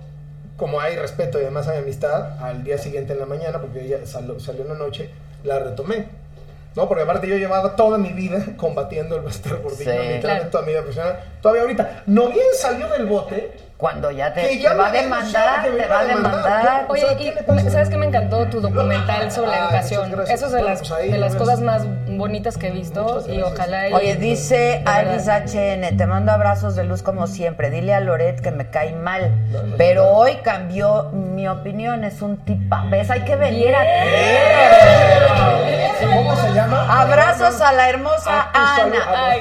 como hay respeto y además hay amistad, al día siguiente en la mañana, porque ella salo- salió en la noche, la retomé. No, porque aparte yo llevaba toda mi vida combatiendo el Western por digno,
Sí.
literalmente
Claro.
toda mi vida profesional. Todavía ahorita, no bien salió del bote,
Cuando ya te,
Que ya
te va a
me habían
demandar,
dicho que me
te
iba
va
a
a
demandar,
demandar.
O
Oye,
sea, ¿qué le pasa?
y ¿sabes qué me encantó tu
Ah,
documental sobre
Ay,
la
muchas
educación?
gracias.
Eso es de
Bueno,
las,
pues ahí
de las
lo ves.
cosas más bonitas que he visto y ojalá... y-
Oye, dice
de verdad.
Iris HN, te mando abrazos de luz como siempre. Dile a Loret que me cae mal. Pero hoy cambió mi opinión, es un tipa. ¿Ves? Hay que venir a
¿cómo se llama?
Abrazos a la hermosa
Ah, tú saluda-
Ana.
pues, Ay,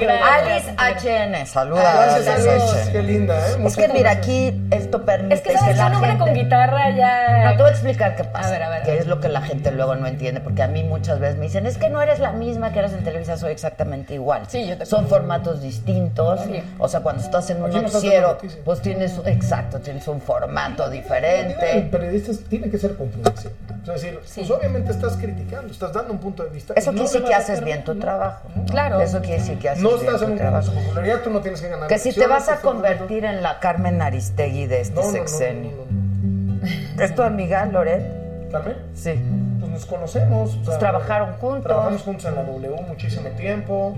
Alice
gracias.
HN. Saluda a
Gracias,
Alice
Alex.
HN.
Qué linda, ¿eh?
Es
Muchas
que mira,
gracias.
aquí esto permite
Es que sabes,
la
un hombre
gente-
con guitarra
No,
ya...
te voy a explicar qué pasa.
A ver, a ver.
Que es lo que la gente luego no entiende. Porque a mí muchas veces me dicen, es que no eres la misma que eras en Televisa, soy exactamente igual.
Sí, yo te-
Son formatos distintos.
Sí.
O sea, cuando estás en un
Aquí no estás
noticiero,
dando noticias.
pues tienes, exacto, tienes un formato
El
diferente.
periodista es- tiene que ser comprensivo. Es decir, pues obviamente estás criticando, estás dando un punto de vista.
Eso
y no
quiere decir
le
que
vas a
haces
hacer
bien tu
nada.
trabajo.
Claro.
Eso quiere decir que haces
No
bien
estás en
tu
un
trabajo.
concurso de popularidad, tú no tienes que ganar.
Que si te
elecciones,
vas a
estás dando-
convertir en la Carmen Aristegui de este
No, no, no,
sexenio.
no, no,
¿Es tu amiga, Loret?
no. Carmen,
Sí.
pues nos conocemos. o sea,
trabajaron juntos.
Trabajamos juntos en la W muchísimo tiempo.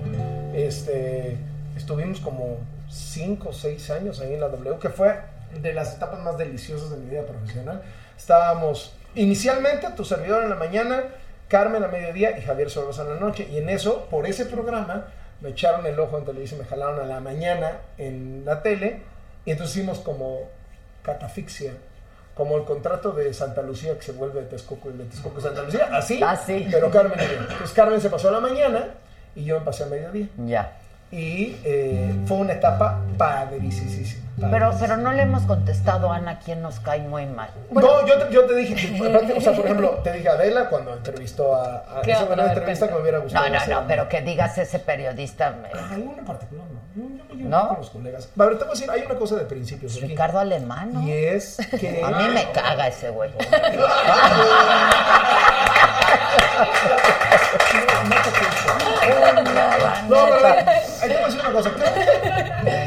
Este, estuvimos como 5 o 6 años ahí en la W, que fue de las etapas más deliciosas de mi vida profesional. Estábamos inicialmente tu servidor en la mañana, Carmen a mediodía y Javier Sorbas en la noche. Y en eso, por ese programa, me echaron el ojo en televisión, me jalaron a la mañana en la tele. Y entonces hicimos como catafixia. Como el contrato de Santa Lucía que se vuelve de Texcoco y de Texcoco a Santa Lucía, así,
Así.
pero Carmen y yo. Entonces Carmen se pasó a la mañana y yo me pasé a mediodía.
Ya.
Y eh, fue una etapa padricísima.
Pero, pero no le hemos contestado a Ana quien nos cae muy mal.
no, yo te, yo te dije, que- aparte, o sea, por ejemplo, te dije a Adela cuando entrevistó a... a
Qué
esa fue
horror,
una entrevista que me hubiera
Pues
No,
gustado.
no,
hacer.
no, pero que digas ese periodista. me-
Ay, uno en particular, no. Yo, yo me llevo
¿No?
con los colegas. Pero te voy a decir, hay una cosa de principios aquí.
Ricardo Alemán, ¿no?
Y es que... Ah,
A mí me caga ese güey.
No, pero a ver, ahí te voy a decir una cosa.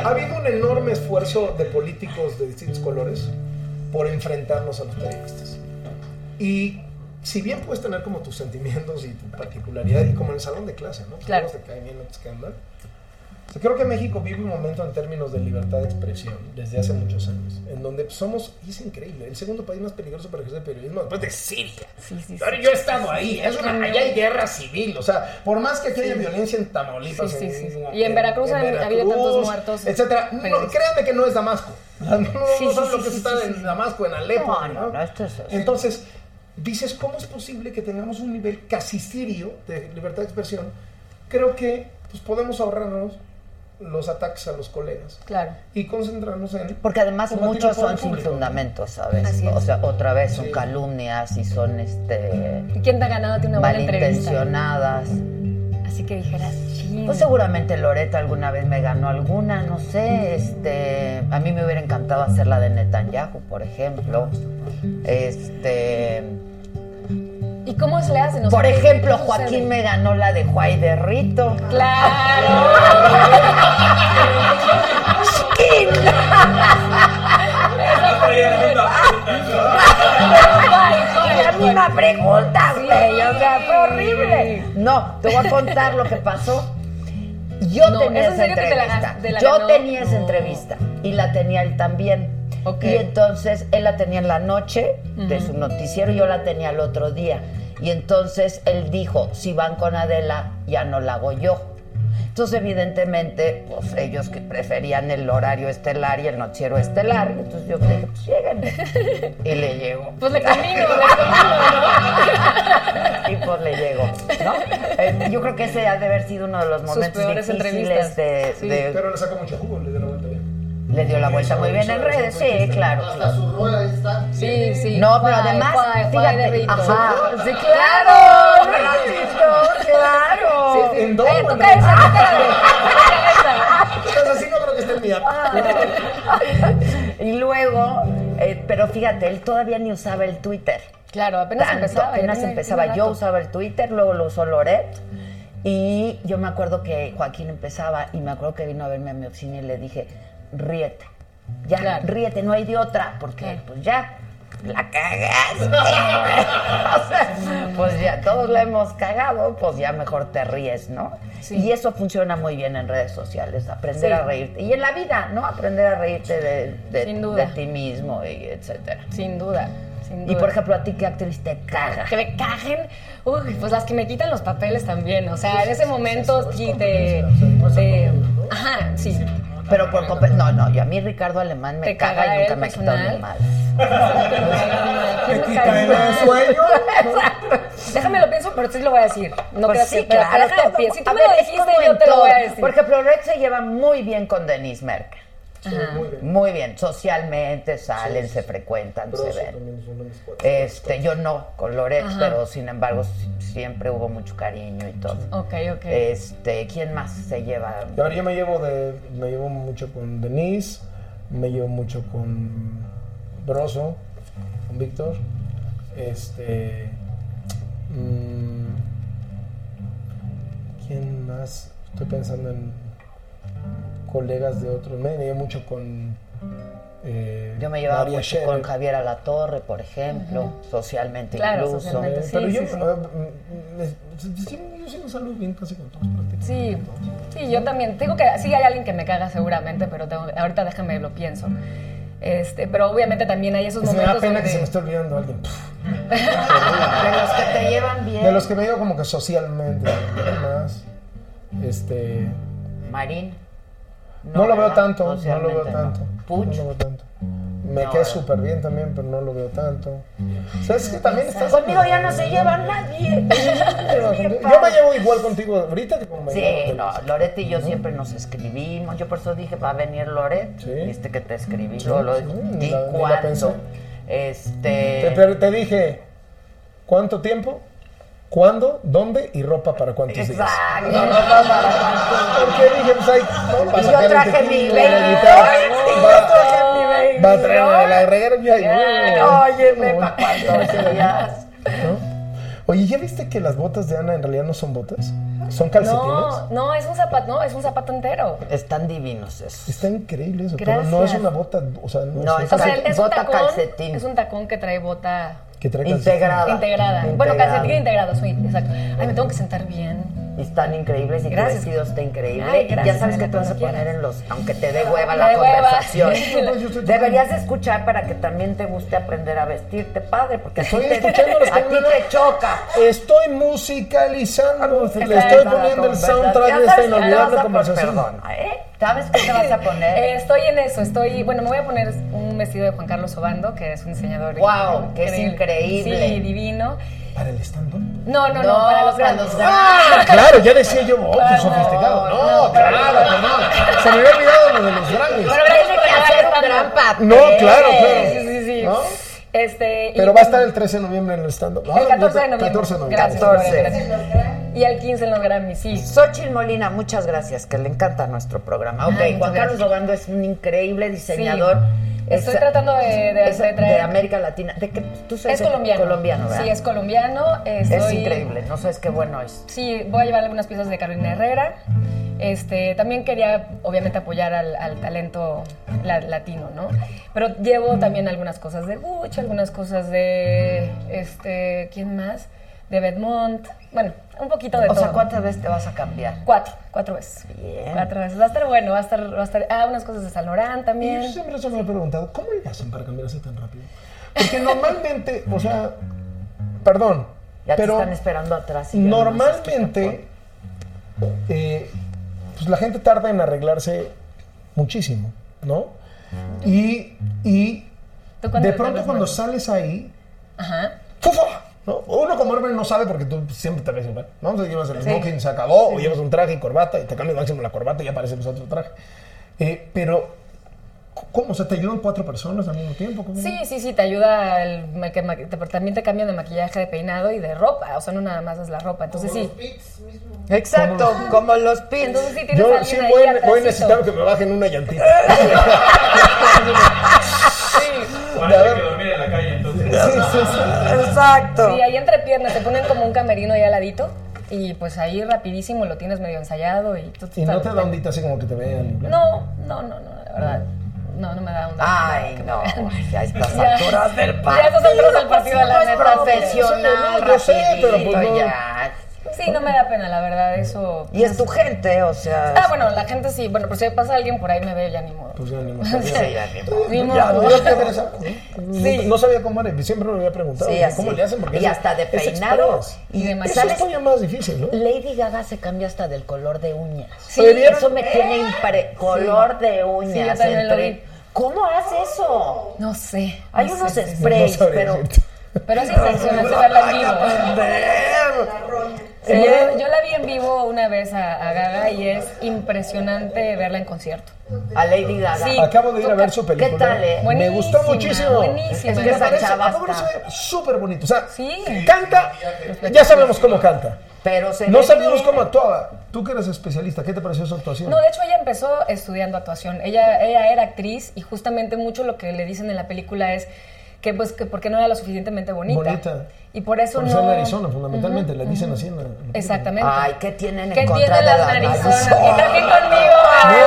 Ha habido un enorme esfuerzo de políticos de distintos colores por enfrentarnos a los periodistas. Y si bien puedes tener como tus sentimientos y tu particularidad, y como en el salón de clase, ¿no? Pues,
Claro.
unos te caen bien, otros te caen mal. O sea, creo que México vive un momento en términos de libertad de expresión desde hace muchos años, en donde pues, somos, y es increíble, el segundo país más peligroso para ejercer periodismo después de Siria.
Sí, sí, sí.
Ahora, yo he estado ahí, es una, allá hay guerra civil, o sea, por más que aquí haya violencia en Tamaulipas,
Sí, sí, sí. Y en Veracruz han- ha habido tantos muertos.
eh, etcétera, no,
Pero-
créanme que no es Damasco, O sea, no, no
Sí, sí,
saben
sí,
lo que
sí,
está
sí,
en Damasco, en Alepo,
No, no, no, esto es-
entonces, dices, ¿cómo es posible que tengamos un nivel casi serio de libertad de expresión? Creo que pues, podemos ahorrarnos los ataques a los colegas
Claro.
y concentrarnos en...
Porque además
combatir
muchos
al poder
son sin
público.
fundamentos, ¿sabes?
Así es.
O sea, otra vez son
Sí.
calumnias y son este
¿Y ¿Quién te ha ganado una buena entrevista?
malintencionadas.
Así que dijeras, sí.
Pues seguramente Loreta alguna vez me ganó alguna, no sé, este, a mí me hubiera encantado hacer la de Netanyahu, por ejemplo. Este,
¿Y cómo se le hacen? O sea,
por
¿qué-
ejemplo,
qué sucede?
Joaquín me ganó la de Juay de Rito.
¡Claro!
La misma pregunta,
Sí.
güey, o sea, fue horrible. No, te voy a contar lo que pasó. Yo
No,
tenía
¿es en
esa
serio que te la
entrevista.
gan- te la
Yo
ganó?
tenía esa
No.
entrevista y la tenía él también.
Ok.
Y entonces él la tenía en la noche de su noticiero, yo la tenía el otro día. Y entonces él dijo, si van con Adela, ya no la hago yo. Entonces, evidentemente, pues ellos que preferían el horario estelar y el noticiero estelar. Y entonces yo dije, pues lléguenle. Y le llegó
Pues le combino, le combino,
y pues le llegó, ¿no? Eh, yo creo que ese ha de haber sido uno de los
Sus
momentos
peores
difíciles de,
entrevistas, sí.
de-
Pero le saco mucho jugo, le doy la vuelta bien.
Le dio la vuelta muy bien en redes, sí, claro. claro.
¿no? Sí, sí.
No, pero
Juay,
además,
Juay, Juay de
fíjate,
Rito.
ajá, sí,
Claro,
claro, ratito, claro.
Sí, sí.
¿En dónde?
Eh, toca esa,
Ah.
toca la de- toca
Entonces, así no creo que esté en mi
Ah,
Y luego, eh, pero fíjate, él todavía ni usaba el Twitter.
esa. Claro, apenas
Tanto,
empezaba. ya
apenas
tiene-
empezaba.
tiene
Yo
rato.
usaba el Twitter, luego lo usó Loret. Y yo me acuerdo que Joaquín empezaba y me acuerdo que vino a verme a mi oficina y le dije, ríete. Ya,
Claro.
ríete, no hay de otra, porque
Claro.
pues ya. la cagaste. O sea, pues ya todos la hemos cagado, pues ya mejor te ríes, ¿no?
Sí.
Y eso funciona muy bien en redes sociales, aprender
Sí.
a reírte. Y en la vida, ¿no? Aprender a reírte de, de-
Sin duda.
de ti mismo, y etcétera.
Sin duda, sin duda.
Y por ejemplo, a ti qué actriz te caga.
que me cajen, uy, pues las que me quitan los papeles también, o sea, en ese momento sí te, te- ajá, sí,
Pero por compe- no, no, yo a mí Ricardo Alemán me
¿Te
caga,
caga
y nunca
él
me ha quitado
personal?
ni mal.
¿Quién no cae mal? déjame lo pienso, pero sí lo voy a decir, no
Pues
creas
sí,
que, pero- pero
claro.
déjame lo
todo-
pienso. si tú
a
me
ver,
lo
es
dijiste,
como
yo
en
te lo voy a
todo.
decir,
Por ejemplo, Rex se lleva muy bien con Denise Merkel. Muy bien, socialmente salen, se frecuentan, se ven. Este, yo no con Loret,
Ajá.
pero sin embargo si- siempre hubo mucho cariño y todo.
ok, ok,
Este, ¿quién más se lleva?
Ahora yo me llevo de, me llevo mucho con Denise, me llevo mucho con Broso, con Víctor, este, mm, ¿quién más? Estoy pensando en colegas de otros. Me llevo mucho con eh,
Yo me llevaba
María
mucho
Scherer.
con Javier Alatorre, por ejemplo, socialmente
Claro,
incluso.
socialmente,
Eh,
sí,
pero yo,
sí, sí.
ah, mm, me- sí, yo sí me salgo bien casi con todos prácticamente.
sí, sí, yo también, Te digo que sí hay alguien que me caga seguramente, pero tengo- ahorita déjame lo pienso, este, pero obviamente también hay esos
Se me da
momentos
pena que
donde-
se me esté olvidando alguien.
De los que te llevan bien.
De los que me digo como que socialmente, más. Este.
Marín.
No, lo veo
¿verdad?
tanto, no lo
Socialmente
veo tanto.
Puch.
No lo veo tanto. Me
No, eh.
quedé
¿verdad?
súper bien también, pero no lo veo tanto. O sea, es que también estás.
Conmigo ya no se lleva nadie.
Yo me llevo igual contigo ahorita que como me
Sí,
llevo
no, Loret y yo siempre nos escribimos. Yo por eso dije, va a venir Loret.
Sí.
Viste que te escribí.
Sí,
Luego lo
sí, ni
di
la- ni la pensé.
cuándo.
Te,
Este.
pero te dije, ¿cuánto tiempo? ¿Cuándo? ¿Dónde? Y ropa para cuántos días.
Exacto. no, no, no, no.
Porque dije, pues ahí. no, para
Y yo
sacar el
traje mi
tequila,
baby.
la guitarra.
Y yo
Va-
traje mi baby.
Va a traer la de la reguera. ya,
Ay,
no.
Óyeme,
No,
pa' cuántos días.
¿no? Oye, ¿ya viste que las botas de Ana en realidad no son botas? Son calcetines.
No, no, es un zapato, no, es un zapato entero.
Están divinos esos.
Está increíble eso, pero no es
Gracias.
una bota, o sea, no,
No,
es,
es
O
un
sea,
Cal- bota
calcetín
es un tacón,
calcetín.
es un tacón que trae bota
que trae calcetín.
Integrada.
integrada. Bueno,
Integrada.
calcetín integrado, sí, exacto. Ay, me tengo que sentar bien.
Y están increíbles y
Gracias.
tu vestido está increíble.
Ay,
y ya
gracias,
sabes que te
Adela,
vas a
cuando
poner
quieras.
en los, aunque te dé hueva
Me
la
dé hueva.
conversación.
No,
yo estoy-
Deberías de escuchar para que también te guste aprender a vestirte padre, porque a ti
Estoy
te,
escuchando los
a ti
camiones.
te choca.
Estoy musicalizando,
Te
le estoy
choca la
poniendo el
conversación.
soundtrack
Ya
de esta
sabes que te vas
inolvidable
a poner-
conversación.
Perdona, ¿eh? ¿Sabes qué te vas a
Eh,
poner?
estoy en eso, estoy. Bueno, me voy a poner un vestido de Juan Carlos Obando, que es un diseñador.
Guau, que es increíble.
Sí, divino.
¿Para el stand-up?
No, no, no, para los grandes.
Ah, claro, ya decía yo, oh, qué sofisticado. No, claro, perdón. Se me había olvidado lo de los Grammys.
Pero
Tiene
gracias por
que
llevar
hacer un
esta-
gran papel.
No, claro,
Sí,
claro.
sí, sí.
¿No?
Este, y-
Pero va a estar el 13 de noviembre en el stand-up.
el 14 de noviembre.
14 de noviembre.
Gracias,
14.
Lorena, gracias. Y el 15 en los Grammys, sí.
Xochitl Molina, muchas gracias, que le encanta nuestro programa. Ok,
Ay, muchas
Juan Carlos
gracias.
Obando es un increíble diseñador.
Estoy
Es-
tratando de- de-
es
de traer-
América Latina. ¿De qué? ¿Tú sabes
Es
de-
colombiano.
colombiano, ¿verdad?
Sí, es colombiano. eh,
Es
soy-
increíble, no sabes qué bueno es.
Sí, voy a llevar algunas piezas de Carolina Herrera. Este, también quería, obviamente, apoyar al, al talento la- latino, ¿no? Pero llevo también algunas cosas de Gucci, algunas cosas de, este, ¿quién más? De Bedmont. Bueno, un poquito de
O
todo.
sea, ¿cuántas veces te vas a cambiar?
Cuatro, cuatro veces.
Bien.
Cuatro veces. Va a estar bueno, va a estar, va a estar. Ah, unas cosas de San Laurent también.
Yo siempre se me ha preguntado, ¿cómo le hacen para cambiarse tan rápido? Porque normalmente, o sea, perdón,
Ya te
pero
están esperando atrás. y ya no haces tu
normalmente eh, pues la gente tarda en arreglarse muchísimo, ¿no? Y, y
¿Tú cuándo
de
te
pronto
tardas
cuando
más?
sales ahí,
Ajá.
¡fufa! ¿no? Uno como hombre no sabe porque tú siempre te ves igual. ¿no? Entonces llevas el smoking, se acabó, o llevas un traje y corbata, y te cambias máximo la corbata y ya aparece pues, otro traje. Eh, pero, ¿cómo? O sea, ¿te ayudan cuatro personas al mismo tiempo? ¿Cómo?
Sí, sí, sí, te ayuda el ma- que ma- te- también te cambian de maquillaje, de peinado y de ropa, o sea, no nada más es la ropa, entonces sí.
copa. Exacto, como los pins.
Entonces sí tienes
Yo
a alguien
sí
ahí
voy,
atrásito.
voy necesitando que me bajen una llantita.
Parece que dormir en la calle, entonces.
Sí, sí, sí.
Exacto.
Sí, ahí entre piernas te ponen como un camerino ahí al ladito y pues ahí rapidísimo lo tienes medio ensayado y tú
Y no
sabes,
te da ondita así como que te vean.
No, no, no, no, la verdad. No, no me da un
Ay, no, ya estás
Ya.
alturas del
Ya a estas
partido.
alturas del partido, la
No es
neta, sí.
profesional,
No, yo sé, pero
rapidito,
pues no.
ya.
Sí, no me da pena, la verdad, eso.
Y es tu gente, o sea.
Ah, bueno, la gente sí. Bueno, pero si pasa alguien por ahí me ve, ya ni modo.
Pues ya ni más.
Sí, ya ni modo.
Ni
Ya,
modo.
yo quiero ver esa- No no sabía cómo era, siempre me lo había preguntado.
Sí,
¿no?
así.
¿Cómo le hacen? Porque
Y
eso-
hasta de
es
peinado. Pues
express.
Y de
Eso
masajes.
es todavía más difícil, ¿no?
Lady Gaga se cambia hasta del color de uñas.
Sí,
Eso me tiene impre... color de
Sí, yo
uñas.
también lo
entre-
vi.
¿Cómo hace eso?
No sé.
Hay
no
unos
sé.
sprays,
No sabría
pero
decirte.
Pero es sensacional, se verla en vivo. ¿eh? Sí,
Eh,
yo, yo la vi en vivo una vez a, a Gaga y es impresionante verla en concierto.
A Lady Gaga.
Sí.
Acabo de ir a ver su película.
¿Qué tal, eh?
Me gustó
Buenísima,
muchísimo.
buenísima.
Me
Es que esa
parece-
chava
¿a poco no
está-
se ve súper bonito. O sea,
Sí.
canta, ya sabemos cómo canta.
Pero se
No
ve
sabíamos
bien.
cómo actuaba. Tú que eres especialista, ¿qué te pareció su actuación?
No, de hecho ella empezó estudiando actuación. Ella, ella era actriz y justamente mucho lo que le dicen en la película es que pues que porque no era lo suficientemente bonita.
Bonita.
Y por eso
Por
no.
ser de Arizona, fundamentalmente, le dicen así. en la- en la-
Exactamente.
Ay, ¿qué tienen
¿Qué
en
tienen
contra de
las
la
narizonas?
narizona?
Y también conmigo,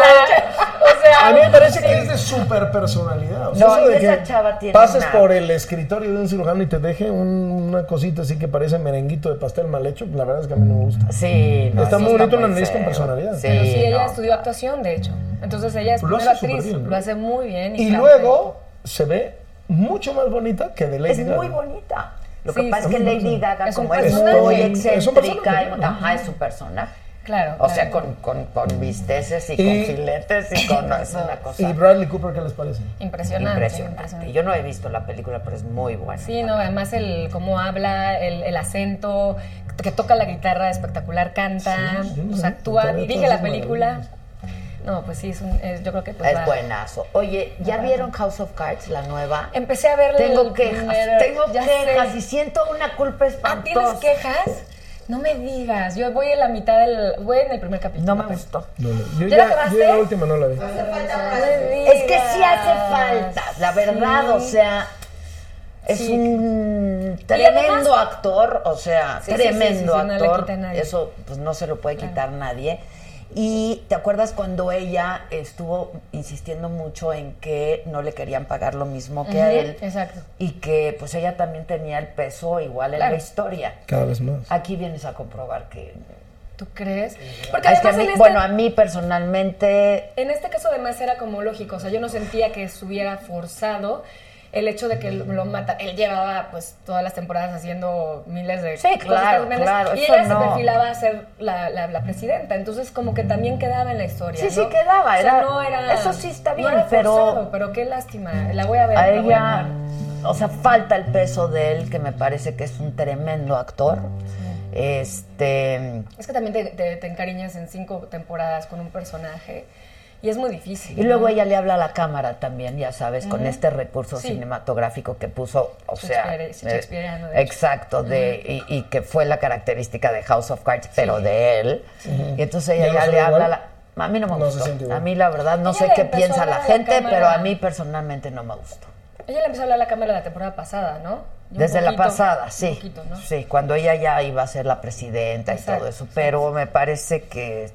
Adela. O sea,
A mí me parece que es de super personalidad.
No, y esa chava tiene
pases
una-
por el escritorio de un cirujano y te deje un- una cosita así que parece merenguito de pastel mal hecho, la verdad es que a mí no me gusta.
Sí, no,
Está
sí
muy bonito
muy
una nariz con
feo.
personalidad.
Sí,
Pero sí, ella
Eh, no.
estudió actuación, de hecho. Entonces ella es
Lo
primero
hace súper
actriz,
bien, ¿no?
lo hace muy bien.
Y
canta.
luego se ve mucho más bonita que de Lady
Es
Gaga.
muy bonita. Lo que
Sí,
pasa es que
es un
Lady
personaje.
Gaga,
Es un
como es
personaje.
muy
Es
un
excéntrica,
personaje, ¿no?
ajá, es su personaje.
Claro.
O
claro.
sea, con, con, con visteces y,
Y-
con filetes y con no, es una cosa
¿Y Bradley Cooper qué les parece?
Impresionante,
impresionante.
impresionante.
Yo no he visto la película, pero es muy buena.
Sí, no, además el cómo habla, el, el acento, que toca la guitarra espectacular, canta,
Sí, yo no
o
sé,
sea, actúa,
todavía
dirige
todas
la
son
película.
maravillosas.
No, pues sí, es un- es- yo creo que pues, va-
Es buenazo. Oye, ¿ya vieron House of Cards, la nueva?
Empecé a verla.
Tengo
el
quejas,
primer-
tengo
ya
quejas
sé.
y siento una culpa
Ah,
espantosa.
¿tienes quejas? No me digas, yo voy en la mitad del, voy en el primer capítulo. pues.
No me
apenas.
gustó.
No, no, Yo
¿Ya la acabaste?
yo la última no la vi.
Es que sí hace falta, la verdad, o sea, es
Sí.
un
Y además-
tremendo actor, o sea,
Sí, sí, sí,
tremendo
sí, sí, no le
actor,
quita a nadie.
eso pues no se lo puede quitar nadie. Y te acuerdas cuando ella estuvo insistiendo mucho en que no le querían pagar lo mismo que a
Ujú,
él
exacto.
y que pues ella también tenía el peso igual en
Claro.
la historia.
Cada vez más.
Aquí vienes a comprobar que,
¿Tú crees? Porque además
es que a
en
mí-
este-
bueno, a mí personalmente
En este caso además era como lógico, o sea, yo no sentía que estuviera forzado el hecho de que lo, lo mata. Él llevaba pues todas las temporadas haciendo miles de
Sí, claro,
tremendas,
claro,
y
eso
ella
no.
se perfilaba a ser la, la- la presidenta, entonces como que también quedaba en la historia.
Sí,
¿no?
sí quedaba,
O sea,
era-
no era-
eso sí está
no
bien,
era
pero-
forzado, pero qué lástima. La voy a ver.
a
la voy a
ella,
ver.
o sea, falta el peso de él, que me parece que es un tremendo actor. Este.
Es que también te, te- te encariñas en cinco temporadas con un personaje y es muy difícil.
Y
¿no?
luego ella le habla a la cámara también, ya sabes, con este recurso
Sí.
cinematográfico que puso, o sea,
Shakespeare-
eh,
shakespeareano, de hecho.
exacto, de, y, y que fue la característica de House of Cards, pero de él. Y entonces
¿Ya
ella
no
ya
se ve
le habla a
igual?
la... A mí no me
No se siente
gustó.
igual.
A mí la verdad no
Ella
sé
le
qué
empezó a
piensa
hablar
la
a la
gente,
cámara.
pero a mí personalmente no me gustó.
Ella le empezó a hablar a la cámara la temporada pasada, ¿no? Y un
Desde la
poquito-
pasada, sí.
Un poquito, ¿no?
Sí, cuando ella ya iba a ser la presidenta y
Exacto,
todo eso. Pero me parece que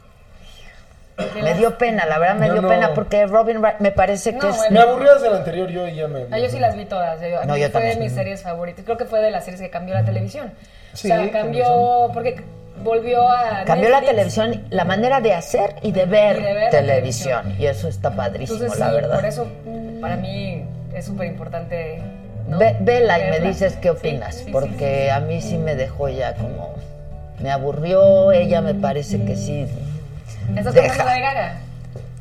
Qué
me dio pena, la verdad me
Yo
dio
no-
pena porque Robin Wright me parece que
No,
es...
bueno.
Me aburrías del anterior yo y ya me...
Ah, yo sí las vi todas. Yo, a
No,
mí
yo
fue
también.
de mis series favoritas. Creo que fue de las series que cambió la televisión.
Sí,
o sea,
con
cambió porque volvió a
Cambió la
Netflix.
televisión, la manera de hacer y de ver,
Y de ver la
televisión. Y eso está padrísimo,
Entonces, sí,
la verdad.
por eso mm, para mí es súper importante. ¿no?
Ve- vela y me
Verla.
dices qué
Sí,
opinas,
sí, sí,
porque
sí.
a mí sí me dejó ya como... Me aburrió, ella me parece que sí.
¿Estás
deja.
contando la de Gaga?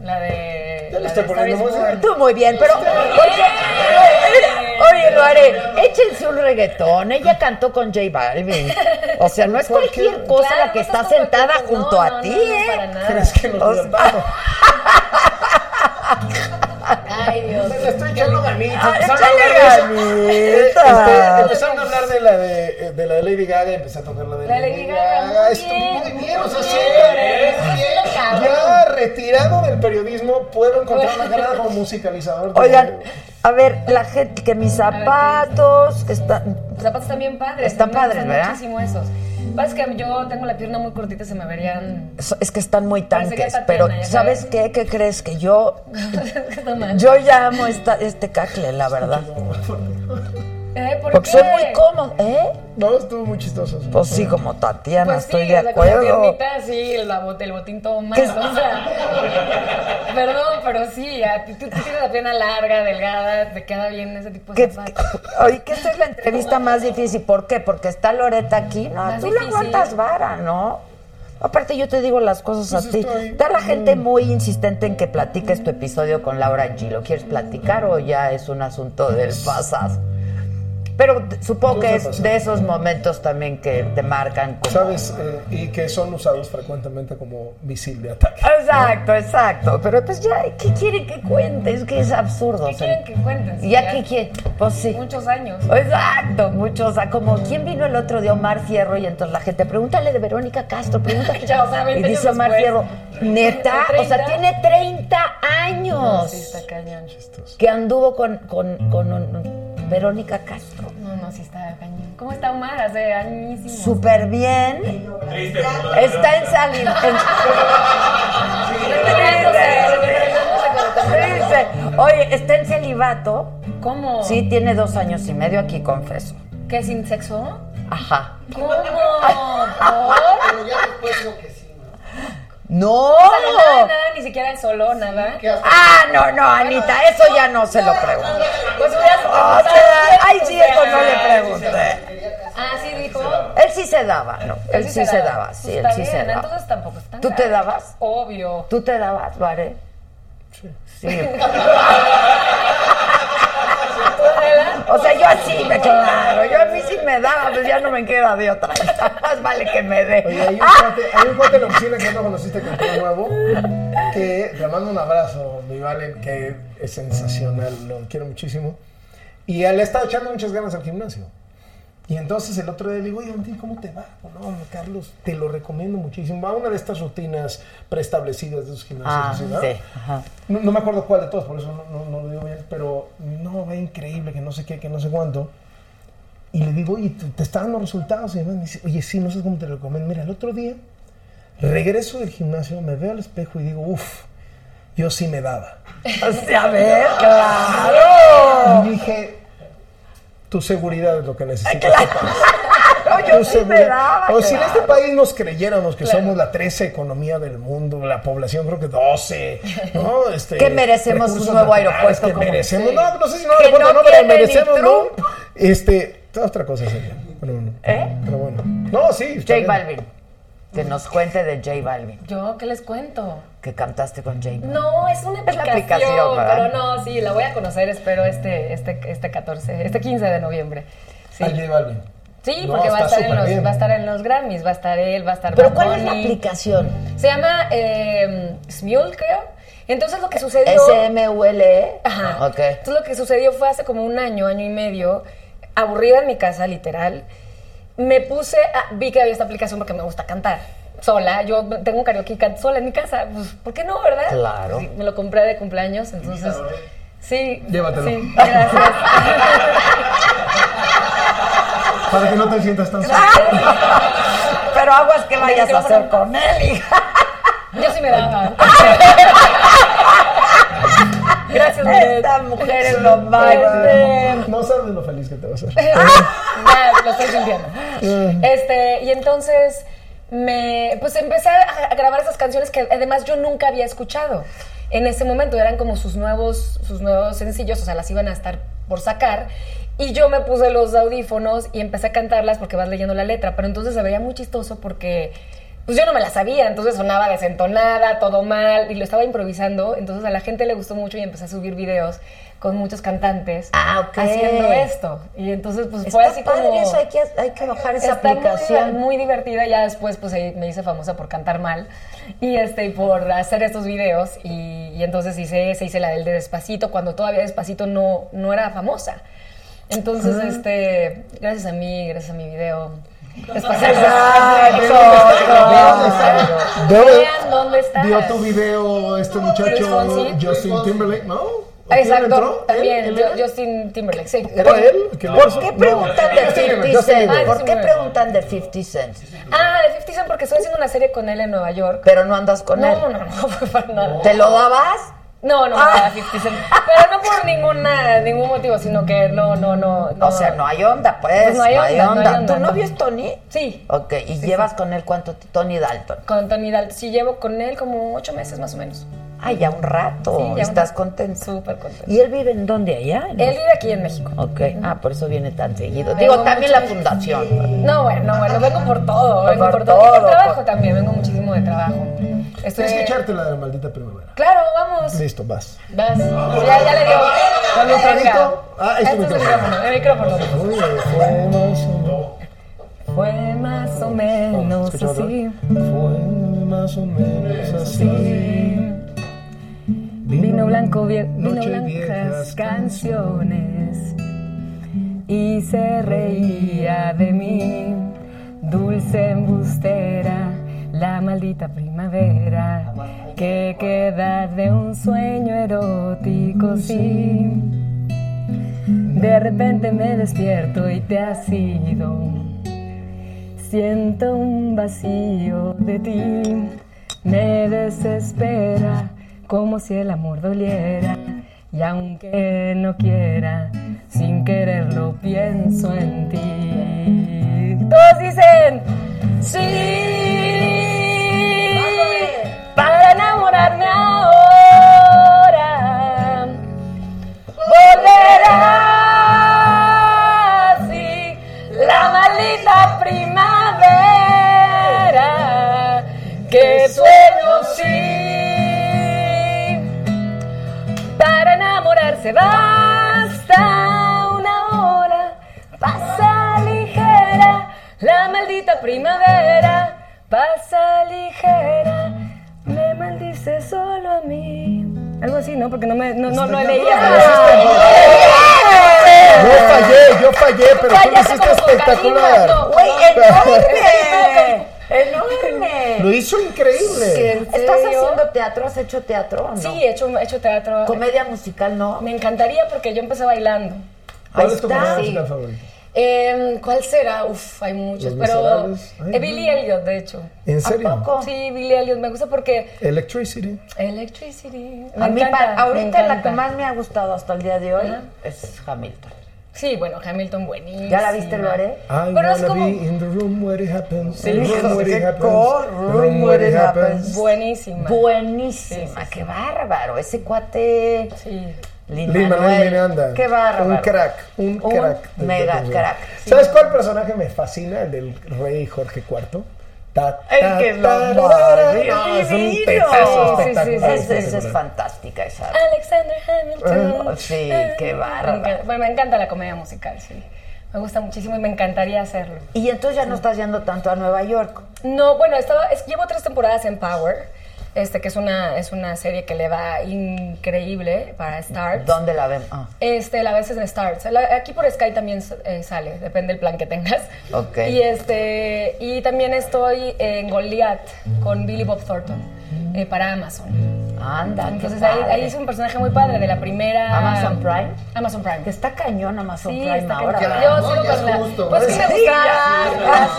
La de.
Ya le
la
estoy
de
poniendo
Star is
música.
Born.
Tú muy bien, pero porque oye, lo haré. Échense un reggaetón. Ella cantó con J Balvin. O sea, no es cualquier cosa
Claro,
la que
no
está
estás como
sentada
que-
junto
no,
a
no,
ti,
no, no,
¿eh?
para nada.
¿Crees que nos
O sea-
libertamos?
Ay, Dios.
Le estoy echando ganitas.
Ah,
Empezaron
échale
a hablar de eso.
ganitas.
Este, Empezaron a hablar de la de, eh, de la de Lady Gaga y empecé a tocar la de
La
Lady
Lady Gaga, muy
Gaga. Esto-
bien,
Muy bien, o sea,
muy
siempre.
bien. Haciendo cabrón.
Ya retirado del periodismo, puedo encontrar una carrera como musicalizador.
Oigan, a ver, la gente que mis zapatos que están
Los zapatos están bien padres.
Están
me gustan
padres, ¿verdad?
Muchísimo esos. Pasa que yo tengo la pierna muy cortita, se me verían.
So- Es que están muy
Parece que
tanques,
Tatiana,
pero
ya
¿sabes
sabes.
qué? ¿Qué crees? Que yo,
No manches.
yo ya amo esta, este cacle, la verdad.
Eh, ¿por
Porque
qué?
soy muy cómodo, ¿eh?
No, estuvo muy chistoso. eso.
Pues sí, como Tatiana,
Pues sí,
estoy de
o sea, con la
acuerdo.
piernita, sí, el, babo- el botín todo mal.
¿Qué es?
O sea, perdón, pero sí, a ti- tú, tú tienes la pierna larga, delgada, te queda bien ese tipo de
¿Qué,
zapatos.
qué- oye, que esta es la entrevista más difícil. ¿Por qué? Porque está Loreta aquí. No,
Más
tú la
difícil.
aguantas vara, ¿no? Aparte, yo te digo las cosas a ti.
Pues estoy-
Está la gente muy insistente en que platiques tu episodio con Laura G. ¿Lo quieres platicar o ya es un asunto del pasado? Pero t- supongo que es de esos momentos también que te marcan como...
¿Sabes? Eh, y que son usados frecuentemente como misil de ataque.
Exacto, exacto. Pero pues ya, ¿qué quieren que cuente? Es que es absurdo.
¿Qué quieren que cuentes?
¿Ya qué quieren? Pues sí.
Muchos años.
Exacto, muchos. O sea, como quién vino el otro de Omar Fierro y entonces la gente, pregúntale de Verónica Castro, pregúntale.
Ya, o sea,
y
20
dice
años
Omar
después.
Fierro, neta, o sea,
30.
tiene 30 años
Sí, está cañón.
que anduvo con, con, con un- un- Verónica Castro.
No, no, sí está cañón. ¿Cómo está Omar? Hace añísimo.
Súper bien. Está en Salín. Oye, está en celibato.
¿Cómo?
Sí, tiene dos años y medio aquí, confeso.
¿Qué, sin sexo?
Ajá.
¿Cómo? ¿Por?
No.
O sea, no, nada, nada, ni siquiera el solo, nada.
Ah, no, no, Anita, eso ya no se lo pregunto.
Pues hubieras
O
preguntado
sea, ay,
antes, o
Ah, sí,
sea.
eso no le pregunté.
Ah, sí, dijo.
Él sí se daba, no, él sí se daba, sí,
Pues
él
está
sí se
bien,
daba.
Entonces tampoco está.
¿Tú te dabas?
Obvio.
¿Tú te dabas, Vare? Sí.
¿Tú, Adela?
O sea, yo así, me claro, yo a mí sí me daba, pues ya no me queda de otra. Más vale que me
Oye, hay
dé.
un, cuate, hay un cuate en la oficina que no conociste que entró nuevo, que te mando un abrazo, mi Valen, que es sensacional, lo quiero muchísimo. Y él le ha estado echando muchas ganas al gimnasio. Y entonces el otro día le digo, oye, Valentín, ¿cómo te va? No, Carlos, te lo recomiendo muchísimo. Va a una de estas rutinas preestablecidas de esos
Ah,
gimnasios. ¿no?
sí. ajá.
No, no me acuerdo cuál de todos, por eso no, no- no lo digo bien, pero no, va increíble, que no sé qué, que no sé cuánto. Y le digo, oye, ¿te, te están dando resultados? Y demás. me dice, oye, sí, no sé cómo te lo recomiendo. Mira, el otro día regreso del gimnasio, me veo al espejo y digo, uff, yo sí me daba.
O sea, a ver, claro.
Y dije, tu seguridad es lo que necesitas.
No,
Tu
yo sí me
seguridad.
daba.
o si en
claro.
este país nos creyéramos que somos la 13 economía del mundo, la población creo que 12, ¿no? Este,
Que merecemos un
recursos
nuevo
naturales,
aeropuerto
Que
como-
merecemos,
sí.
no, no sé si no
Que no
aeropuerto, no, pero
tiene ni
merecemos, ¿no?
Trump.
Este, toda otra cosa sería. Pero bueno.
¿Eh?
Pero bueno. No, sí.
J
está bien.
Balvin. Que nos cuente de J Balvin.
Yo, ¿qué les cuento?
Que cantaste con J Balvin.
No, es una
Es la
aplicación,
aplicación, ¿verdad?
pero no, sí, la voy a conocer, espero este este este 14, este 15 de noviembre. Sí.
Al Ah, J Balvin.
Sí,
No,
porque va a,
está
estar en
súper
los,
bien.
va a estar en los Grammys, va a estar él, va a estar
Pero
Bad
¿cuál es la
Bunny.
aplicación?
Se llama eh, Smule, creo. Entonces lo que sucedió...
S-M-U-L-E.
Ajá.
E. Ok.
Entonces lo que sucedió fue hace como un año, año y medio, aburrida en mi casa, literal. Me puse, a- vi que había esta aplicación porque me gusta cantar sola. Yo tengo un karaoke y canto sola en mi casa. Pues, ¿por qué no, verdad?
Claro.
Sí, me lo compré de cumpleaños, entonces. Sí.
Llévatelo.
Sí, gracias.
Para que no te sientas tan solo.
Pero aguas que vayas a hacer
micrófono.
con él, hija.
Yo sí me daba. gracias, Este, Miguel.
Esta mujer es lo máximo.
No sabes lo feliz que te vas a hacer.
Ya, lo estoy sintiendo. Este, y entonces me pues empecé a, a grabar esas canciones que además yo nunca había escuchado. En ese momento eran como sus nuevos sus nuevos sencillos, o sea, las iban a estar por sacar y yo me puse los audífonos y empecé a cantarlas porque vas leyendo la letra, pero entonces se veía muy chistoso porque pues yo no me la sabía, entonces sonaba desentonada, todo mal, y lo estaba improvisando, entonces a la gente le gustó mucho y empecé a subir videos con muchos cantantes
Ah, ok.
haciendo esto. Y entonces pues fue así
Está
como...
padre eso, hay que, hay que bajar esa
Está muy diver-
aplicación.
Muy, divertida. Ya después, pues ahí me hice famosa por cantar mal y este y por hacer estos videos. Y, y entonces hice esa, hice la del de Despacito, cuando todavía Despacito no, no era famosa. Entonces,
Ah.
este, gracias a mí, gracias a mi video. Despacito.
Exacto,
claro.
Vean dónde está.
Vio tu video este
Luis
muchacho
Fonsi.
Justin Timberlake, ¿no? ¿Quién
Exacto,
entró?
también
¿Él? ¿Él
yo-
era?
Justin Timberlake, sí.
¿Era él? ¿Qué le pasó?
¿Por qué
No,
preguntan de
Justin
este?
Bieber,
50
Justin
Cent?
Bieber.
¿Por qué
Bieber.
preguntan de 50 Cent?
Ah, de 50 Cent porque estoy haciendo una serie con él en Nueva York.
Pero no andas con él.
No, no, no, para nada.
¿Te lo dabas?
No, no,
Ah.
para 50 Cent. Pero no por ninguna, ningún motivo, sino que no, no, no.
O sea, no hay onda, pues.
Pues
no hay onda.
no hay onda,
¿Tu
no.
novio es Tony?
Sí,
Ok, ¿y llevas con él cuánto? t- Tony Dalton.
con Tony Dalton. Sí, llevo con él como ocho meses más o menos.
Ay, ya un rato.
Sí, ya
¿Estás
un-
contento?
Súper contento.
¿Y él vive en dónde? ¿Allá? En-
Él vive aquí en México.
Ok, ah, por eso viene tan seguido.
Ay,
Digo,
no,
también
mucho-
la fundación.
No, bueno, no, bueno, vengo por todo, vengo
Por
por, todo. Y por
todo,
trabajo
por-
también, vengo muchísimo de trabajo. Estoy...
Tienes que echarte la de la maldita primavera.
Claro, vamos.
Listo, vas.
Vas. Ya, ya le dio.
Dale un
Venga.
traguito. Ah, es tu
Este es el
micrófono.
micrófono. El
Uy,
micrófono.
fue más o
Fue más o menos
Oh, Escucha otra
así.
menos. Fue más o menos así.
Vino blanco, vie- vino
Noche
blancas
viejas
canciones y se reía de mí. Dulce embustera, la maldita primavera que queda de un sueño erótico, sí. De repente me despierto y te has ido. Siento un vacío de ti, me desespera como si el amor doliera. Y aunque no quiera, sin quererlo pienso en ti. Todos dicen sí para enamorarme ahora. Volverá sí, la maldita primavera que sueño sí para enamorarse basta una hora pasa ligera la maldita primavera pasa ligera me maldice solo a mí algo así no porque no me no no, no leía
Yo fallé, yo fallé, pero tú lo
Cállate
hiciste
como con
espectacular.
Casimiro,
¡Güey, enorme! ¡Enorme!
Lo hizo increíble.
¿En
¿Estás
serio?
haciendo teatro? ¿Has hecho teatro o no?
Sí, he hecho, he hecho teatro.
¿Comedia musical no?
Me encantaría porque yo empecé bailando.
¿Cuál
Ahí
es tu
está.
comedia
Sí.
musical favorita?
Em, ¿Cuál será? Uf, hay muchos,
Los
pero...
Miserables. Ay,
Eh, Billy Elliot, de hecho.
¿En
¿A
serio?
poco?
Sí, Billy Elliot, me gusta porque...
Electricity.
Electricity... Me
A mí,
encanta,
pa-
me
ahorita la que
encanta.
más me ha gustado hasta el día de hoy
Ajá.
es Hamilton.
Sí, bueno, Hamilton, buenísimo.
¿Ya la viste, Lore?
I
Pero es
wanna
como-
be in the room where it happens.
Sí,
the room
hijos,
where it
qué
happens.
cor-
the room where it happens.
Buenísima.
Buenísima, qué bárbaro. Ese cuate.
sí.
Lin-Manuel
Manuel
Miranda.
Qué bárbaro.
Un crack, un crack. del
mega
teatro.
crack.
¿Sabes cuál personaje me fascina? El del rey Jorge IV. Ta,
El
ta,
que lo
ta,
más
ra, ra,
divino.
ra. Es un pedazo
Sí, sí, sí,
espectacular.
sí,
Esa esa es
espectacular.
fantástica esa.
Alexander Hamilton.
Oh, Sí, qué bárbaro.
bárbaro. Bueno, me encanta la comedia musical, sí. Me gusta muchísimo y me encantaría hacerlo.
Y entonces ya no estás yendo tanto a Nueva York.
No, bueno, estaba, es- llevo tres temporadas en Power, este, que es una, es una serie que le va increíble para Stars.
¿Dónde la vemos? Ah,
Este, la veces en Stars. La- aquí por Sky también s- eh, sale, depende del plan que tengas.
Ok.
Y este, y también estoy en Goliath con Billy Bob Thornton eh, para Amazon.
anda, qué
Entonces ahí,
padre.
ahí hice un personaje muy padre de la primera.
Amazon Prime.
Amazon Prime.
Que está cañón Amazon
Sí,
Prime
está
ahora.
cañón.
¿verdad?
Yo sigo con la.
justo.
Pues que me
Sí,
gustaba.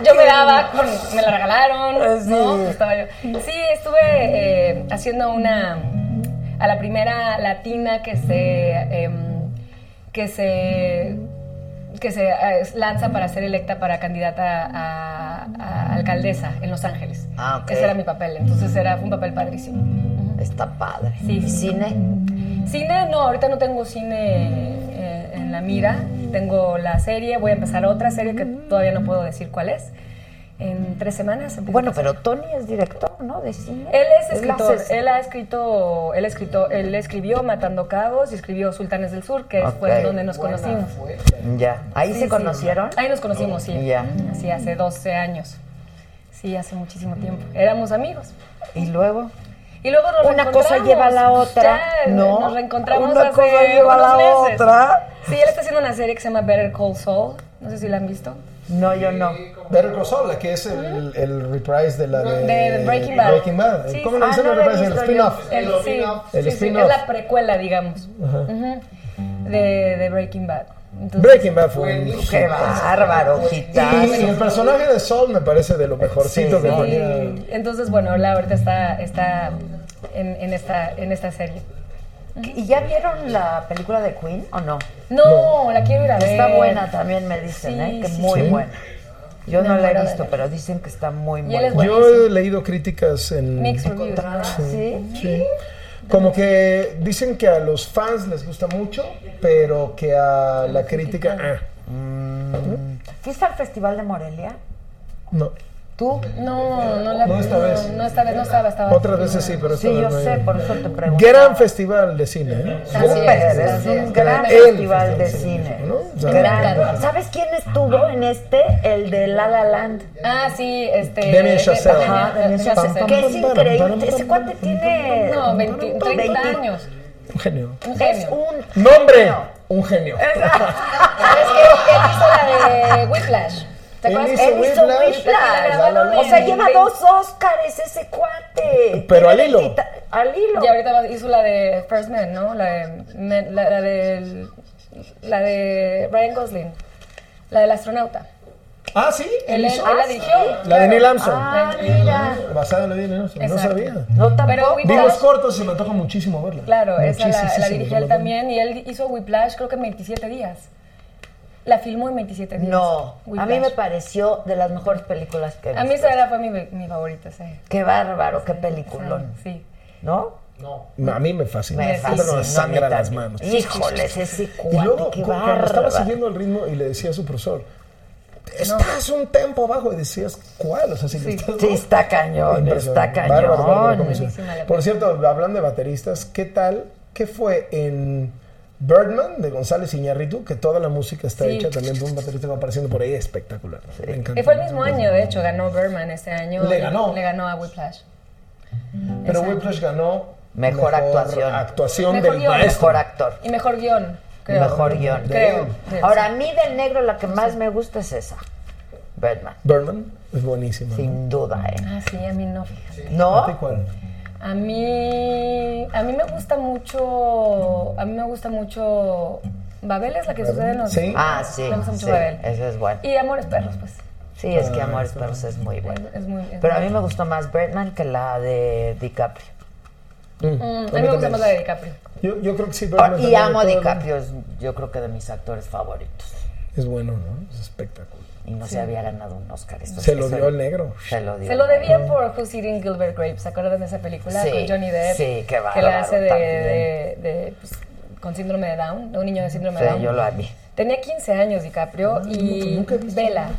yo me daba, con- me la
Eh,
regalaron. ¿no? Pues estaba yo. Sí, estuve eh, haciendo una. A la primera latina que se. em, que se. que se eh, lanza para ser electa para candidata a, a alcaldesa en Los Ángeles.
Ah, ok.
Ese era mi papel. Entonces era, fue un papel padrísimo.
Está padre.
Sí.
¿Y cine?
Cine, no, ahorita no tengo cine eh, en la mira. Tengo la serie, voy a empezar otra serie que todavía no puedo decir cuál es. En tres semanas. empiezo
Bueno,
otra
pero Tony es director, ¿no? De cine.
serie. Él es escritor.
hace-
Él ha escrito, él escrito, él escribió Matando Cabos y escribió Sultanes del Sur, que
Ok.
fue donde nos conocimos.
Ya. ¿Ahí
Sí,
se
sí.
conocieron?
Ahí nos conocimos, sí.
Ya.
Así hace 12 años. Sí, hace muchísimo tiempo. Éramos amigos.
Y luego.
Y luego nos
Una cosa
reencontramos.
lleva a la otra,
Ya,
¿no?
Nos reencontramos
Una
hace
cosa lleva a la
unos meses.
otra.
Sí, él está haciendo una serie que se llama Better Call Saul. No sé si la han visto.
No, yo no.
Better Call Saul, la que es el, el reprise de la de,
De Breaking Bad.
Eh, Breaking Bad.
Sí,
¿Cómo
sí.
le
Ah,
dicen
no
el
la he
reprise? El
visto
spin-off.
El, sí,
El
sí, sí,
spin-off.
es la precuela, digamos, Ujú. de, de Breaking Bad. Entonces,
Breaking Bad fue un
Qué bárbaro,
Y el
gitazo.
personaje de Saul me parece de lo mejorcito
Sí,
que
sí.
ponía.
Y entonces, bueno, la ahorita está, está en, en esta, en esta serie.
¿Y ya vieron la película de Queen o no?
No, la quiero ir a ver.
Está buena también, me dicen,
Sí,
¿eh? Que
sí,
muy
sí.
buena. Yo no la he
Enamorada
visto,
de
pero dicen que está muy, muy
él es
buena.
bueno.
Yo he leído críticas en
Mixed reviews.
¿Sí?
Sí. Como que dicen que a los fans les gusta mucho, pero que a la crítica eh,
¿Fuiste al Festival de Morelia?
no.
¿Tú?
No, no la
No esta vez.
No, esta vez no estaba, estaba.
Otras veces sí, pero esta
Sí,
vez
yo
no he
sé,
ido.
por eso te pregunto.
Gran festival de cine, ¿eh?
Así es,
Súper, es
así es.
un gran
El
festival de cine.
¿no? O sea,
Gran. ¿Sabes quién estuvo en este? El de La La Land.
Ah, sí, este.
Demian Chazelle.
Demian-
Ajá,
Demian Chazelle.
Que es increíble. Ese cuate tiene...
No, 20, 30 años.
Un genio.
Un
Es
genio.
un...
Nombre, un genio.
¿Sabes qué? Él hizo la de Whiplash. ¿Te
Él
acuerdas?
hizo
Él hizo
Whiplash,
Whiplash.
La La Land.
O sea, lleva dos Óscares ese cuate.
Pero al
Tiene
hilo.
20 Al hilo.
Y ahorita va- hizo la de First Man, ¿no? La de, Men- la, la de, la de Ryan Gosling. La del astronauta.
Ah, sí, él
Él,
hizo.
él la dirigió.
La de Neil Armstrong.
Ah, mira.
Basada en la vida de Neil Armstrong. No
Exacto.
sabía.
No
Pero
tampoco.
Vi
Whiplash,
los cortos y me antoja muchísimo verla.
claro, esa la,
Muchísimo,
la dirigió él
¿verdad?
también. Y él hizo Whiplash creo que en 27 días. La filmó en 27 días.
No, a mí
Whiplash.
me pareció de las mejores películas que he
A mí
visto.
esa era fue mi, mi favorita, sí.
Qué bárbaro, qué
Sí,
peliculón.
Sí.
¿no?
A mí me fascina.
Me
Me
fascinó,
Me sangra
a mí
las
también.
manos.
Híjoles, ese
Y
cuate,
luego,
qué
cu- cuando estaba
bárbaro.
siguiendo el ritmo y le decía a su profesor, estás un tempo abajo. Y decías, ¿cuál? O sea, si le estás...
Sí, está cañón, está
Impresionante. Bárbaro, bárbaro,
cañón.
como dice. Por cierto, hablando de bateristas, ¿qué tal? ¿Qué fue en Birdman de González Iñárritu? Que toda la música está
Sí.
hecha también por un baterista que va apareciendo por ahí. Espectacular. Me encanta.
Y fue el mismo año, de hecho, ganó Berman este año.
Le ganó.
Le ganó a Whiplash.
Pero Whiplash ganó
Mejor actuación.
actuación
Mejor
del
guión.
maestro.
Mejor actor,
Y mejor guión, creo.
mejor guión.
Creo. Sí,
Ahora, a mí del negro la que más me gusta es esa, Birdman,
Birdman es buenísimo.
sin duda, ¿eh?
Ah, sí, a mí no, fíjate.
¿A ti
¿No?
cuál?
A mí, a mí me gusta mucho, a mí me gusta mucho Babel es la que sucede en los...
Sí.
Ah, sí,
Me gusta mucho
sí,
Babel.
esa es buena.
Y Amores Perros, pues.
Sí, es
Ah,
que Amores Perros es muy bueno.
Es muy... es
Pero a
muy-
mí me gustó más Birdman que la de DiCaprio.
Mm, a mí me gusta más la de DiCaprio.
Yo, yo creo que sí, Birdman
y
también
amo a
todo el-
DiCaprio, es yo creo que de mis actores favoritos.
Es bueno, ¿no? Es espectacular.
Y no se había ganado un Oscar. eso
Se
es-
lo
eso-
dio el negro.
Se lo dio.
Se lo debían por Who's Eating Gilbert Grape, ¿se acuerdan de esa película
Sí,
con Johnny Depp?
sí, qué
Que
bárbaro,
la hace de,
también.
de- de, pues, con síndrome de Down, de un niño de síndrome de Down.
Sí, yo lo amé.
Tenía 15 años DiCaprio y Bella.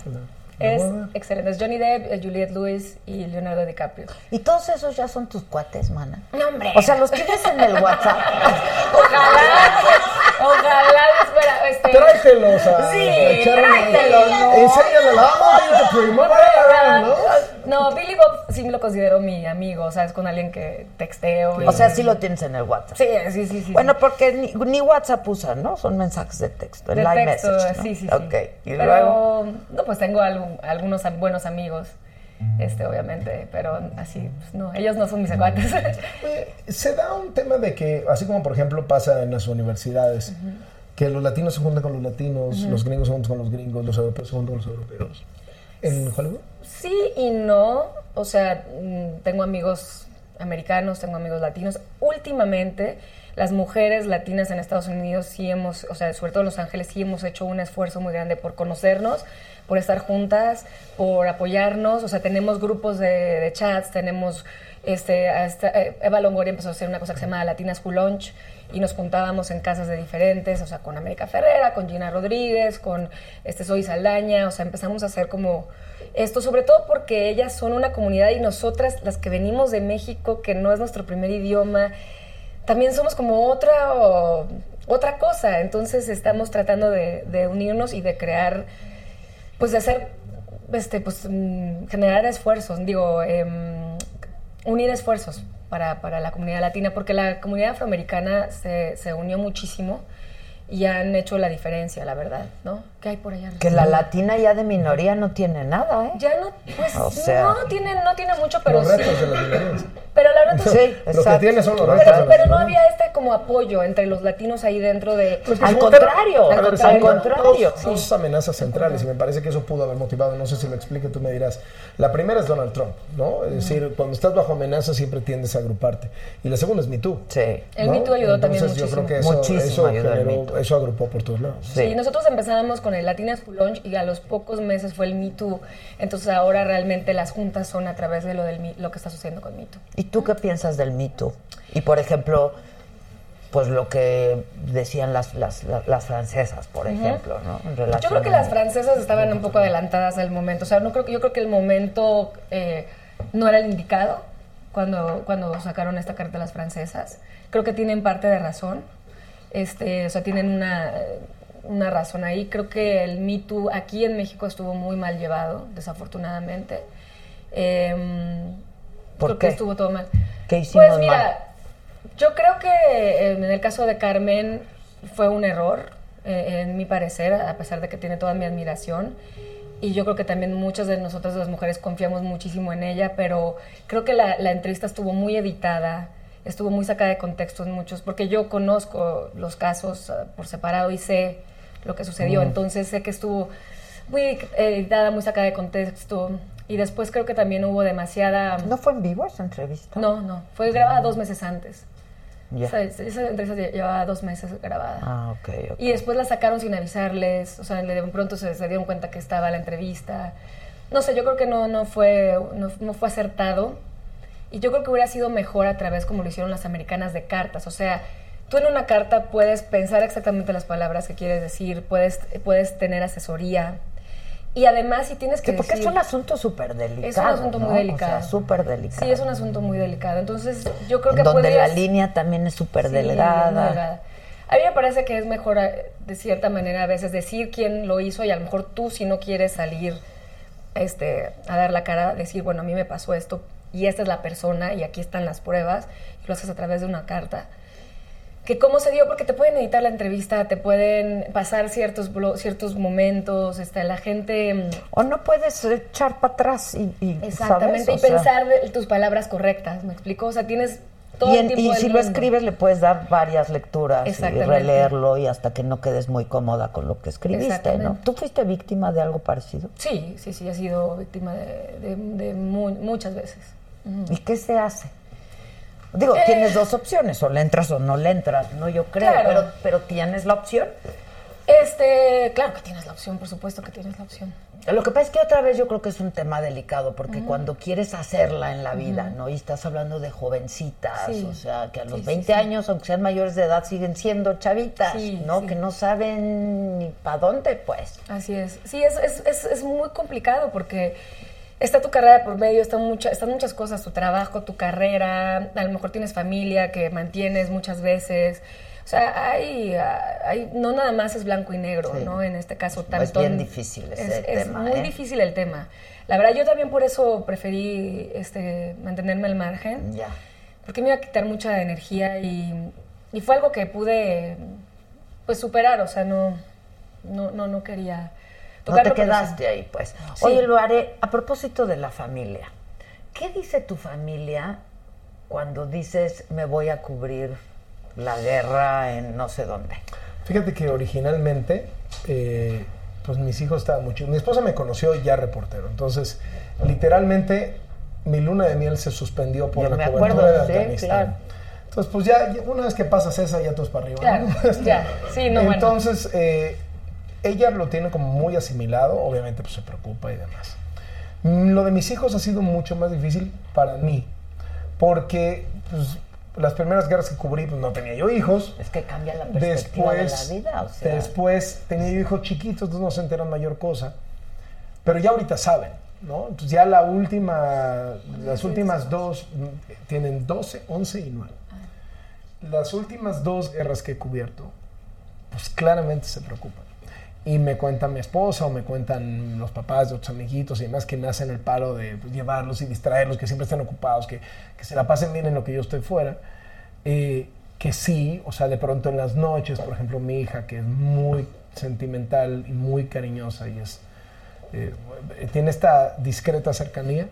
Es excelente. Es Johnny Depp, eh, Juliette Lewis y Leonardo DiCaprio.
Y todos esos ya son tus cuates, mana.
¡No, hombre!
O sea, los tienes en el WhatsApp.
ojalá, ojalá les fuera. Este,
Tráetelos a,
Sí,
a echar una-
tráetelos, ¿no?
Enséñale la mano, tu primo. ¿no?
no, Billy Bob sí me lo considero mi amigo, o sea, es con alguien que texteo. y-
O sea, sí lo tienes en el WhatsApp.
sí, sí, sí, sí.
Bueno, porque ni, ni WhatsApp usan, ¿no? Son mensajes de texto. El
de
live
texto,
message, ¿no?
sí, sí, sí.
Ok. Y
pero,
luego.
no, pues tengo algu- algunos am- buenos amigos, este, obviamente, pero así, pues, no, ellos no
Mm.
son mis aguantes.
Eh, Se da un tema de que, así como por ejemplo pasa en las universidades, que los latinos se juntan con los latinos, los gringos se juntan con los gringos, los europeos se juntan con los europeos. ¿En Hollywood?
sí y no, o sea, mm, tengo amigos americanos, tengo amigos latinos. Últimamente, las mujeres latinas en Estados Unidos sí hemos, o sea, sobre todo en Los Ángeles, sí hemos hecho un esfuerzo muy grande por conocernos, por estar juntas, por apoyarnos, o sea, tenemos grupos de, de chats, tenemos este, hasta, eh, Eva Longoria empezó a hacer una cosa que se llama Latinas Who Lunch y nos juntábamos en casas de diferentes, o sea, con América Ferrera, con Gina Rodríguez, con este Soy Saldaña, o sea, empezamos a hacer como esto, sobre todo porque ellas son una comunidad y nosotras, las que venimos de México, que no es nuestro primer idioma, también somos como otra o- otra cosa. Entonces estamos tratando de, de unirnos y de crear, pues de hacer, este, pues mm, generar esfuerzos, digo, em, unir esfuerzos para, para la comunidad latina, porque la comunidad afroamericana se, se unió muchísimo y han hecho la diferencia, la verdad, ¿no? ¿Qué hay por allá?
Que la latina ya de minoría no tiene nada, ¿eh?
Ya no, pues
O sea.
no tiene, no tiene mucho, pero
Los
sí.
retos de las minorías.
Pero la verdad
Sí,
Lo que
exacto.
tiene son los retos de
pero,
las
pero no
minorías.
había este como apoyo entre los latinos ahí dentro de
Pues que
Al
son-
contrario,
A ver,
al
son
contrario.
Dos, dos amenazas centrales y me parece que eso pudo haber motivado, no sé si lo explique, tú me dirás. La primera es Donald Trump, ¿no? Es decir, cuando estás bajo amenaza siempre tiendes a agruparte. Y la segunda es Me Too.
Sí.
El
¿no?
Me Too ayudó también
Entonces,
muchísimo.
Yo creo que eso,
Muchísimo
eso,
ayudó el
generó-
Me Too.
eso agrupó por todos lados.
Sí.
Sí, nosotros empezábamos con el Latinas Full Launch y a los pocos meses fue el Me Too. Entonces ahora realmente las juntas son a través de lo, del, Me- lo que está sucediendo con Me Too.
¿Y tú qué piensas del mito? Y por ejemplo, pues lo que decían las, las, las, las francesas, por ejemplo, ¿no? En
Yo
relación
creo que
a-
las francesas estaban un poco adelantadas al momento. O sea, no creo, que- yo creo que el momento eh, no era el indicado cuando, cuando sacaron esta carta las francesas. Creo que tienen parte de razón. Este, o sea, tienen una, una razón ahí. Creo que el Me Too aquí en México estuvo muy mal llevado, desafortunadamente. Em,
¿Por
creo
qué?
que estuvo todo mal.
¿Qué hicimos
Pues mira,
mal?
yo creo que eh, en el caso de Carmen fue un error, eh, en mi parecer, a pesar de que tiene toda mi admiración. Y yo creo que también muchas de nosotras las mujeres confiamos muchísimo en ella, pero creo que la, la entrevista estuvo muy editada, estuvo muy sacada de contexto en muchos, porque yo conozco los casos eh, por separado y sé lo que sucedió, entonces sé que estuvo muy editada, muy sacada de contexto. Y después creo que también hubo demasiada...
¿No fue en vivo esa entrevista?
No, no, fue grabada dos meses antes.
Ya.
O sea, esa esa entrevista lle- llevaba dos meses grabada.
Ah, ok, ok.
Y después la sacaron sin avisarles, o sea, de pronto se, se dieron cuenta que estaba la entrevista. No sé, yo creo que no, no, fue, no, no fue acertado. Y yo creo que hubiera sido mejor a través como lo hicieron las americanas de cartas. O sea, tú en una carta puedes pensar exactamente las palabras que quieres decir, puedes, puedes tener asesoría. Y además, si tienes que
Sí, porque es
decir-
un asunto súper delicado.
es un asunto
¿no?
muy delicado.
O sea, súper delicado.
Sí, es un asunto muy delicado. Entonces, yo creo
En
que
donde
podrías-
la línea también es súper
Sí, es muy
delgada.
delgada. A mí me parece que es mejor, eh, de cierta manera, a veces decir quién lo hizo y a lo mejor tú, si no quieres salir este, a dar la cara, decir, bueno, a mí me pasó esto y esta es la persona y aquí están las pruebas, y lo haces a través de una carta que cómo se dio, porque te pueden editar la entrevista, te pueden pasar ciertos, blo- ciertos momentos, este, la gente... mm,
O no puedes echar para atrás y, y,
Exactamente,
¿sabes? Pues, O sea,
y pensar de- tus palabras correctas, ¿me explico? O sea, tienes todo
y
el
en-
tiempo
y
del
si lo
mundo.
escribes le puedes dar varias lecturas y
Exactamente.
releerlo y hasta que no quedes muy cómoda con lo que escribiste, ¿no?
Exactamente.
¿Tú fuiste víctima de algo parecido?
Sí, sí, sí, he sido víctima de, de- de mu- muchas veces.
¿Y qué se hace? Digo,
Mm. Eh.
tienes dos opciones, o le entras o no le entras, ¿no? Yo creo,
Claro.
pero, pero tienes la opción.
Este, claro que tienes la opción, por supuesto que tienes la opción.
Lo que pasa es que otra vez yo creo que es un tema delicado, porque cuando quieres hacerla en la vida, ¿no? Y estás hablando de jovencitas,
Sí.
o sea, que a los
Sí, sí,
20
sí.
años, aunque sean mayores de edad, siguen siendo chavitas,
Sí,
¿no?
sí.
Que no saben ni para dónde, pues.
Así es. Sí, es, es, es, es muy complicado porque está tu carrera por medio, están, mucha- están muchas cosas, tu trabajo, tu carrera, a lo mejor tienes familia que mantienes muchas veces. O sea, hay, hay- no nada más es blanco y negro,
Sí.
¿no? En este caso,
No,
tanto...
es bien difícil ese
es,
tema,
Es muy
¿eh?
difícil el tema. La verdad, yo también por eso preferí este, mantenerme al margen
Ya.
porque me iba a quitar mucha energía y, y fue algo que pude pues superar, o sea, no no no, no quería
No te
tocarlo, pero
quedaste
sí.
ahí, pues.
Sí.
Oye, lo haré a propósito de la familia. ¿Qué dice tu familia cuando dices me voy a cubrir la guerra en no sé dónde?
Fíjate que originalmente, eh, pues mis hijos estaban mucho. Mi esposa me conoció ya reportero, entonces literalmente mi luna de miel se suspendió por
Yo
la
me
cobertura
acuerdo,
de
sí,
Afganistán.
claro.
Entonces, pues ya, ya una vez que pasas esa, ya tú es para arriba.
Claro,
¿no? Este,
ya. Sí, no, bueno.
Entonces, eh, ella lo tiene como muy asimilado, obviamente pues se preocupa y demás. Mm, Lo de mis hijos ha sido mucho más difícil para mí, porque pues, las primeras guerras que cubrí, pues no tenía yo hijos.
Es que cambia la perspectiva
Después,
de la vida, o sea.
después tenía yo hijos chiquitos, entonces no se enteran mayor cosa. Pero ya ahorita saben, ¿no? Entonces ya la última, las últimas dos, mm, tienen 12, 11 y 9. Las últimas dos guerras que he cubierto, pues claramente se preocupan. Y me cuentan mi esposa o me cuentan los papás de otros amiguitos y demás que me hacen el paro de pues, llevarlos y distraerlos, que siempre están ocupados, que, que se la pasen bien en lo que yo estoy fuera. Eh, que sí, o sea, de pronto en las noches, por ejemplo, mi hija, que es muy sentimental y muy cariñosa y es eh, tiene esta discreta cercanía,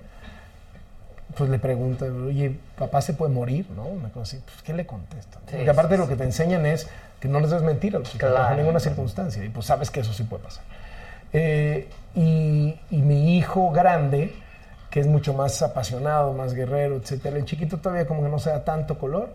pues le pregunta, oye, papá se puede morir, ¿no? Una cosa así, pues, ¿qué le contesta?
Sí,
Porque aparte
sí,
lo que te enseñan es que no les des mentir a los hijos,
Claro.
bajo ninguna circunstancia, y pues sabes que eso sí puede pasar. Eh, y, y mi hijo grande, que es mucho más apasionado, más guerrero, etcétera, el chiquito todavía como que no se da tanto color,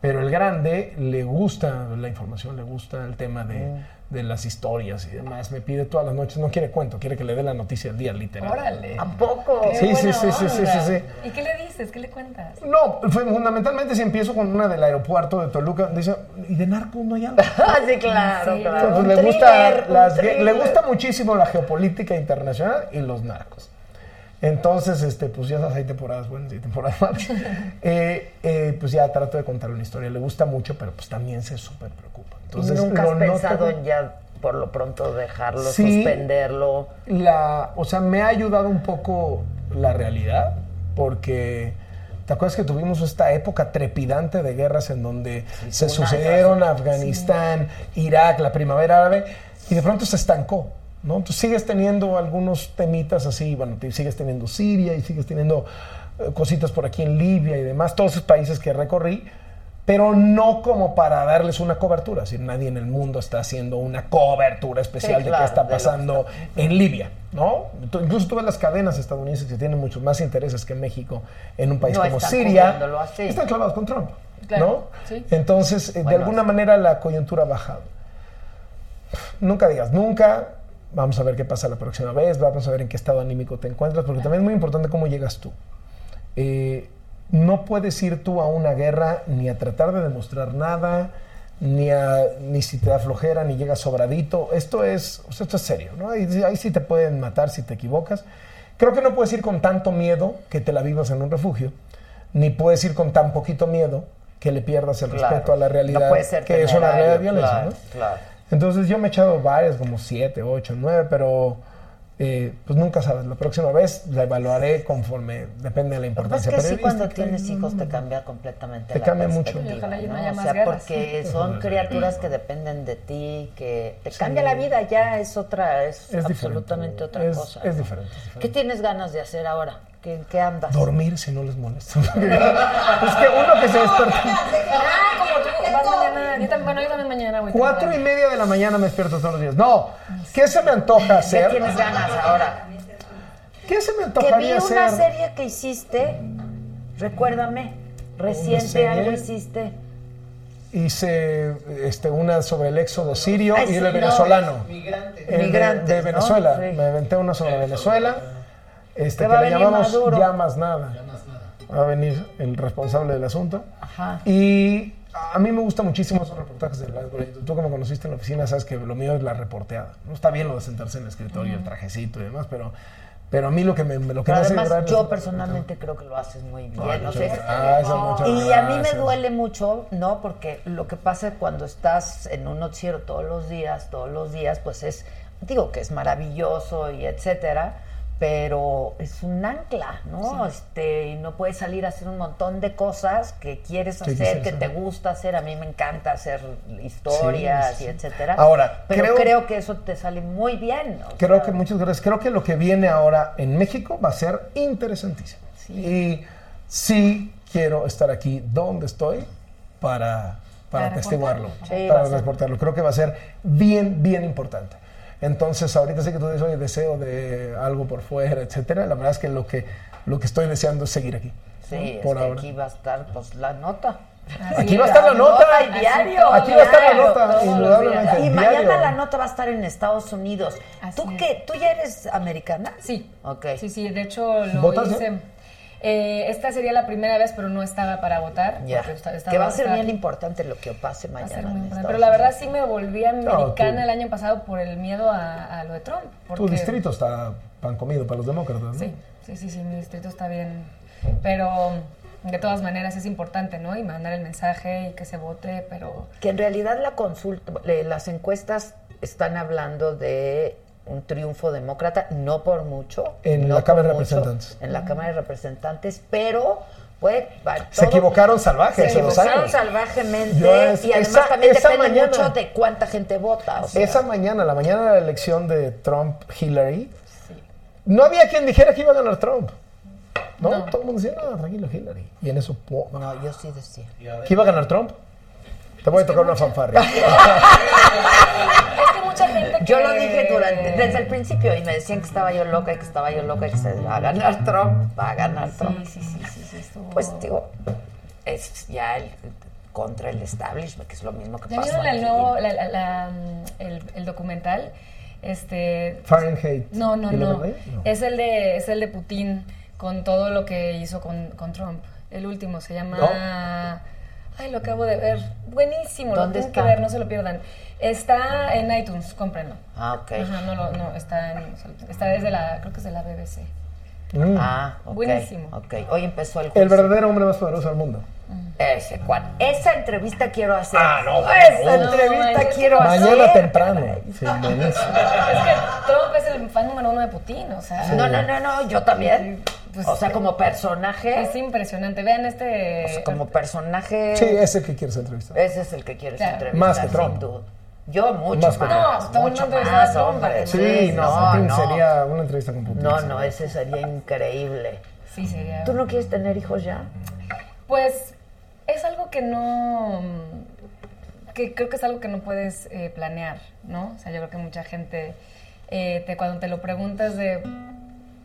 pero el grande le gusta la información, le gusta el tema de, de las historias y demás. Me pide todas las noches, no quiere cuento, quiere que le dé la noticia del día, literal. Ah,
Órale.
¿A poco?
Sí,
Qué
sí,
buena
sí, sí, sí, sí, sí.
onda. ¿Y qué le dices? ¿Qué le cuentas?
No, fue- fundamentalmente si empiezo con una del aeropuerto de Toluca, dice, ¿y de narcos no hay algo?
Ah, sí, claro, claro.
Entonces,
Un
pues, le, gusta
thriller, un
las gue-
thriller.
le gusta muchísimo la geopolítica internacional y los narcos. Entonces, este, pues ya sabes, hay temporadas buenas y temporadas malas. Eh, eh, pues ya trato de contar una historia. Le gusta mucho, pero pues también se súper preocupa. Entonces,
¿Nunca has
lo noto-
pensado en ya por lo pronto dejarlo,
Sí.
suspenderlo?
la, o sea, me ha ayudado un poco la realidad, porque ¿te acuerdas que tuvimos esta época trepidante de guerras en donde se sucedieron Afganistán, Irak, la primavera árabe, y de pronto se estancó? ¿no? Tú sigues teniendo algunos temitas así, bueno, te- sigues teniendo Siria y sigues teniendo eh, cositas por aquí en Libia y demás, todos esos países que recorrí, pero no como para darles una cobertura, es decir, nadie en el mundo está haciendo una cobertura especial de
claro,
qué está
de lo que
pasando pasando en Libia, ¿no? Tú- Incluso tú ves las cadenas estadounidenses que tienen muchos más intereses que México en un país
No
como
están
Siria.
cubriéndolo así.
Están clavados con Trump,
Claro,
¿no?
sí.
Entonces, eh, de
Bueno,
alguna
sí.
manera la coyuntura ha bajado. Nunca digas nunca. Vamos a ver qué pasa la próxima vez, vamos a ver en qué estado anímico te encuentras, porque también es muy importante cómo llegas tú. Eh, no puedes ir tú a una guerra ni a tratar de demostrar nada, ni, a, ni si te da flojera, ni llegas sobradito. Esto es, o sea, esto es serio, ¿no? Ahí, ahí sí te pueden matar si te equivocas. Creo que no puedes ir con tanto miedo que te la vivas en un refugio, ni puedes ir con tan poquito miedo que le pierdas el
Claro.
respeto a la realidad,
No puede ser
que es una realidad de
temerario,
violencia,
claro,
¿no?
claro.
Entonces yo me he echado varias, como siete, ocho, nueve, pero eh, pues nunca sabes. La próxima vez la evaluaré conforme, depende de la
Lo que pasa
importancia.
es que sí,
periodística
Pues cuando
y-
tienes hijos te cambia completamente
Te
la
cambia mucho.
perspectiva,
Y ojalá ya no
¿no?
haya
O
más
sea,
guerras.
porque son criaturas que dependen de ti, que te cambia la vida, ya es otra, es,
es
absolutamente
diferente.
otra
es,
cosa.
Es
¿no?
diferente. es diferente.
¿Qué tienes ganas de hacer ahora? ¿Qué- ¿En qué andas?
Dormir si no les molesta. es que uno que se despierta.
Ah, como tú vas mañana. Yo también, bueno, yo también mañana voy.
Cuatro y media de la mañana me despierto todos los días. No, ¿qué se me antoja
¿Qué
hacer?
tienes ganas ahora?
¿Qué se me
Que vi
antojaría
una
hacer?
serie que hiciste, recuérdame, reciente
serie?
algo hiciste.
Hice este, una sobre el éxodo sirio
Ay,
y
sí,
el
no,
venezolano.
Migrantes.
El de- De,
Migrantes, ¿no?
Venezuela.
Sí.
Me aventé una sobre Venezuela. Este,
Que
que
va a
le
venir
llamamos
Maduro.
Ya más nada. Va a venir el responsable del asunto.
Ajá.
Y a mí me gustan muchísimo esos reportajes de Blanco. Tú que me conociste en la oficina sabes que lo mío es la reporteada. No está bien lo de sentarse en el escritorio, el trajecito y demás, pero, pero a mí lo que me, lo que
Pero
me hace
además
vibrar es la
yo
reporteada.
personalmente creo que lo haces muy bien.
Ay,
o
muchas
sea,
gracias, Ah, muchas
y a mí me
gracias.
duele mucho, ¿no? Porque lo que pasa cuando estás en un noticiero todos los días, todos los días, pues es, digo que es maravilloso y etcétera, pero es un ancla, ¿no? Este, y no puedes salir a hacer un montón de cosas que quieres
Que
hacer, que
quisieras
te
hacer.
gusta hacer. A mí me encanta hacer historias
Sí, sí.
y etcétera.
Ahora,
pero creo,
creo-
que eso te sale muy bien. o
Creo
sea,
que muchas gracias. Creo que lo que viene ahora en México va a ser interesantísimo. Y sí quiero estar aquí donde estoy para, para atestiguarlo,
Sí, va a
para
ser.
reportarlo. Creo que va a ser bien, bien importante. Entonces, ahorita sé que tú dices, oye, deseo de algo por fuera, etcétera. La verdad es que lo que, lo que estoy deseando es seguir aquí.
Sí,
¿no?
es
por
que
ahora.
aquí va a estar pues la nota.
Aquí va a estar la nota.
y diario.
Aquí va a estar la
diario,
nota,
todos los
indudablemente.
días. Y
diario.
mañana la nota va a estar en Estados Unidos.
Así
¿Tú
es.
qué? ¿Tú ya eres americana?
Sí.
Ok.
Sí, sí, de hecho lo
¿Votas ya?
hice. Eh, esta sería la primera vez, pero no estaba para votar.
Ya.
porque esta-
Que
estaba-
va a ser
estaba-
bien importante lo que pase
va a ser
mañana.
muy
en
importante.
Estados
Pero la verdad
Unidos.
sí me volví
tú-
americana el año pasado por el miedo a, a lo de Trump.
Tu
porque-
Pues, distrito está pan comido para los demócratas, ¿no?
Mm.
Sí, sí, sí, sí, mi distrito está bien. Pero de todas maneras es importante, ¿no? Y mandar el mensaje y que se vote, pero
Que en realidad la consulta, le- las encuestas están hablando de un triunfo demócrata, no por mucho.
En
no
la Cámara
por
de Representantes.
En la Cámara de Representantes, pero Puede, va,
Se
todo-
equivocaron salvajes
Se
en Los
equivocaron
Ángeles.
salvajemente
Yo es-
y además
esa-
también
esa
depende
mañana-
mucho de cuánta gente vota. o sea.
Esa mañana, la mañana de la elección de Trump-Hillary, no había quien dijera que iba a ganar Trump. No, todo el mundo decía, no, tranquilo, Hillary. Y en eso, po-
No, yo sí decía.
¿que iba a ganar Trump? Te voy a tocar una fanfarria.
Es que mucha gente.
Yo
que-
lo dije durante, desde el principio y me decían que estaba yo loca y que estaba yo loca y que se va a ganar Trump, va a ganar Trump.
Sí, sí, sí, sí, sí, estuvo-
Pues digo, es ya el, contra el establishment, que es lo mismo que
¿Ya
pasó
vieron el
aquí.
nuevo, la- la- la, mm, el, el documental? Este.
Fahrenheit.
No, no, no.
11?
Es el de, es el de Putin con todo lo que hizo con, con Trump. El último se llama. Ay, lo acabo de ver. Buenísimo.
¿Dónde
lo tienen
está?
que ver, no se lo pierdan. Está en iTunes, cómprenlo.
Ah, ok.
Ajá, no, lo- no, está en, está desde la, creo que es de la BBC.
Ah, ok.
Buenísimo.
Ok, hoy empezó el
Mm. El
juicio.
verdadero hombre más poderoso del mundo.
Ese cual. Esa entrevista quiero hacer.
Ah, no,
Esa
no.
entrevista
No, es que
quiero hacer.
Mañana temprano. Sí, buenísimo.
Es que Trump es el fan número uno de Putin, o sea,
No, no, no, no, yo también.
Pues,
o sea, como personaje.
es impresionante. Vean este.
o sea, como personaje.
Sí, ese que quieres entrevistar.
Ese es el que quieres
Claro.
entrevistar.
Más que Trump.
Sin duda. Yo mucho más.
Más que
Trump. No,
mucho
Trump es
más,
una bomba,
hombre.
que
Sí, no, Putin
no.
sería una entrevista con Putin.
No, no, ese sería increíble.
Sí, sería.
¿Tú no quieres tener hijos ya?
Pues es algo que no. mm, que creo que es algo que no puedes eh, planear, ¿no? O sea, yo creo que mucha gente, eh, te- cuando te lo preguntas de.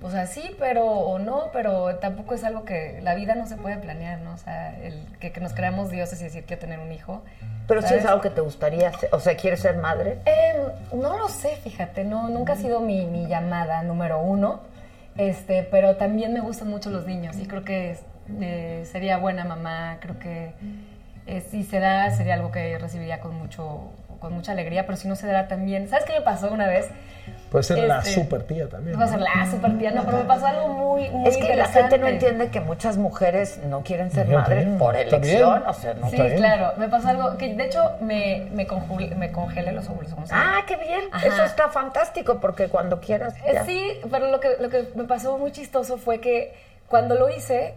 O sea, sí, pero. o no, pero tampoco es algo que. la vida no se puede planear, ¿no? O sea, el, que, que nos creamos dioses y decir quiero tener un hijo.
Pero si
¿sabes?
es algo que te gustaría hacer. O sea, ¿quieres ser madre?
Eh, no lo sé, fíjate, no, nunca ha sido mi, mi llamada número uno, este, pero también me gustan mucho los niños y creo que eh, sería buena mamá, creo que eh, si se da sería algo que recibiría con mucho con mucha alegría, pero si no se dará también, ¿sabes qué me pasó una vez?
Puede ser la
Este.
super tía también.
Iba a ser la super tía, no, pero me pasó algo muy, muy
Es que la gente no
interesante.
entiende que muchas mujeres no quieren ser
Ya,
madres
bien,
por
está
elección.
bien.
O sea, no.
Sí,
Está bien.
claro, me pasó algo que de hecho me, me, conjul- me congelé los óvulos. ¿cómo se llama?
Ah, qué bien.
Ajá.
Eso está fantástico porque cuando quieras.
Eh,
ya.
Sí, pero lo que, lo que me pasó muy chistoso fue que cuando lo hice,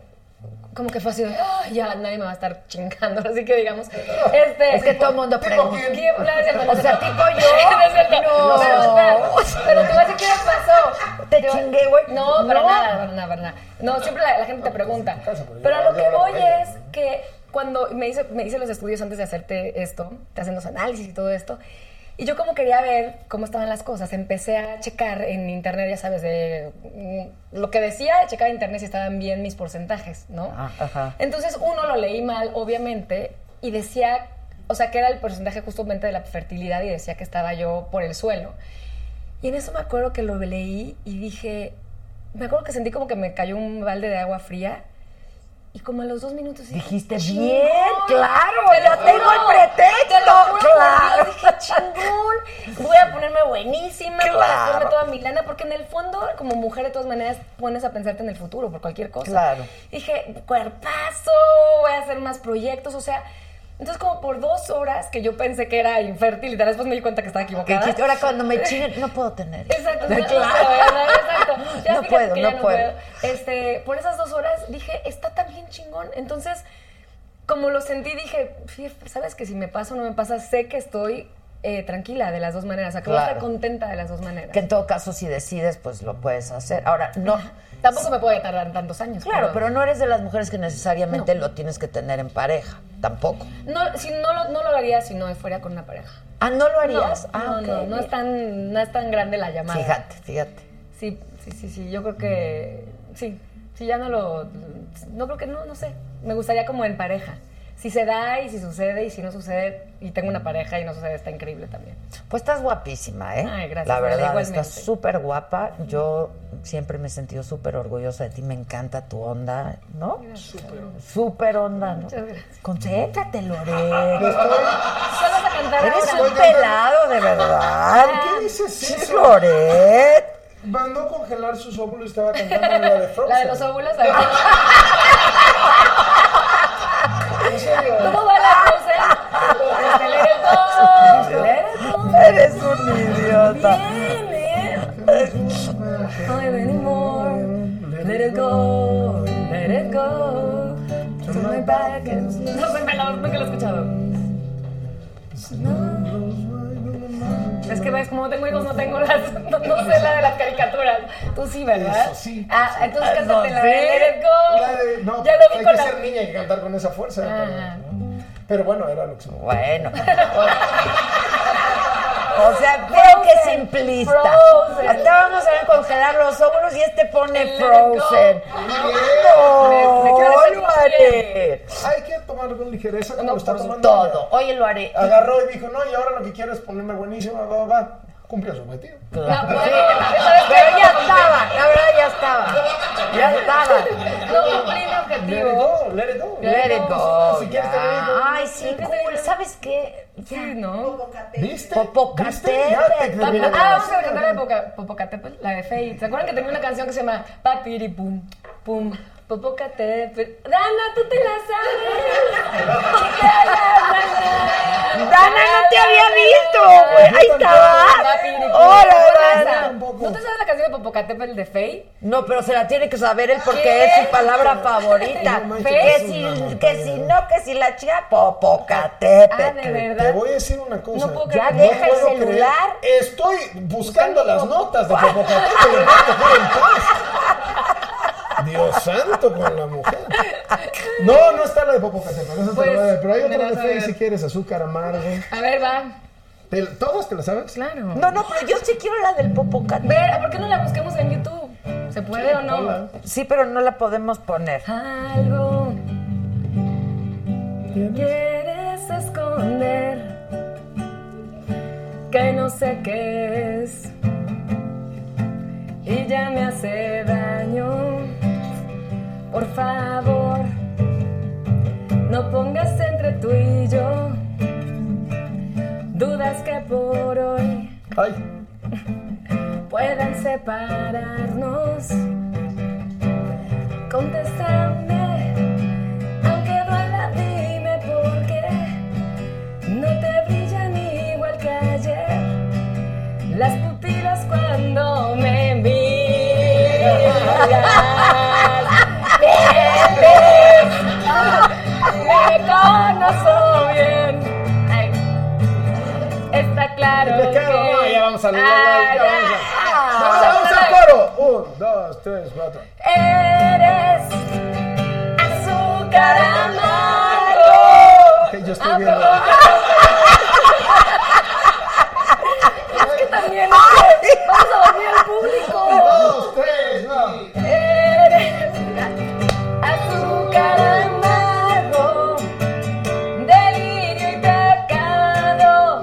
como que fue así de, "Ah, ya nadie me va a estar chingando, así que digamos. Este,
Es que todo el mundo pregunta.
¿Quién? No, es cierto, no
O
es
sea,
cierto.
tipo yo.
No es cierto.
No.
Pero, espera, pero te voy a decir qué me pasó.
Te
Yo-
chingué, güey.
No, para
No.
nada, para nada, para nada. No, pues, siempre la, la gente te pregunta. Pero a lo que voy es que cuando me hice, me hice los estudios antes de hacerte esto, te hacen los análisis y todo esto. Y yo como quería ver cómo estaban las cosas, empecé a checar en internet, ya sabes, de mm, lo que decía, checar en internet si estaban bien mis porcentajes, ¿no?
Ah, ajá.
Entonces uno lo leí mal, obviamente, y decía, o sea, que era el porcentaje justamente de la fertilidad y decía que estaba yo por el suelo. Y en eso me acuerdo que lo leí y dije, me acuerdo que sentí como que me cayó un balde de agua fría. Y como a los dos minutos dije,
Dijiste,
"Chingón,
bien, claro,
te lo
yo tengo
juro,
el pretexto,
te lo juro por
claro".
Dios, dije, chingón, voy a ponerme buenísima, voy a hacerme
Claro.
toda mi lana, porque en el fondo, como mujer, de todas maneras, pones a pensarte en el futuro por cualquier cosa.
Claro.
Dije, cuerpazo, voy a hacer más proyectos, o sea... Entonces, como por dos horas que yo pensé que era infértil y tal, después me di cuenta que estaba
Que
equivocada.
dijiste, ahora cuando me chinguen, no puedo tener. hijos.
Exacto,
No,
no,
claro.
no, no, exacto. Ya
no
fíjate
puedo,
que ya
no puedo.
Este, por esas dos horas dije, está tan bien chingón. Entonces, como lo sentí, dije, "Fie- sabes que si me pasa o no me pasa, sé que estoy eh, tranquila de las dos maneras. O sea, que voy a
Claro.
estar contenta de las dos maneras.
Que en todo caso, si decides, pues lo puedes hacer. Ahora, no.
Tampoco me puede tardar tantos años.
Claro, pero no eres de las mujeres que necesariamente lo tienes que tener en pareja. Tampoco.
No, si no, lo, no lo haría si no fuera con una pareja.
Ah, ¿no lo
No,
harías? ah,
no,
ok,
no, no es tan, no es tan grande la llamada.
Fíjate, fíjate.
Sí, sí, sí, sí, yo creo que sí, sí, ya no lo, no creo que, no, no sé, me gustaría como en pareja. Si se da y si sucede y si no sucede y tengo una pareja y no sucede, está increíble también.
Pues estás guapísima, ¿eh?
Ay, gracias,
La
Adela,
verdad,
igualmente.
estás súper guapa. Yo siempre me he sentido súper orgullosa de ti. Me encanta tu onda, ¿no? Súper onda, ¿no?
Muchas gracias.
Concéntrate, Lore.
Solo vas a cantar
Eres
ahora.
un pelado, de verdad.
¿Qué dices
Sí,
eso?
Loret.
Mandó congelar sus óvulos y estaba cantando la de Frozen.
La de los óvulos. la de-
¿En serio?
¿Cómo va la cosa? Acelera el todo, acelera el todo.
Eres un idiota.
Bien, eh. Ay, anymore. Let it go, let it go.
going back and
No sé, me la- nunca lo he escuchado. Es que ves, como no tengo hijos, no tengo las. No, no sé la de las caricaturas. Tú sí, ¿verdad?
Eso sí.
Ah, entonces
Eso
cántate la
sí.
de Let It Go.
La de- no,
ya lo
hay
vi
que
con la.
ser niña y cantar con esa fuerza.
Ah.
pero- Pero bueno, era lo que se me
bueno. O sea, creo que es simplista.
Frozen.
Estábamos a congelar los óvulos y este pone
Let it go.
Frozen.
Me- me quiero
No,
decir
Álvarez.
Hay que tomarlo con ligereza como
No,
lo está
por
tomando.
Todo. Oye, lo haré.
ella. Agarró y dijo, no, y ahora lo que quiero es ponerme buenísima, va, va, va. Cumplió su objetivo.
No, bueno, ¿sabes qué?
Pero ya estaba, la verdad ya estaba. Ya estaba.
No cumplí mi
Let it
objetivo.
go, let it go.
Let it go.
Si
ya.
quieres tener hijos.
Ay, sí, cool. ¿Sabes qué?
Sí, ¿no?
¿Viste? ¿Viste?
Popocatépetl.
Ya te
Ah,
terminé de
vamos a
decir.
cantar la de Poca- Popocatépetl, la de Fate. ¿Se acuerdan que tenía una canción que se llama Papiripum, pum, Popocatépetl? Dana, tú te la sabes.
Dana, no te había visto, güey. Ahí estaba.
Papiripum.
Hola,
Hola,
Dana.
¿No te sabes la canción de Popocatépetl de Fate?
No, pero se la tiene que saber él porque
¿Qué?
es su palabra favorita.
No manches,
que,
es una
si,
mamada.
que si no, que si la chica
Ah, de
popocatépetl.
Te
verdad.
voy a decir una cosa.
No puedo
Ya
No
deja
puedo
el celular.
creer. Estoy buscando las notas de Popocatépetl. no te dejar en paz. Dios santo con la mujer. No, no está la de Popocatépetl. Esa
Pues,
te la voy a dar, Pero hay
me
otra
la
de
vas a
Fey
ver.
si quieres. Azúcar amargo.
A ver, va.
¿Te- ¿Todas te las sabes?
Claro.
No, no, pero yo sí quiero la del popocatépetl.
Ver, ¿por qué no la buscamos en YouTube? ¿Se puede o no?
Hola.
Sí, pero no la podemos poner.
Algo quieres esconder que no sé qué es y ya me hace daño. Por favor, no pongas entre tú y yo dudas que por hoy
Ay,
puedan separarnos. Contéstame, aunque duela, dime por qué no te brillan igual que ayer las pupilas cuando me miras. Vienes, me conozco bien. Ay, Está claro.
me cago.
que-
No, ya vamos a
Ah,
ya vamos a-
ya.
Vamos, vamos
a-
al coro. Un, dos, tres, cuatro.
Eres azúcar amargo.
Que yo estoy
Ah,
viendo.
perdón. Es que también vamos a dormir al
Un,
público.
dos, tres, no.
Eres azúcar amargo, delirio y pecado.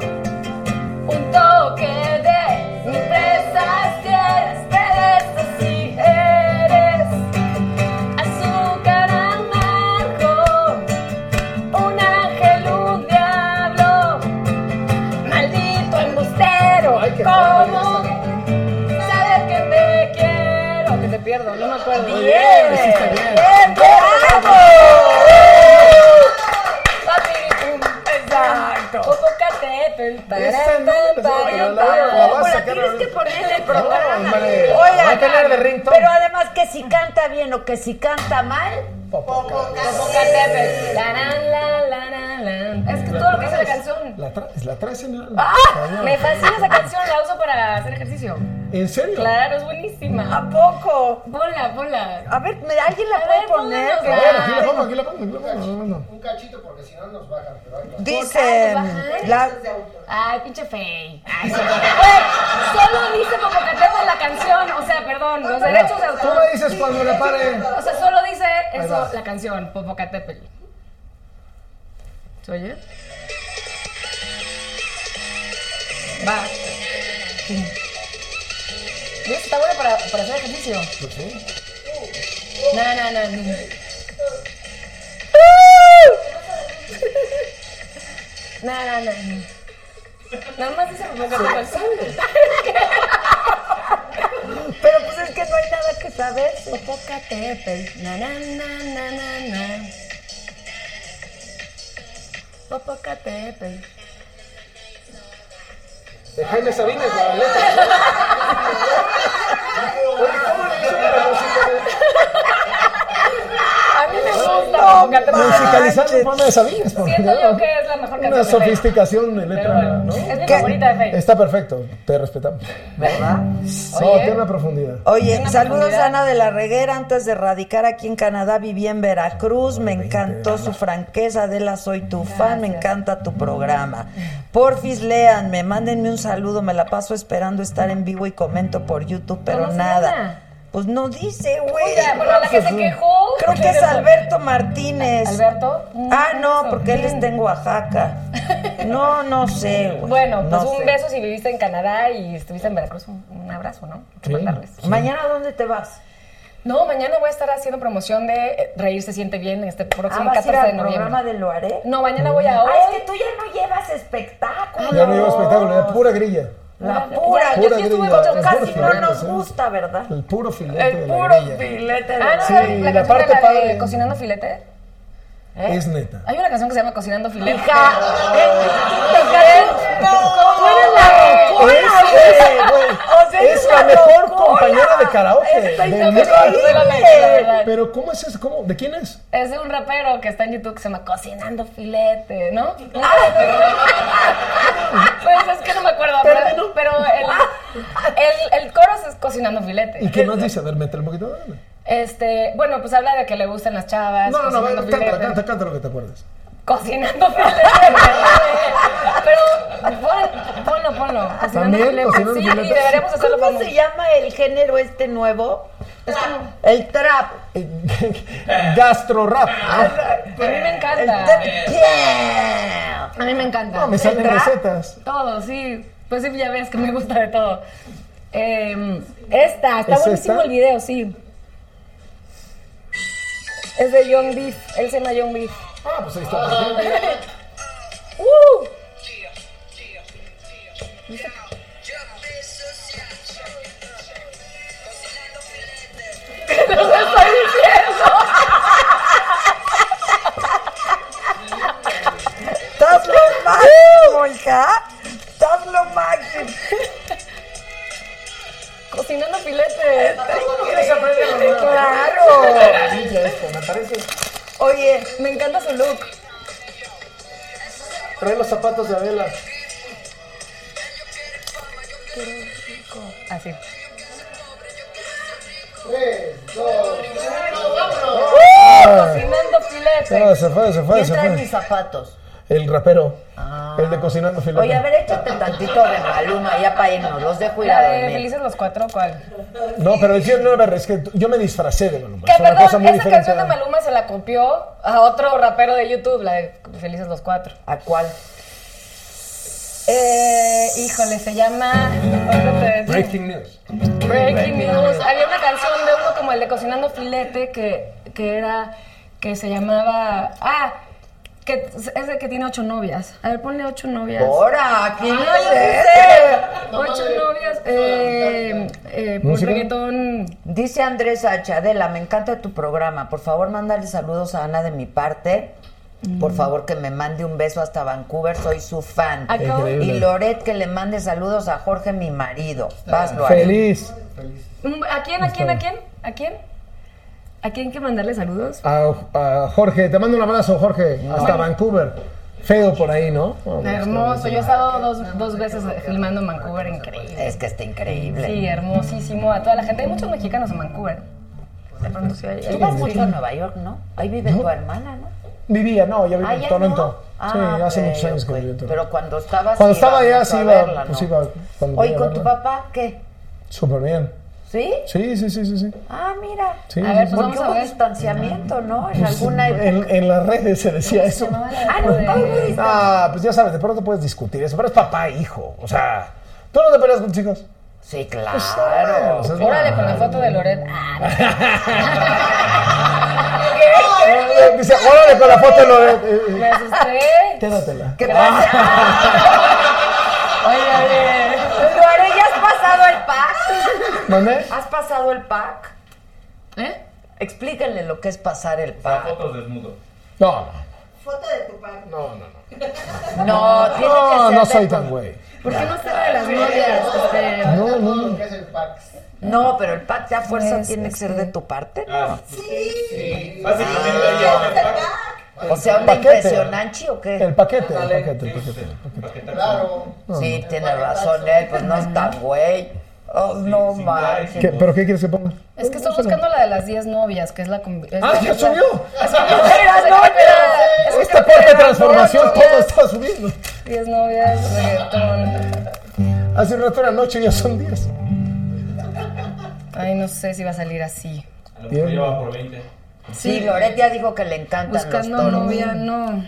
Un toque de sorpresas tienes, pero eso sí eres azúcar amargo. Un ángel, un diablo, maldito embustero.
Ay, qué
¿Cómo
padre,
sabes que te quiero? Que te pierdo, no me acuerdo.
Bien,
Hiciste
bien,
bien.
bravo.
Papiripum,
Exacto.
Popocatépetl,
Esa no me la
tarán,
sabía, la
tarán,
voy a- la voy a
tarán.
Ahora
sacar
tienes que
ahorita.
poner en el
No,
programa.
hombre.
Oigan,
Va a tener de ringtone.
pero además que si canta bien o que si canta mal,
Popocatépetl, tarán, la, la, la, la. Es que todo lo que dice la canción.
La traes, la traes en el.
¡Ah! Me fascina esa canción, la uso para hacer ejercicio.
¿En serio?
Claro, es
¿a Ah.
buenísima.
poco?
Ponla, ponla.
A ver, ¿me- ¿alguien la
A
puede
ver,
poner?
pónganos la-
A ver, aquí la pongo, aquí la pongo, aquí la pongo. no, no.
Un cachito porque si no nos bajan, pero ahí va.
Dice
Bajar.
la,
Ay, pinche fey. Ay, sí. Güey, solo dice Popocatépetl la canción. O sea, perdón, los derechos de
Tú
autor.
me dices cuando la paren.
O sea, solo dice eso
va.
la canción, Popocatépetl. ¿Se oye? Va. ¿Ves? Está bueno para, para hacer ejercicio.
Pues
No, no, no. no. No, no, no. no. Nada más dice Popocatépetl.
pero pues es que no hay nada que saber.
Popocatépetl, na na na na na na. Popocatépetl.
De Jaime Sabines, la letra. Oye, ¿cómo le hizo para música?
A mí me me gusta. porque atrás-
Musicalizando un poema de Sabines. por
Siento
favor.
yo que es la mejor canción
Una
de Fela.
sofisticación de
Pero
letra,
bueno,
¿no?
es mi
¿Qué?
favorita de Fey.
Está perfecto, te respetamos.
¿verdad?
No, tiene una profundidad.
Oye,
Una
saludos
profundidad.
a Ana de la Reguera. Antes de radicar aquí en Canadá, viví en Veracruz. Me encantó su franqueza. Adela, soy tu fan. Me encanta tu programa. Porfis, léanme. Mándenme un saludo. Me la paso esperando estar en vivo y comento por YouTube, pero
¿Cómo se
nada.
llama?
Pues no dice, güey. Pues
Oiga, bueno, la que se quejó.
Creo que es Alberto Martínez.
¿Alberto?
Ah, no,
Eso,
porque él
bien.
está en Oaxaca. No, no sé, güey.
Bueno, pues
No
un
sé.
beso si viviste en Canadá y estuviste en Veracruz. Un, un abrazo, ¿no? Que mandarles.
Mañana, ¿dónde te vas?
No, mañana voy a estar haciendo promoción de eh, Reír se siente bien este
Ah,
próximo
¿Vas a ir
14 de
al
noviembre.
programa de Lo Haré?
No, mañana voy a hoy.
Ah, es que tú ya no llevas espectáculo.
Ya no lleva espectáculo, era pura grilla.
La pura. yo
Ya,
pura
sí estuve
grilla,
mucho,
el
casi
puro
no
filete,
nos
sí.
gusta, ¿verdad?
El puro filete
El
de la
puro
grilla.
filete de
Ah, no,
Sí,
la, la
la
canción
parte
de la de
padre.
Cocinando Filete.
Es neta.
Hay una canción que se llama Cocinando Filete.
Hija, eh,
Tú eres la que-
Es, eh, güey,
O sea,
es
es
la
una
mejor
locura.
compañera de karaoke.
Esa
del
está
mundo.
increíble.
La verdad.
Pero ¿cómo es eso? ¿Cómo? ¿De quién es?
Es de un rapero que está en YouTube que se llama Cocinando Filete, ¿no? pues es que no me acuerdo, pero, pero el, el, el coro es Cocinando Filete.
¿Y qué más dice? A ver, mete un poquito. dale.
Este, bueno, pues habla de que le gustan las chavas.
No, no, no,
cocinando
cántala,
filete.
cántala, cántala lo que te acuerdes.
Cocinando filete. Pero pon- ponlo, ponlo. Cocinando
También, cocinando
sí,
filete.
Y deberíamos hacerlo
¿Cómo
famoso.
se llama el género este nuevo?
Es como-
El trap.
Gastro rap.
a mí me
El
encanta.
trap. Yeah.
A mí me encanta.
No, Ah, me salen
¿Entra?
recetas.
Todo, sí. Pues sí, ya ves que me gusta de todo. Eh, esta, está
¿Es
buenísimo
esta?
el video, sí. Es de John Beef. Él se llama John Beef.
Ah, pues ahí está.
¡Uh!
¡Estás lo máximo, hija! ¡Estás lo máximo!
Cocinando filetes.
¡Claro! Oye,
Me encanta su look.
Trae los zapatos de Adela.
Así. Cocinando
Ah,
filetes.
se fue, se fue,
¿quién
se
trae
fue.
mis zapatos?
El rapero. El de cocinando filete.
Oye, a ver, échate tantito de Maluma ya para irnos. Los dejo ir
La
a
de
dormir.
Felices los Cuatro, ¿cuál?
No, pero el tío no, a ver, es que tú- yo me disfracé de Maluma.
Que
Es una cosa
perdón,
muy
esa
diferente.
canción de Maluma se la copió a otro rapero de YouTube, la de Felices los Cuatro.
¿A cuál?
Eh, híjole, se llama. ahorita te digo.
Breaking news.
Breaking News. Había una canción de uno como el de Cocinando Filete que, que era. que se llamaba. Ah, que es de que tiene ocho novias. A ver, ponle ocho novias.
¡Hora! ¿Quién
Ah, yo
es
qué
ese?
sé. Ocho novias. Eh, eh, pues,
¿Música?
reggaetón.
Dice Andrés H. Adela, me encanta tu programa. Por favor, mándale saludos a Ana de mi parte.
Mm.
Por favor, que me mande un beso hasta Vancouver. Soy su fan.
Acabo-
Increíble.
Y Loret, que le mande saludos a Jorge, mi marido. Vas, Loret.
Feliz.
Mm, ¿A quién? ¿A quién? ¿A quién? ¿A quién? ¿A quién que mandarle saludos?
A, a Jorge, te mando un abrazo, Jorge. Hasta Vancouver. Feo por ahí, ¿no? Vamos,
Hermoso, yo he estado dos, dos veces filmando en Vancouver, increíble.
Es que está increíble.
Sí, hermosísimo. A toda la gente. Hay muchos mexicanos en Vancouver. De pronto sí hay.
Tú vas mucho a Nueva York, ¿no? Ahí vive tu hermana, ¿no?
Vivía, no, ya vivo
Ah,
en
ya
Toronto.
no.
Sí,
Ah,
hace
ok,
muchos años que
ok.
viví en Toronto.
Pero cuando estabas
Cuando estaba allá,
mucho
sí
a
iba,
verla,
pues
¿no?
iba, cuando
Oye,
iba a
¿con tu
verla.
papá qué?
Súper bien.
¿Sí?
Sí, sí, sí, sí. sí.
Ah, mira.
Sí,
A ver,
sí,
pues
Porque
vamos a
hubo
ver.
distanciamiento, ¿no? En alguna época.
Pues, En, en las redes se decía eso.
Ah, nunca hubo distanciamiento.
Ah, pues ya sabes, de pronto puedes discutir eso, pero es papá e hijo. O sea, ¿tú no te peleas con chicos?
Sí,
Claro.
claro.
O sea, es
Órale con la foto de Loret. Ah, no.
Eh, Dice, órale con la foto de Loret. Eh, eh,
Me asusté.
Quédatela.
¿Qué pasa? Lo haré, ¿ya has pasado el pack?
¿Mandé?
¿Has pasado el pack?
¿Eh?
Explíquenle lo que es pasar el pack.
Fotos desnudo.
No, no.
No, tiene que
No,
ser
no
de
soy
tu-
tan güey.
¿Por qué no está la de las novias? Este,
No, no, no.
No, pero el pacto a fuerza
Pues,
tiene que ser
este-
de tu parte. ¿no?
Ah, sí. sí. Ah, Básicamente la llevan al pack.
O sea, una
paquete.
impresionante o qué?
El paquete, el paquete, el paquete.
Claro.
Sí, tiene razón él, pues no es tan güey. Oh, no manches.
¿Qué- ¿Pero qué quieres que ponga?
Es que estoy buscando la de las 10 novias, que es la... combi- es
¡Ah,
la-
ya
es la-
subió!
Es que no era, no era. Es que
Esta
no
parte de
era,
transformación
no,
todo
novias,
está subiendo.
10 novias, reggaetón.
Hace un rato era noche, ya son 10.
Ay, no sé si va a salir así.
A lo mejor lleva por 20.
Sí, Loret ya dijo que le encantan los
Buscando
toros.
novia, no.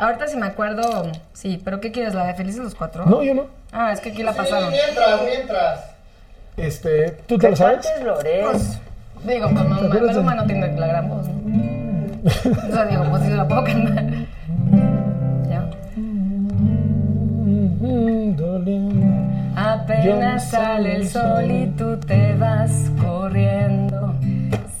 Ahorita si me acuerdo, sí, pero ¿qué quieres? ¿La de Felices los Cuatro?
No, yo no.
Ah, es que aquí la pasaron.
Mientras, mientras.
Este, ¿Tú te lo sabes?
Antes Loret.
Digo, pues no,
acuerdas
Maluma
de-
no tiene la gran voz, ¿no? O sea, digo, pues sí se la puedo cantar. Ya.
Mm, doliendo.
Apenas
Yo
sale el sol y tú te vas corriendo.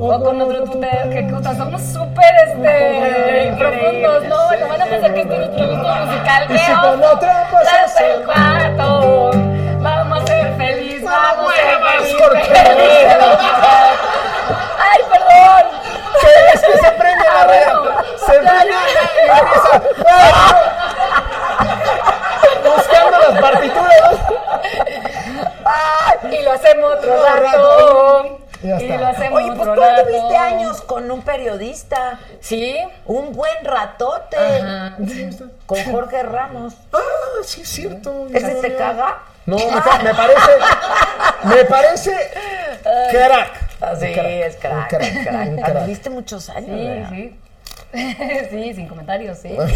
O con otro tú te... Que puta, somos súper este, profundos, ¿no? No van a pensar que esto es nuestro gusto musical.
Y si
¡Qué
con
oso!
otra pasas
Date el cuarto. Vamos a ser feliz, vamos a ser feliz,
porque
feliz. ¡Ay, perdón!
Es que se prende la red. Se prende y empieza. Buscando las partituras.
Y lo hacemos otro
Otro
rato.
Ya
Y
está.
lo hacemos
Oye, pues
otro
tú
rato.
anduviste años con un periodista.
Sí.
Un buen ratote.
Ajá.
Con Jorge Ramos.
Ah, sí es este cierto.
¿Ese te caga?
No, me, ca- me parece. Me parece. Crack.
Así es crack,
un crack,
es crack.
un crack.
Anduviste muchos años.
Sí,
¿verdad?
sí. sí, sin comentarios, sí.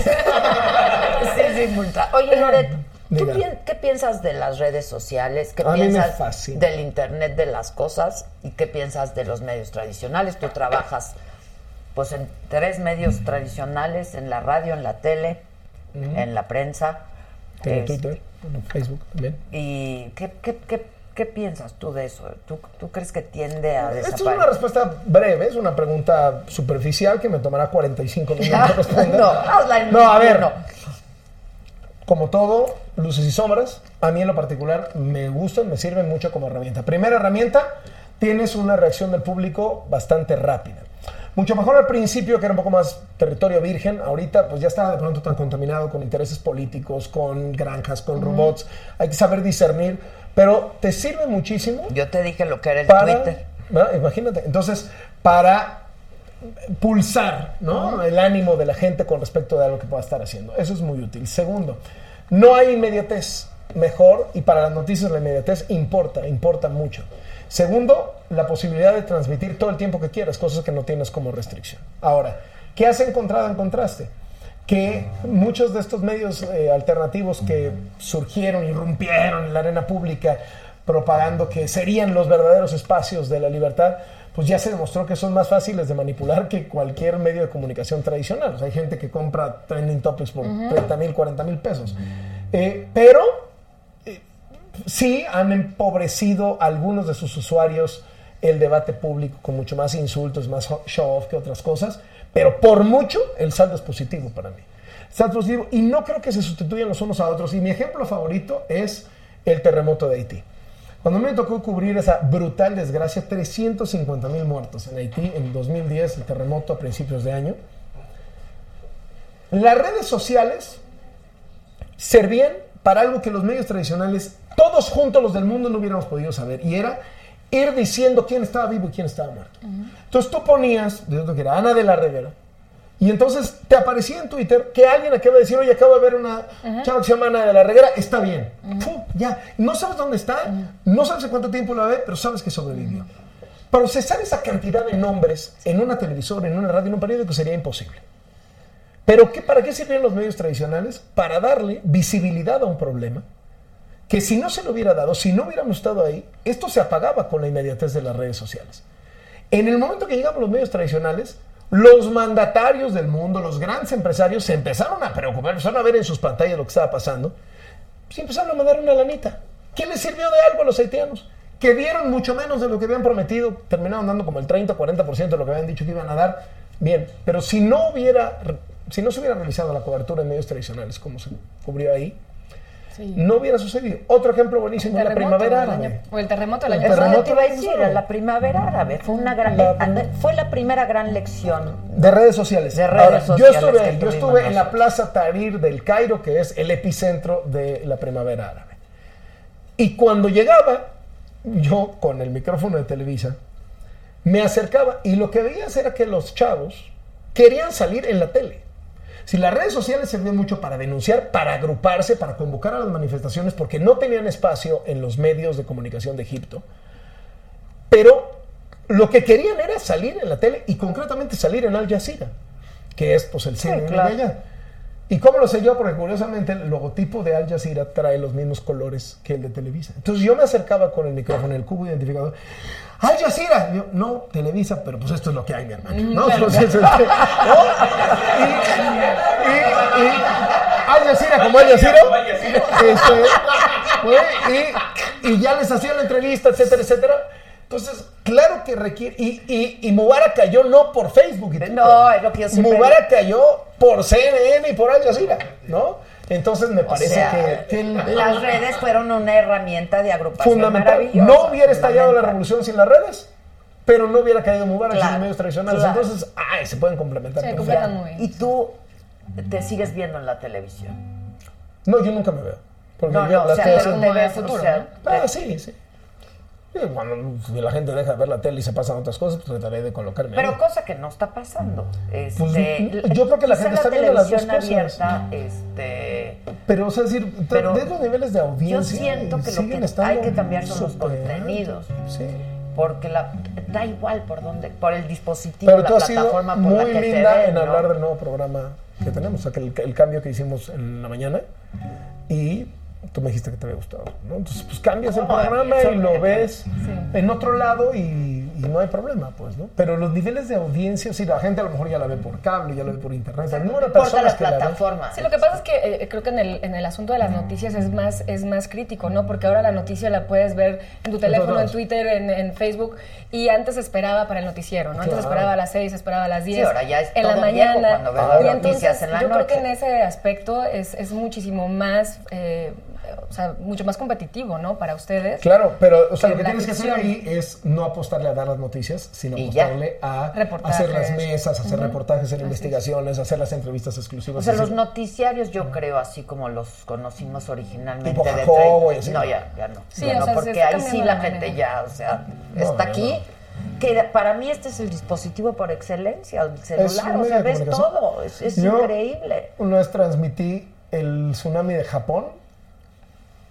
Sí, sí, multa. Oye, Loret, ¿tú
Em, Diga.
pi- ¿qué piensas de las redes sociales? ¿Qué
A mí me
piensas
fascina.
del internet, de las cosas? ¿Y qué piensas de los medios tradicionales? Tú trabajas pues en tres medios tradicionales, en la radio, en la tele, en la prensa.
En
Es-
Twitter, en Facebook también.
¿Y qué, qué, qué, qué piensas tú de eso? ¿Tú, tú crees que tiende a
Esta es una
desaparecer?
respuesta breve, es una pregunta superficial que me tomará 45 minutos responder.
no, hazla en
No, a ver.
no.
Como todo, luces y sombras, a mí en lo particular me gustan, me sirven mucho como herramienta. Primera herramienta, tienes una reacción del público bastante rápida. Mucho mejor al principio, que era un poco más territorio virgen. Ahorita, pues ya está de pronto tan contaminado con intereses políticos, con granjas, con robots. Hay que saber discernir, pero te sirve muchísimo
Yo te dije lo que era el
para,
Twitter.
¿verdad? Imagínate. Entonces, para pulsar ¿no? el ánimo de la gente con respecto de algo que pueda estar haciendo. Eso es muy útil. Segundo, no hay inmediatez mejor y para las noticias la inmediatez importa, importa mucho. Segundo, la posibilidad de transmitir todo el tiempo que quieras, cosas que no tienes como restricción. Ahora, ¿qué has encontrado en contraste? que muchos de estos medios eh, alternativos que surgieron, irrumpieron en la arena pública, propagando que serían los verdaderos espacios de la libertad, pues ya se demostró que son más fáciles de manipular que cualquier medio de comunicación tradicional. O sea, hay gente que compra trending topics por 30 mil, 40 mil pesos. Eh, pero sí han empobrecido a algunos de sus usuarios el debate público con mucho más insultos, más show off que otras cosas, pero por mucho el saldo es positivo para mí. Saldo es positivo y no creo que se sustituyan los unos a otros. Y mi ejemplo favorito es el terremoto de Haití. Cuando me tocó cubrir esa brutal desgracia, 350 mil muertos en Haití en 2010, el terremoto a principios de año, las redes sociales servían para algo que los medios tradicionales, todos juntos los del mundo, no hubiéramos podido saber. Y era ir diciendo quién estaba vivo y quién estaba muerto. Entonces tú ponías, de otro que era Ana de la Rivera, y entonces te aparecía en Twitter que alguien acaba de decir, oye, acabo de ver una chava que se llama Ana de la Reguera, está bien. Fu, ya, no sabes dónde está, no sabes en cuánto tiempo la ve, pero sabes que sobrevivió. Procesar esa cantidad de nombres en una televisora, en una radio, en un periódico sería imposible. Pero ¿qué, ¿para qué sirven los medios tradicionales? Para darle visibilidad a un problema que si no se lo hubiera dado, si no hubiéramos estado ahí, esto se apagaba con la inmediatez de las redes sociales. En el momento que llegamos los medios tradicionales, los mandatarios del mundo, los grandes empresarios, se empezaron a preocupar, empezaron a ver en sus pantallas lo que estaba pasando, pues empezaron a mandar una lanita. ¿Qué les sirvió de algo a los haitianos? Que dieron mucho menos de lo que habían prometido, terminaron dando como el 30 40% de lo que habían dicho que iban a dar. Bien, pero si no hubiera, si no se hubiera realizado la cobertura en medios tradicionales como se cubrió ahí,
Sí.
no hubiera sucedido. Otro ejemplo buenísimo es la
Terremoto
primavera
del
árabe.
año- o el terremoto del
El
año
Eso
terremoto
yo te iba a
del
decir,
año.
era la primavera árabe. Fue una gran, eh, fue la primera gran lección.
De redes sociales.
De redes sociales
Yo estuve
que
ahí, yo
tuvimos
estuve en la
nosotros.
Plaza Tahrir del Cairo, que es el epicentro de la primavera árabe. Y cuando llegaba, yo con el micrófono de Televisa, me acercaba y lo que veías era que los chavos querían salir en la tele. Si las redes sociales servían mucho para denunciar, para agruparse, para convocar a las manifestaciones, porque no tenían espacio en los medios de comunicación de Egipto, pero lo que querían era salir en la tele y concretamente salir en Al Jazeera, que es pues el CNN
claro.
de allá. ¿Y cómo lo sé yo? Porque curiosamente el logotipo de Al Jazeera trae los mismos colores que el de Televisa. Entonces yo me acercaba con el micrófono, el cubo identificador. Al Jazeera, Y yo, no, Televisa, pero pues esto es lo que hay, mi hermano. ¿no? Entonces, este, ¿no? Y, y- y Al Jazeera como Al Jazeera. este, fue, y, y ya les hacía la entrevista, etcétera, etcétera. Entonces, claro que requiere. Y, y, y Mubarak cayó no por Facebook. y Twitter.
No, es lo que yo siempre
Mubarak cayó por CNN y por Al Jazeera, ¿no? Entonces me
O
parece
sea,
que- que, el-
las redes fueron una herramienta de agrupación
fundamental.
maravillosa.
No hubiera estallado la
Fundamental.
revolución sin las redes, pero no hubiera caído Mubarak sin
Claro,
los medios tradicionales.
claro.
Entonces, ay, se pueden complementar.
Se
perfecto.
completan muy bien.
Y tú te sigues viendo en la televisión.
No, yo nunca me veo. Porque
No,
yo
no,
la
o sea, eh,
estoy
pero
haciendo-
te
como de
ves, o
futuro,
sea,
Ah, sí, sí. Y Cuando la gente deja de ver la tele y se pasan otras cosas, pues trataré de colocarme.
Pero
ahí.
cosa que no está pasando. Este,
Pues, yo creo que la
quizá
gente está viendo las dos
televisión
cosas.
abierta, este,
Pero, o sea, es decir,
Pero
ves los niveles de
yo
audiencia.
siento que lo
siguen
que hay
estando
que cambiar son los
super-
contenidos.
Sí.
Porque la, da igual por dónde, por el dispositivo,
Pero
la
tú has sido
plataforma por la
muy
que te
linda
den,
en
¿no?
hablar del nuevo programa que tenemos, o sea, que el, el cambio que hicimos en la mañana. Y tú me dijiste que te había gustado, ¿no? Entonces, pues cambias el
No,
programa
eso-
y lo ves en otro lado y, y no hay problema, pues, ¿no? Pero los niveles de audiencia, sí, la gente a lo mejor ya la ve por cable, ya la ve por internet. el número de
Importa
personas
la
que la ven.
plataforma.
Sí, lo que pasa es que eh, creo que en el, en el asunto de
Mm.
las noticias es más, es más crítico, ¿no? Porque ahora la noticia la puedes ver en tu teléfono, en
lados.
Twitter, en, en Facebook, y antes esperaba para el noticiero, ¿no? Antes
Claro.
esperaba a las 6, esperaba a las 10.
ahora ya es
en la
todo viejo
mañana.
cuando ves las
y
noticias
entonces
en la
yo creo que en
noche.
ese aspecto es, es muchísimo más, eh, o sea, mucho más competitivo, ¿no? Para ustedes.
Claro, pero o sea, lo que
La
tienes que hacer
ficción.
ahí es no apostarle a dar las noticias, sino
Y ya.
apostarle a
Reportajes.
hacer las mesas, hacer reportajes, hacer investigaciones, hacer las entrevistas exclusivas.
O sea,
Es
los
decir,
noticiarios yo creo así como los conocimos originalmente.
Tipo
de
Jacobo
treinta-
y así.
No, ya, ya no.
Sí,
ya
o
no,
sea, se
porque
está
ahí sí
cambiando
la
la
gente
manera.
ya, o sea,
No,
está
ya
aquí. Que para mí este es el dispositivo por excelencia, el
Es un
celular, o
medio
sea,
de
ves
comunicación.
todo, es, es
Yo
increíble.
Una vez transmití el tsunami de Japón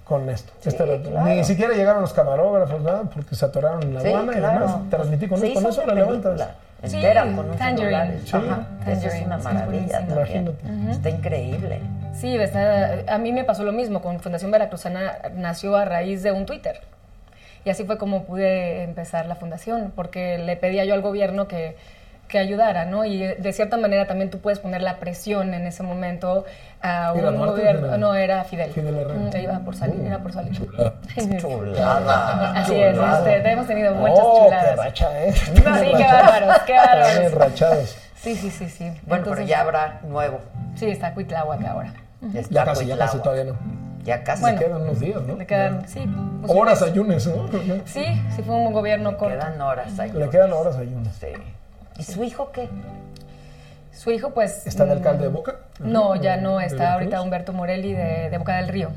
con esto. Este era-
claro.
Ni siquiera llegaron los camarógrafos, nada, porque se atoraron en la
Sí,
aduana y
claro.
demás. Transmití con,
Se
esto,
hizo
con eso,
una
la levantas.
película entera
Sí,
con un
Tangerine.
celular.
Sí.
Ajá, eso es
Tangerine,
una
sí,
maravilla
buenísimo.
también.
Imagínate.
Está increíble.
Sí, está- a mí me pasó lo mismo con Fundación Veracruzana, nació a raíz de un Twitter. Y así fue como pude empezar la fundación, porque le pedía yo al gobierno que, que ayudara, ¿no? Y eh, de cierta manera también tú puedes poner la presión en ese momento a
¿Era
un
Duarte o
gobierno.
Fidel?
No, era Fidel.
Fidel Herrera. Uh,
Mm, iba por salir, era por salir.
Chulada.
Así es,
chulada.
este, hemos tenido muchas
oh, qué
chuladas.
racha, ¿eh?
Sí, qué bárbaros, qué
Están
bárbaros.
enrachados.
Sí, sí, sí, sí.
Bueno, pero
Entonces,
ya habrá nuevo. Este,
Sí, está Cuitláhuac ahora.
Está
Ya casi, ya casi,
Cuitláhuac.
todavía no.
Ya casi.
Bueno.
Quedan unos días, ¿no?
Le quedan, sí. pues,
Horas
unas-
ayunes, ¿no?
Sí, sí fue un gobierno corto.
Quedan horas ahí.
Le quedan horas ayunes.
Sí. ¿Y su hijo qué?
Su hijo, pues.
¿Está el
mm,
alcalde de Boca?
No, ya no,
¿De
está
Veracruz?
ahorita Humberto Morelli de, de Boca del Río.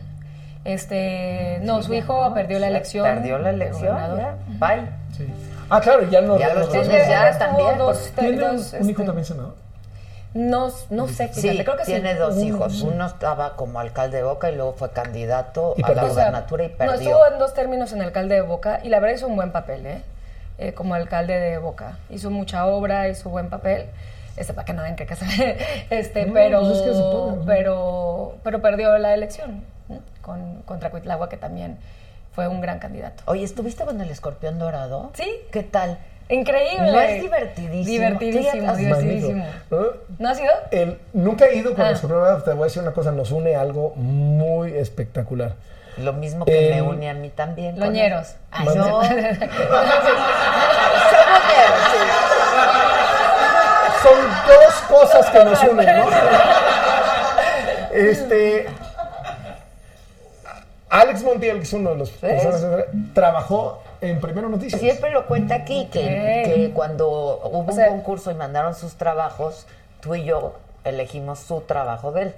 Este, no, su hijo perdió la
Ya
elección.
Perdió la
de
elección.
gobernador.
ya. Bye.
Sí. Ah, claro, ya no.
Ya
no
los
regresa.
Él
Entonces,
ya
ya
estuvo
también,
dos-
pues,
te-
¿Tiene un,
dos,
un hijo
este,
también senador?
No, no sé,
Sí,
fíjate, creo que sí.
tiene dos
Uno.
hijos. Uno estaba como alcalde de Boca y luego fue candidato
Y
a la
perdió.
pues, O sea,
gubernatura y
no,
perdió.
estuvo en dos términos en alcalde de Boca y la verdad hizo un buen papel, ¿eh? Eh, como alcalde de Boca. Hizo mucha obra, hizo buen papel. Este, para que no vean que casa. Este,
No,
pero,
pues es que se puede, ¿no?
pero, pero perdió la elección. ¿no? con, contra Cuitlagua, que también fue un gran candidato.
Oye, ¿estuviste con el escorpión dorado?
Sí.
¿Qué tal?
Increíble.
No es divertidísimo.
Divertidísimo,
Fíjate, ¿eh?
divertidísimo.
¿no?
¿No ha sido?
El- nunca he ido con
Ah.
los programas, te voy a decir una cosa, nos une algo muy espectacular.
Lo mismo que me
Eh,
une a mí también. con
Loñeros.
Ay,
Mande.
no. Somos
Son dos cosas que nos unen, ¿no? Este. Alex Montiel, que es uno de los personas, trabajó en Primero Noticias.
Siempre lo cuenta aquí, que,
Ok.
que cuando hubo
sea-
un concurso y mandaron sus trabajos, tú y yo elegimos su trabajo de él.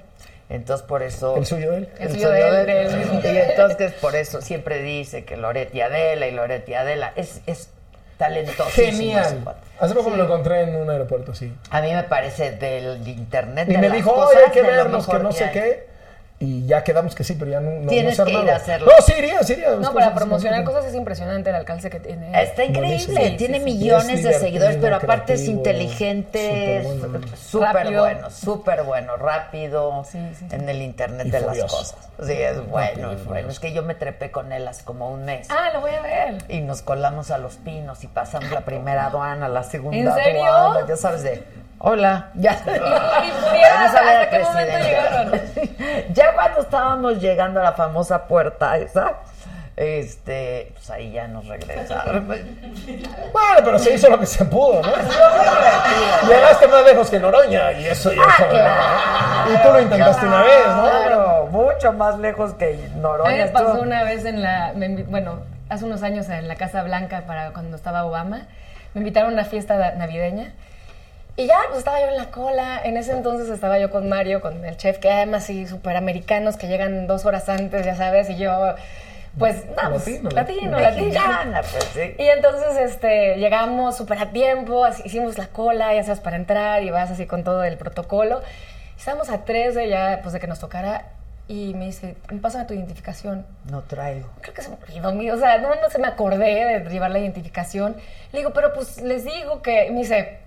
Entonces, por eso...
El suyo de él.
El suyo de él, de él mismo.
Y entonces, por eso siempre dice que Loretti Adela y Loretti Adela es, es talentoso.
Genial. Hace poco me lo encontré en un aeropuerto, sí.
A mí me parece del internet.
Y
de
me
las
dijo, oye,
cosas,
hay que
de lo
vernos, que
mejor
no
que
sé
hay".
qué. Y ya quedamos que sí, pero ya no, no, no
Tienes
se
que ir
armaba.
a hacerlo.
No, sí iría, sí iría.
No,
Las
para
cosas
promocionar
no-
cosas es impresionante el alcance que tiene.
Está increíble,
Buenísimo.
tiene
Sí, sí, sí.
millones
Es
de seguidores,
divertido,
pero aparte es
creativo,
inteligente, es
súper bueno.
súper
Rápido.
bueno, súper bueno, rápido,
Sí, sí.
en el internet
Y
de las
furioso.
cosas. Sí, es bueno, es bueno. Es que yo me trepé con él hace como un mes.
Ah, lo voy a ver.
Y nos colamos a los pinos y pasamos la primera aduana, la segunda
¿En serio?
aduana, ya sabes de, hola, ya.
Y pudieras,
Ya sabía
¿hasta qué
el
momento
presidente. ya cuando estábamos llegando a la famosa puerta esa, este, pues ahí ya nos regresaron.
Bueno, pero se hizo lo que se pudo, ¿no? Llegaste más lejos que Noroña y eso y eso. ¿no? Y tú lo intentaste una vez, ¿no?
Claro, mucho más lejos que
A mí
Noroña.
me pasó
estuvo-
una vez en la. me invi- bueno, hace unos años en la Casa Blanca, para cuando estaba Obama, me invitaron a una fiesta da- navideña. Y ya, pues estaba yo en la cola. En ese entonces estaba yo con Mario, con el chef, que además sí, superamericanos que llegan dos horas antes, ya sabes, y yo. Pues, no, pues,
Latino,
latino, latino.
Mexicana, pues sí.
Y entonces este, llegamos súper a tiempo, así, hicimos la cola, ya sabes, para entrar y vas así con todo el protocolo. Estábamos a 13 ya, pues de que nos tocara. Y me dice, pásame tu identificación
No traigo.
creo que se me olvidó, mi- o sea, no, no se me acordé de llevar la identificación. Le digo, pero pues les digo que, me dice,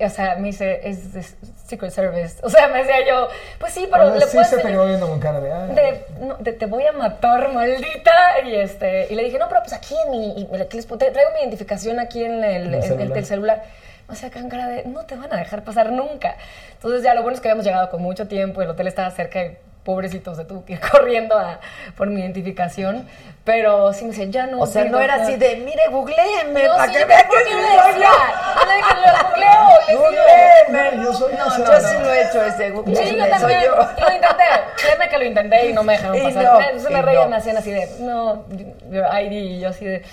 o sea, me dice, es de Secret Service. O sea, me decía yo, pues sí, pero
Ahora
le
Ah, sí
puedes
se te quedó
enseñar-
viendo con cara de. "Ay".
de, no, de- te voy a matar, maldita. Y este y le dije, no, pero pues aquí en mi, y me la- aquí les pon- te- traigo mi identificación aquí en el,
En el
en- en el
celular.
celular. O sea, acá en cara de, no te van a dejar pasar nunca. Entonces ya lo bueno es que habíamos llegado con mucho tiempo, el hotel estaba cerca y pobrecitos se tuvo que ir corriendo a, por mi identificación. Pero sí me decía, ya no.
O sea,
sí,
no era
doctor".
así de, mire, googleenme,
No,
para
sí,
que
yo
vean
creo
que
que
sí
yo le
soy
decía, "Anda, que lo googleo", le digo.
Googleenme.
Yo soy
No,
ese,
yo
no.
sí lo he hecho ese,
Sí, yo
googleenme, soy
también.
yo.
Lo intenté. Créeme que lo intenté y no me dejaron
Y
pasar.
no,
Entonces me
y
reían,
no.
me hacían así de, no, your ID. Y yo así de,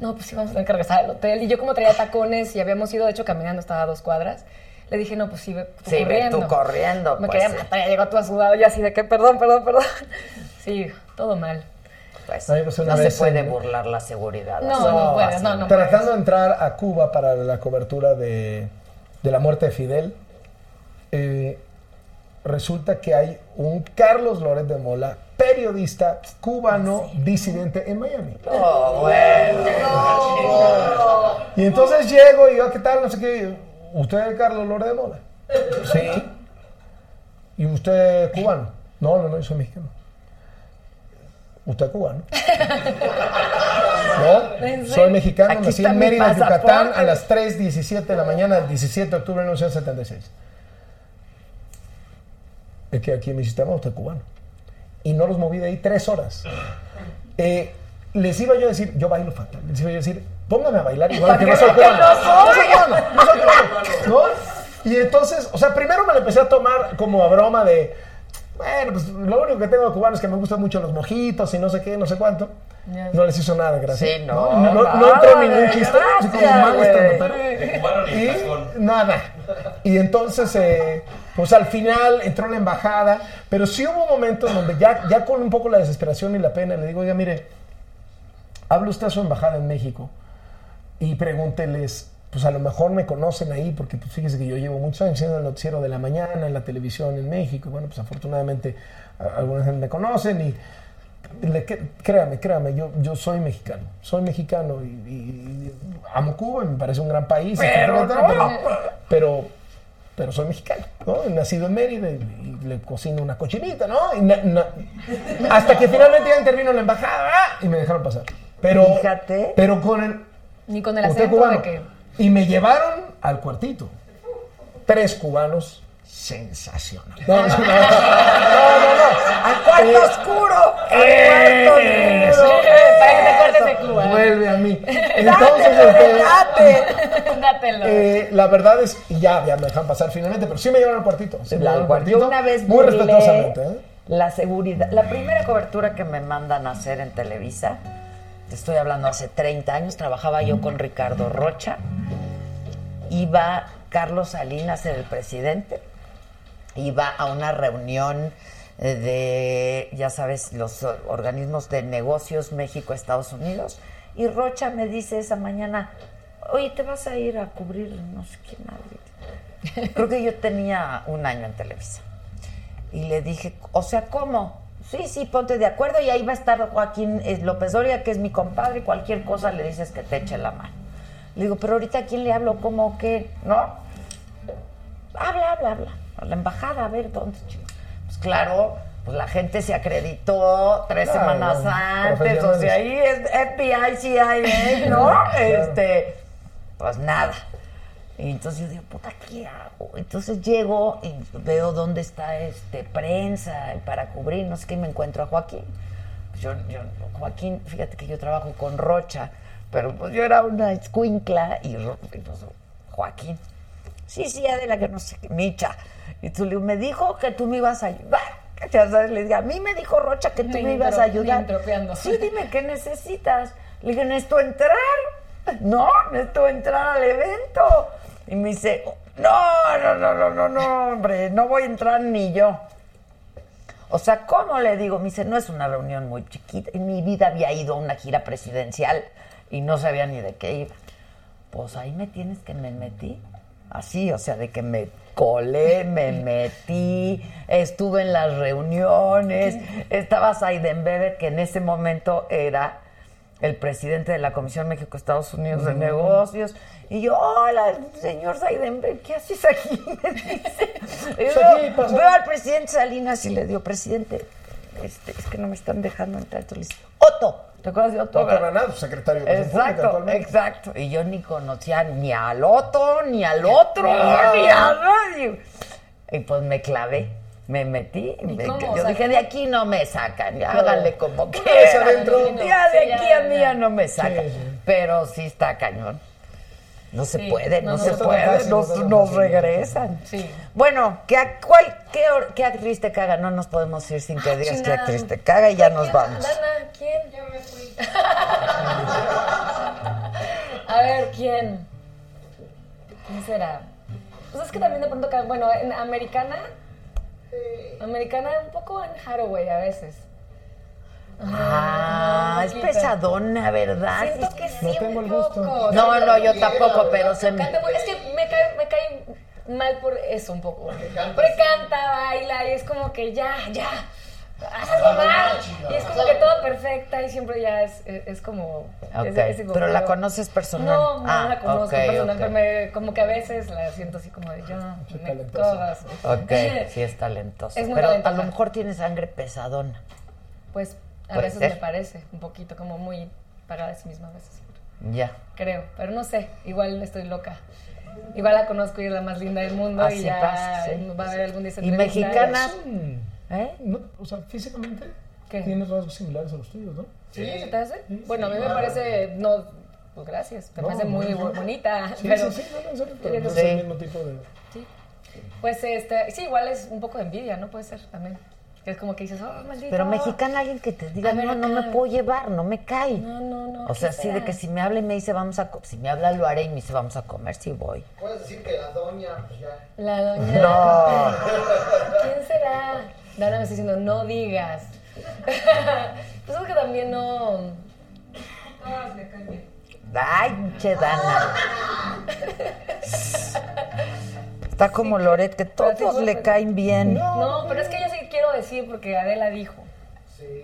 no, pues sí, vamos a tener que regresar al hotel. Y yo, como traía tacones y habíamos ido, de hecho, caminando, estaba a dos cuadras. Le dije, no, pues sí, ve tú
Sí, ve
corriendo.
tú corriendo,
Me
pues,
quería
sí.
matar, ya llegó todo sudado. Yo así de que, perdón, perdón, perdón. Sí, todo mal.
Pues,
A mí me pasó una
no se
vez
puede
en-
burlar la seguridad.
No,
así.
no puedes, no, no puedes.
Tratando de entrar a Cuba para la cobertura de, de la muerte de Fidel, eh, resulta que hay un Carlos Loret de Mola, periodista cubano disidente en Miami.
Oh, bueno.
Y entonces llego y yo, ¿qué tal? No sé qué. ¿Usted es Carlos Loret de Mola? Sí. ¿Y usted es cubano? No, no, no, yo soy mexicano. ¿Usted es cubano? No, soy mexicano,
Aquí
nací
está
en
mi
Mérida,
pasaporte.
Yucatán, a las 3.17 de la mañana del 17 de octubre de 1976. Es que aquí en mi sistema usted es cubano. Y no los moví de ahí tres horas. Eh, les iba yo a decir, yo bailo fatal, les iba yo a decir, póngame a bailar igual que no soy cubano. No soy cubano, no soy cubano, ¿no? Y entonces, o sea, primero me lo empecé a tomar como a broma de, bueno, pues lo único que tengo de cubano es que me gustan mucho los mojitos y no sé qué, no sé cuánto. No les hizo nada, gracias.
Sí, no,
No, no,
nada,
entró ningún
güey,
chiste. así como
gracias,
mal
güey.
estandopero.
De cubano ni tacón.
Y ¿Eh? nada. Y entonces, eh, pues al final entró la embajada, pero sí hubo momentos donde ya, ya con un poco la desesperación y la pena le digo, oiga, mire, hable usted a su embajada en México y pregúnteles, pues a lo mejor me conocen ahí, porque pues fíjese que yo llevo muchos años siendo el noticiero de la mañana en la televisión en México, y bueno, pues afortunadamente a- algunas me conocen y le- cre- créame, créame, yo, yo soy mexicano, soy mexicano y, y- y amo Cuba, y me parece un gran país, etcétera, etcétera, pero, pero pero soy mexicano, ¿no? Nacido en Mérida y, y le cocino una cochinita, ¿no? Y na- na- hasta que finalmente ya intervino la embajada ¡ah! y me dejaron pasar. Pero,
Fíjate.
pero con el
Ni con el
usted
acento
cubano.
de que.
Y me llevaron al cuartito. Tres cubanos sensacionales. No, no, no. No, no, no.
¡Al cuarto oscuro! ¡Al cuarto
Eh,
oscuro!
Para que te cortes de club. ¿eh?
Vuelve a mí. Entonces, este,
¡Date!
Dátelo.
eh, la verdad es, y ya, ya me dejan pasar finalmente, pero sí me llevaron al cuartito. Sí me
La
llevaron al
guardé. Yo una vez
Muy
burlé
respetuosamente, ¿eh?
La seguridad. La primera cobertura que me mandan a hacer en Televisa, te estoy hablando hace 30 años, trabajaba yo con Ricardo Rocha. Iba Carlos Salinas, era el presidente. Iba a una reunión eh, de, ya sabes, los eh, organismos de negocios México-Estados Unidos. Y Rocha me dice esa mañana, oye, te vas a ir a cubrir no sé qué madre. Creo que yo tenía un año en Televisa. Y le dije, o sea, ¿cómo? Sí, sí, ponte de acuerdo y ahí va a estar Joaquín eh, López Doria, que es mi compadre, cualquier cosa le dices que te eche la mano. Le digo, pero ahorita ¿a quién le hablo? ¿Cómo? ¿Qué? ¿No? Habla, habla, habla. A la embajada, a ver dónde. chingo. Pues claro, pues la gente se acreditó tres
Claro,
semanas antes, o sea,
profesionales.
ahí es FBI, CIA, ¿no? Este, pues nada. Y entonces yo digo, puta, ¿qué hago? Entonces llego y veo dónde está este prensa para cubrir, no sé qué, y me encuentro a Joaquín. Pues Yo, yo, Joaquín, fíjate que yo trabajo con Rocha, pero pues yo era una escuincla y, Ro- y, pues, Joaquín, sí, sí, Adela, que no sé qué, Micha. Y tú le digo, me dijo que tú me ibas a ayudar. Ya sabes, le dije, a mí me dijo Rocha que tú
Ni
me ibas
entro-
a
ni
ayudar.
entropeando.
Sí, dime qué necesitas. Le dije, necesito entrar. No, necesito entrar al evento. Y me dice, no, no, no, no, no, no, hombre, no voy a entrar ni yo. O sea, ¿cómo le digo? Me dice, no es una reunión muy chiquita. En mi vida había ido a una gira presidencial y no sabía ni de qué iba. Pues ahí me tienes que me metí. Así, o sea, de que me colé, me metí, estuve en las reuniones, estaba Saidenberger, que en ese momento era el presidente de la Comisión México-Estados Unidos de Negocios, y yo, hola, señor Saidenberg, ¿qué haces aquí? Me dice. Y yo,
Aquí, pasa.
veo al presidente Salinas y le digo, presidente, este, es que no me están dejando entrar. Entonces le dice, Otto, ¿te acuerdas de Otto?
Otto Granados, pues, secretario de Educación Pública
Exacto,
actualmente.
exacto. Y yo ni conocía ni al otro, ni al otro, ni a nadie. Y pues me clavé, me metí. y me-
cómo?
yo
O sea,
dije, de aquí no me sacan, ya háganle como que.
vez adentro.
Ya
Sí,
de
ya,
aquí a mí
ya.
ya no me sacan.
Sí, sí.
Pero sí está cañón. No se
Sí,
puede, no,
no, no,
se
no
tan
puede,
fácil, no
nos,
está tan
nos
fácil.
regresan.
Sí.
Bueno, ¿qué, ac- cuál, qué, or- ¿qué actriz te caga? No nos podemos ir sin que digas qué
chingada.
actriz te caga y ya nos
¿Quién?
vamos.
Dana, ¿quién? Yo me fui. A ver, ¿quién? ¿Quién será? Pues es que también de pronto, ca- bueno, en americana, americana un poco en Haraway a veces.
Ah, es
poquito.
pesadona, ¿verdad?
Siento que sí,
No tengo
un
el
poco.
gusto.
No, no, yo tampoco, pero se me...
Canta muy- es que me cae, me cae mal por eso un poco. Porque canta, baila y es como que ya, ya, haz algo mal. Y es como que todo perfecta y siempre ya es, es, es como... es-
Ok,
es como-
pero ¿la conoces personal?
No, no
Ah,
la conozco
ok,
personal,
ok.
pero me- como que a veces la siento así como de ya, me cojas.
Ok, sí es talentosa.
Es muy
pero a
talentosa.
lo mejor tiene sangre pesadona.
Pues a
Puede
veces
ser.
me parece un poquito como muy pagada a sí misma a veces.
Ya.
Creo, pero no sé, igual estoy loca. Igual la conozco y es la más linda del mundo
Así
y ya
pasa, sí.
va a haber algún día esa
Y
entrevista.
mexicana.
Mm,
¿Eh?
no, o sea, físicamente
¿Qué?
tienes rasgos similares a los tuyos, ¿no?
¿Sí? ¿Se te hace? Bueno, a mí me parece, no, pues gracias, me
No,
parece muy
no, no.
bonita,
Sí,
pero
sí, sí, no, no, en serio, pero no
Sí.
es el mismo tipo de...
pues este, sí, igual es un poco de envidia, ¿no? Puede ser también. Que es como que dices, oh, maldito.
Pero mexicana, alguien que te diga,
A ver
no, no
acá.
me puedo llevar, no me cae.
No, no, no.
O sea,
qué
sí, de
fea.
que si me habla y me dice, vamos a... co- Si me habla, lo haré y me dice, vamos a comer, sí voy.
Puedes decir que la doña, pues ya.
La doña.
No.
¿Quién será? Dana me está diciendo, no digas. pues es que también no.
Ay, che, Dana. Está como Loret, que todos le caen bien.
No, pero es que yo sí quiero decir porque Adela dijo.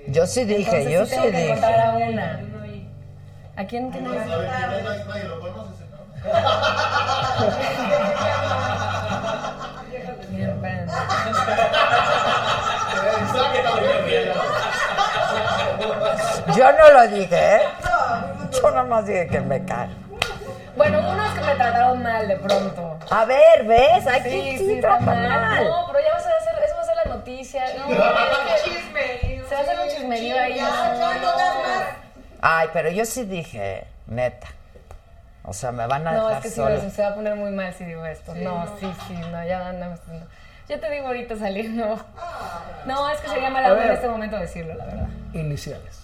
Yo sí dije,
Entonces
yo sí
sí tengo que
dije.
contar a una. ¿A quién que no es?
Yo no lo dije, ¿eh? Yo nomás dije que me cae.
Bueno, unos que me trataron mal de pronto.
A ver, ¿ves? Aquí sí, trata
está
mal.
No, pero ya vas a hacer, eso va a ser la noticia. No, es que se va a hacer un chismerío ahí. no, no.
Ay, pero yo sí dije, neta. O sea, me van a
No,
dejar
es que sí,
sola.
Jesús, se va a poner muy mal si digo esto. no, sí, sí, no, ya no, no. Yo te digo ahorita salir, no. No, es que sería mala onda en este momento decirlo, la verdad.
Iniciales.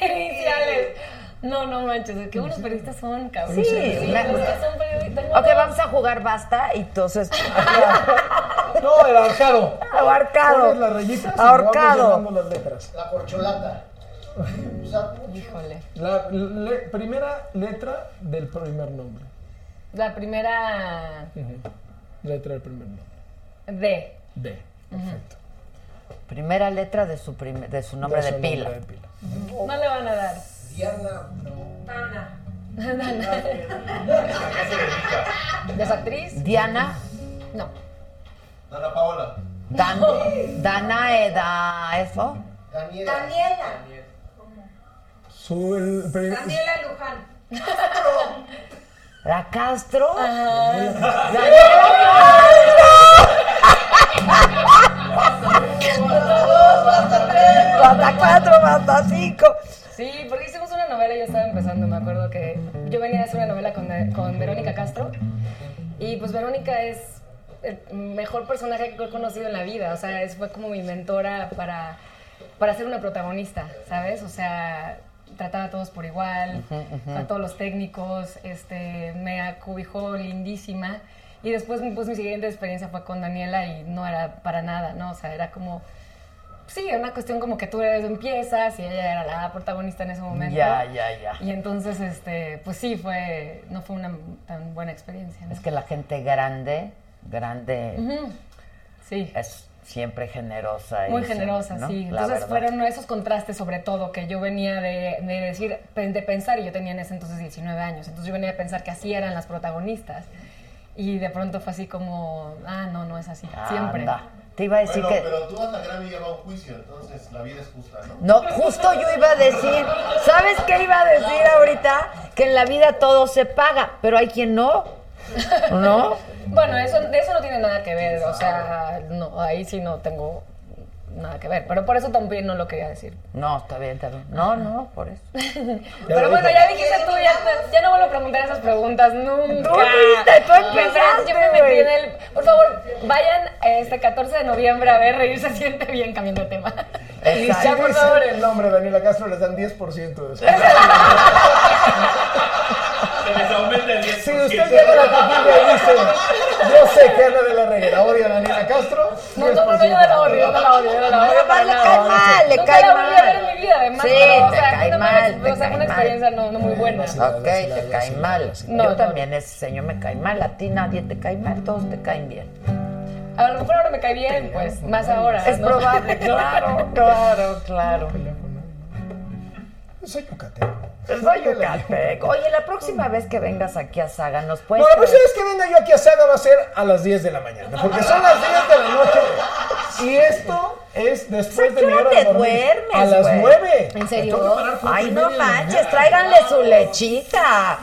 Iniciales. No, no manches, es que unos periodistas son, cabrón.
Sí, una-
es que son periodistas.
Ok, vamos a jugar basta y entonces.
No, el ahorcado. Pones las
Ahorcado.
rayitas y
pues,
Ahorcado.
le vamos llenando las letras.
La corcholata.
Híjole.
La le- primera letra del primer nombre.
La primera
Letra del primer nombre.
D.
D. Perfecto.
Primera letra de su, prim- de su nombre de,
Su nombre
pila.
de pila.
No le van a dar. Diana, no. Ana. ¿Es actriz?
Diana.
No.
Dana Paola.
Dan, Danae, da eso.
Daniela.
Su el primer.
Daniela Luján.
La Castro. Basta cuatro, basta cinco.
Sí, porque hicimos una novela y yo estaba empezando. Me acuerdo que yo venía a hacer una novela con, con Verónica Castro. Y pues Verónica es el mejor personaje que he conocido en la vida. O sea, es- fue como mi mentora para, para ser una protagonista, ¿sabes? O sea, trataba a todos por igual, a todos los técnicos, este, me acobijó lindísima. Y después, pues mi siguiente experiencia fue con Daniela y no era para nada, ¿no? O sea, era como Sí, una cuestión como que tú eres- empiezas y ella era la protagonista en ese momento.
Ya, ya, ya.
Y entonces, este, pues sí, fue, no fue una tan buena experiencia. ¿no?
Es que la gente grande, grande,
Sí,
es siempre generosa. y
muy
Eh, sí,
generosa,
¿no?
sí.
La verdad.
Entonces fueron esos contrastes sobre todo que yo venía de, de decir, de pensar, y yo tenía en ese entonces 19 años, entonces yo venía a pensar que así eran las protagonistas. Y de pronto fue así como, ah, no, no es así, siempre.
Anda. Te iba a decir
Bueno,
que.
pero tú vas a gran y lleva un juicio, entonces la vida es justa, ¿no?
No, justo yo iba a decir, ¿sabes qué iba a decir ahorita? Que en la vida todo se paga, pero hay quien no. ¿No?
Bueno, eso, de eso no tiene nada que ver, o sea, no, ahí sí no tengo nada que ver, pero por eso también no lo quería decir.
No, está bien, está bien. No, no, por eso.
pero bueno, ya dijiste tú, ya, te- ya no vuelvo a preguntar esas preguntas nunca.
Tú dijiste, tú empezaste,
Yo me metí en
güey.
el... Por favor, vayan este 14 de noviembre a ver Reír se siente bien, cambiando de tema.
Exacto.
Ya, por favor.
el nombre de Daniela Castro, les dan 10% de eso.
Se les aumenta el 10%.
Si usted llega a la taquilla y dice, yo sé que Ana de la Reguera odia a Daniela Castro,
No, no, no, yo no la odio, yo no la odio, yo no la odio.
Pero
para
además le
nada.
cae mal, le
Nunca
cae mal.
la volví a ver en mi vida, además.
Sí,
pero, o
te
sea,
cae
una mala-
mal, te
o sea,
cae
una
mal.
experiencia no, no muy buena.
Ok, te cae mal.
No,
Yo
no.
también, ese señor me cae mal. A ti nadie te cae mal, todos te caen bien.
A lo mejor ahora me cae bien, pues, más ahora.
Es
¿no? pues,
probable, claro, claro, claro.
soy yucateco.
Soy yucateco. Oye, la próxima vez que vengas aquí a Saga, ¿nos puedes...?
No,
pues,
la próxima vez pues que venga yo aquí a Saga va a ser a las 10 de la mañana, porque son las 10 de la noche. Y esto es después
O sea,
de
¿qué
mi
hora
hora
te
de dormir.
duermes,
A las
güey?
9.
¿En serio?
Ay, no manches, tráiganle su lechita.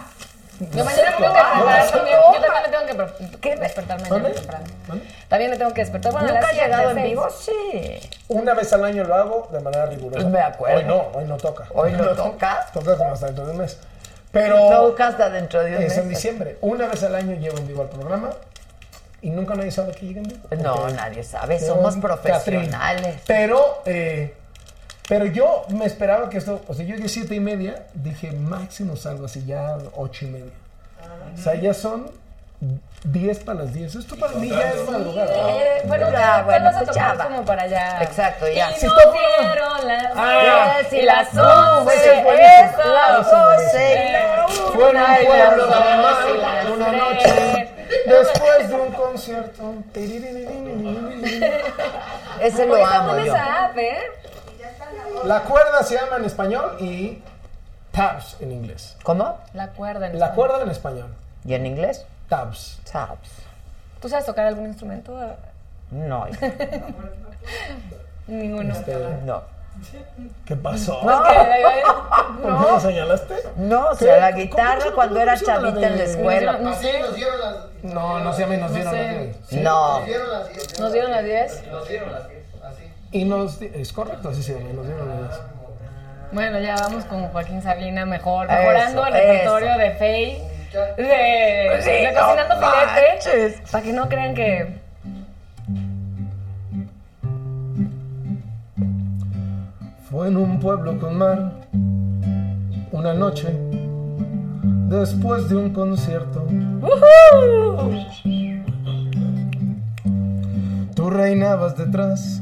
Yo mañana me tengo que despertar también. Yo también le tengo que
¿Qué?
pro- despertar mañana temprano. También le tengo que despertar. Bueno, a
¿Nunca
las
ha
siete,
llegado en
seis.
vivo? Sí.
Una vez al año lo hago de manera rigurosa.
Me acuerdo.
Hoy no, hoy no toca.
Hoy no toca.
Toca como hasta dentro de un mes. Pero
Toca hasta dentro de un
es en
mes.
diciembre. Una vez al año llevo en vivo al programa y nunca nadie sabe que llega en vivo.
Pues No,
Porque
nadie sabe,
yo,
somos
Catrín.
profesionales.
Pero, eh, pero yo me esperaba que esto, o sea, yo llegué siete y media, dije máximo salgo así ya ocho y media. O sea, ya son 10 para las 10. Esto para mí ya es madrugada.
Eh, bueno,
Ya,
ya,
bueno,
bueno, vas a
pues ya
tocar
va.
como para allá.
Exacto, ya.
Y
Si
no
está-
quiero las
Ah,
diez y las once.
ese es buenísimo.
Eso.
Las doce y la una
Fueron
y las
pueblos
dos
de mar,
y las
una
tres.
noche. Después de un concierto.
Ese lo
Ahorita
amo
pon
yo.
Pues, esa app, ¿eh?
La cuerda se llama en español y tabs en inglés.
¿Cómo?
La cuerda. en
La
español.
cuerda en español,
¿Y en inglés?
tabs.
Tabs.
¿Tú sabes tocar algún instrumento?
No, hija,
Ninguno.
no.
¿Qué pasó?
No.
¿No la señalaste?
No, o sea, la guitarra cuando era chavita en la escuela.
No sé,
Nos dieron las
No, no sé, a mí nos dieron.
sé.
nos dieron.
No.
nos dieron las 10.
Nos dieron las 10, así.
Y nos, di- es correcto, así se llama, nos dieron las.
Bueno, ya vamos con Joaquín Sabina mejor,
Eso,
mejorando el repertorio
eso.
de Faye, de, de Cocinando
no
Filete,
manches.
para que no crean que...
Fue en un pueblo con mar, una noche, después de un concierto. Tú reinabas detrás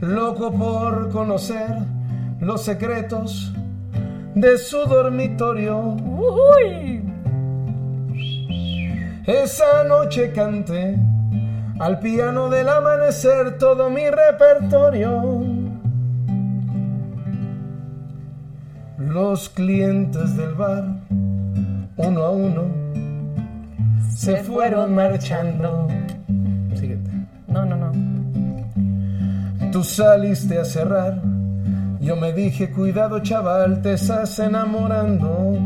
Loco por conocer los secretos de su dormitorio. Esa noche canté al piano del amanecer todo mi repertorio. Los clientes del bar, uno a uno, se, fueron marchando. Síguete.
No, no, no.
Tú saliste a cerrar. Yo me dije, cuidado chaval, te estás enamorando.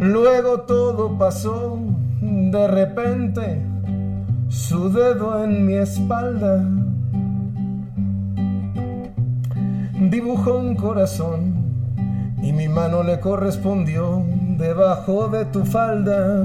Luego todo pasó, de repente, su dedo en mi espalda. Dibujó un corazón y mi mano le correspondió debajo de tu falda.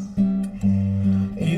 Y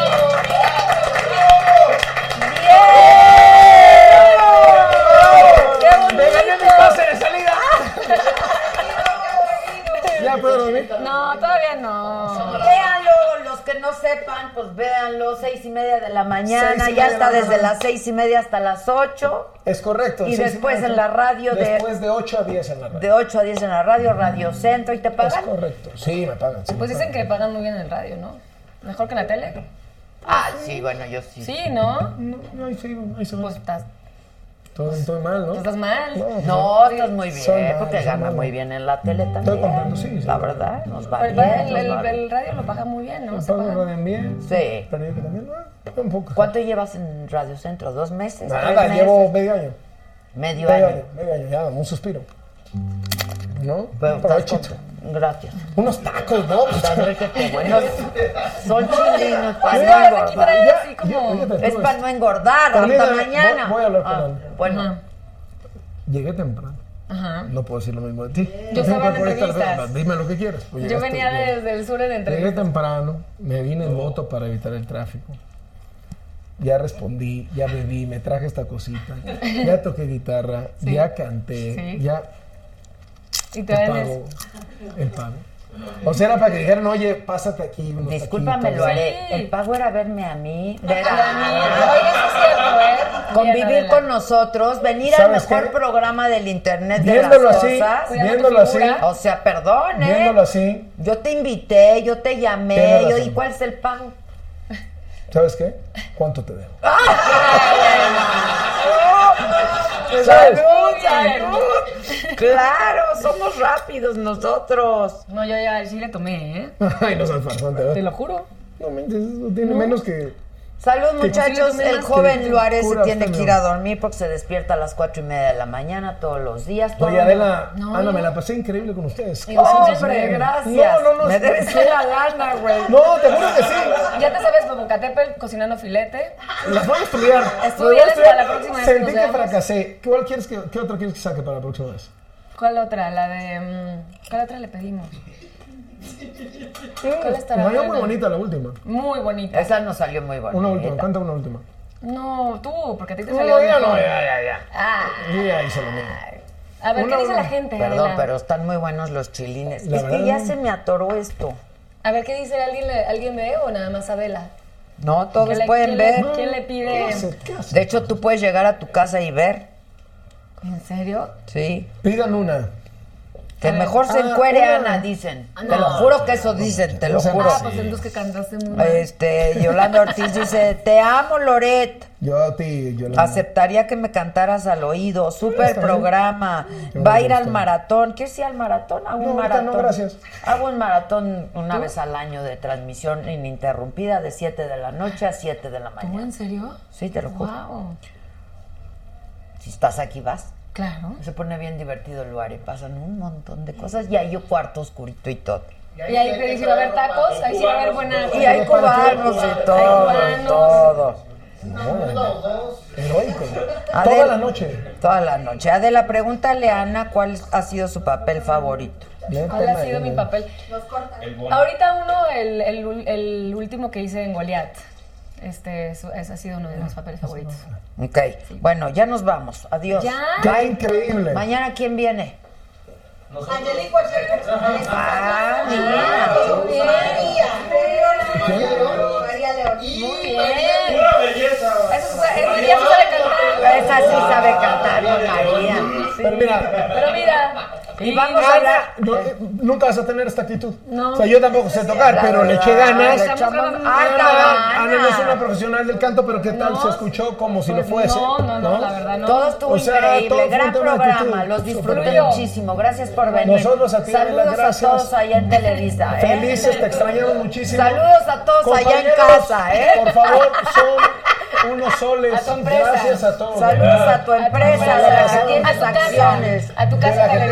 Ya puedo dormir.
No, todavía no.
Véanlo, los que no sepan, pues véanlo, seis y media de la mañana,
Seis y
ya
media
está
de la
desde
mañana.
las seis y media hasta las ocho,
Es correcto.
Y
sí, sí,
después
correcto.
en la radio de-
Después de 8 a 10 en la radio.
de ocho a diez en la radio, Radio Centro, y te
Es
pagan.
correcto. Sí, me pagan. sí,
Pues
me
dicen que pagan muy bien en radio, ¿no? Mejor que en la tele.
Pues,
Ah, sí, bueno, yo sí.
Sí, ¿no?
pagan. No, no, ahí sí, ahí se va.
Pues estás,
Todo-
pues,
Estoy mal, ¿no?
estás mal.
No, estás muy bien,
Son malos,
porque
son
gana
malos.
muy bien en la tele también.
Estoy comprando, sí, sí.
La verdad, nos va
Pero
bien.
Pues, el,
nos
el-
va bien.
el radio lo paga muy bien, ¿no?
Me
Se
pagan
pagan.
radio bien.
Sí.
Pero yo también, no, tampoco.
¿Cuánto llevas en Radio Centro? ¿Dos meses?
Nada,
¿Tres
llevo
meses?
medio año.
medio
Medio
año.
año, medio año, ya, un suspiro. ¿No?
Bueno,
Un
estás
provechito.
contento. Gracias.
Unos tacos, ¿no?
Estás requete bueno. Son chilinos
Sí,
para
ya
no
se quita
engordar.
así
Yo-
como...
fíjate tú,
Es para no engordar
Carlita,
hasta
voy-
mañana.
voy a hablar con
Ah,
él.
Bueno,
Ajá,
Llegué temprano.
ajá.
No puedo decir lo mismo de ti.
Yo
Siempre
estaba en
por esta-
entrevistas.
Dime lo que quieras. Pues
Yo
llegaste
venía
bien.
desde el sur en
Llegué
entrevista.
temprano, me vine en voto para evitar el tráfico. Ya respondí, ya bebí, me traje esta cosita, ya toqué guitarra,
Sí.
ya canté,
Sí.
ya
Y te
el
dan
pago, el pago. O sea, era para que dijeran, oye, pásate aquí. unos
discúlpame, lo
taquitos".
haré. El pago era verme a mí. ver a-
Oiga, eso es cierto, ¿eh?
Convivir
Bien,
con nosotros, venir al
¿Sabes
mejor
qué?
programa del internet de
Viéndolo
las
así,
cosas.
Cuidando tu
viéndolo así, ah,
figura.
O sea, perdón, ¿eh?
viéndolo así,
Yo te invité, yo te llamé,
Tienes
yo,
razón.
¿y cuál es el pago?
¿sabes qué? ¿Cuánto te debo?
¡Salud, salud! ¡Claro! ¡Somos rápidos nosotros!
No, yo ya sí le tomé, ¿eh?
Ay, no seas farfán, ¿verdad?
Te lo juro.
No mentes, eso tiene menos que.
Salud, muchachos.
Sí,
El
sí,
joven
sí,
Luárez se
cura,
tiene
usted
que
no.
ir a dormir porque se despierta a las cuatro y media de la mañana todos los días. todo
Oye, Adela,
No,
Ana,
no.
me la pasé increíble con ustedes.
Y nosotros
¡Hombre,
también.
gracias!
No, no, no,
Me
sí.
debes la lana, güey.
No, te juro que sí.
Ya te sabes, Popocatépetl cocinando filete.
Las voy a estudiar. Las voy a
Estudiales para la próxima vez que
Sentí
nos
que
veamos.
fracasé. ¿Qué, cuál quieres que, ¿Qué otra quieres que saque para la próxima vez?
¿Cuál otra? La de. mm, ¿Cuál otra le pedimos? ¿Cuál estará?
Me salió muy
buena?
bonita la última.
Muy bonita.
Esa nos salió muy bonita.
Una última, canta una última.
No, tú, porque a ti te
No,
salió.
ya no,
mejor.
ya, ya, ya.
Ah,
Yo ya hice lo mío.
a ver, ¿qué
Una,
dice
una.
la gente?
Perdón,
Adela?
pero están muy buenos los chilines.
La
es que
verdad,
ya
no.
se me atoró esto.
A ver, ¿qué dice alguien, le- alguien ve o nada más Adela?
No, todos
¿Quién le-
Pues pueden
quién
ver.
le- ¿Quién le pide?
¿Qué hace? ¿Qué hace?
De hecho, tú puedes llegar a tu casa y ver.
¿En serio?
Sí.
Pidan una.
Que mejor se encuere Ana, dicen. te lo juro que eso dicen, te lo juro.
Ah, pues entonces que cantaste muy mal.
Este, Yolanda Ortiz dice, te amo, Loret.
Yo a ti, yo la.
Aceptaría que me cantaras al oído. Súper programa. Va a ir al maratón. ¿Quieres ir al maratón? Hago
No,
un
ahorita
maratón.
no, gracias.
Hago un maratón una vez al año de transmisión ininterrumpida de 7 de la noche a 7 de la
¿Tú, en
mañana.
serio?
Sí, te lo juro.
Wow.
Si estás aquí, vas.
Claro.
Se pone bien divertido el lugar y pasan un montón de cosas. Y hay un cuarto oscurito y todo.
Y ahí te dice, va a haber tacos, ahí sí va a haber buena...
Y hay cubanos y todo.
cubanos.
Todo.
Heroico.
Adela.
Toda la noche.
Toda la noche. Adela, pregúntale a Ana cuál ha sido su papel favorito.
Neta,
¿Cuál ha
madre.
sido mi papel? Ahorita uno, el, el- el último que hice en Goliath. Este, eso- ese ha sido uno de mis papeles favoritos.
Ok. Bueno, ya nos vamos. Adiós.
¿Ya?
Qué increíble.
Mañana, ¿quién viene?
Angelico Echeverría.
Ah, mira.
María. María León.
Muy bien. ¡Pura belleza! Eso, fue- eso ya se sabe
Esa
cantar.
sí sabe cantar, María.
Pero mira,
Pero mira.
Y vamos a hablar.
no, eh, nunca vas a tener esta actitud.
No.
O sea, yo tampoco sé tocar, pero le eché ganas.
echamos ganas.
Ah,
Ana, Ana no es una
cabrana.
profesional del canto, pero ¿qué tal?
No.
se escuchó como si
Pues
lo fuese.
No, no, no, la verdad no.
Todo estuvo
O sea, todo
increíble,
fue
gran
un tema de
programa,
actitud.
los disfruté
Fluyó.
muchísimo, gracias por venir.
Nosotros a ti, Adela,
Saludos a
gracias.
todos allá en Televisa. ¿eh?
Felices, te extrañaron muchísimo.
Saludos a todos allá en
Compañeros,
casa, ¿eh?
Por favor, son unos soles.
A tu empresa.
Gracias a todos.
Saludos a tu empresa de las que
a
tienes
tu casa,
acciones.
a tu
De la
casa
que
que le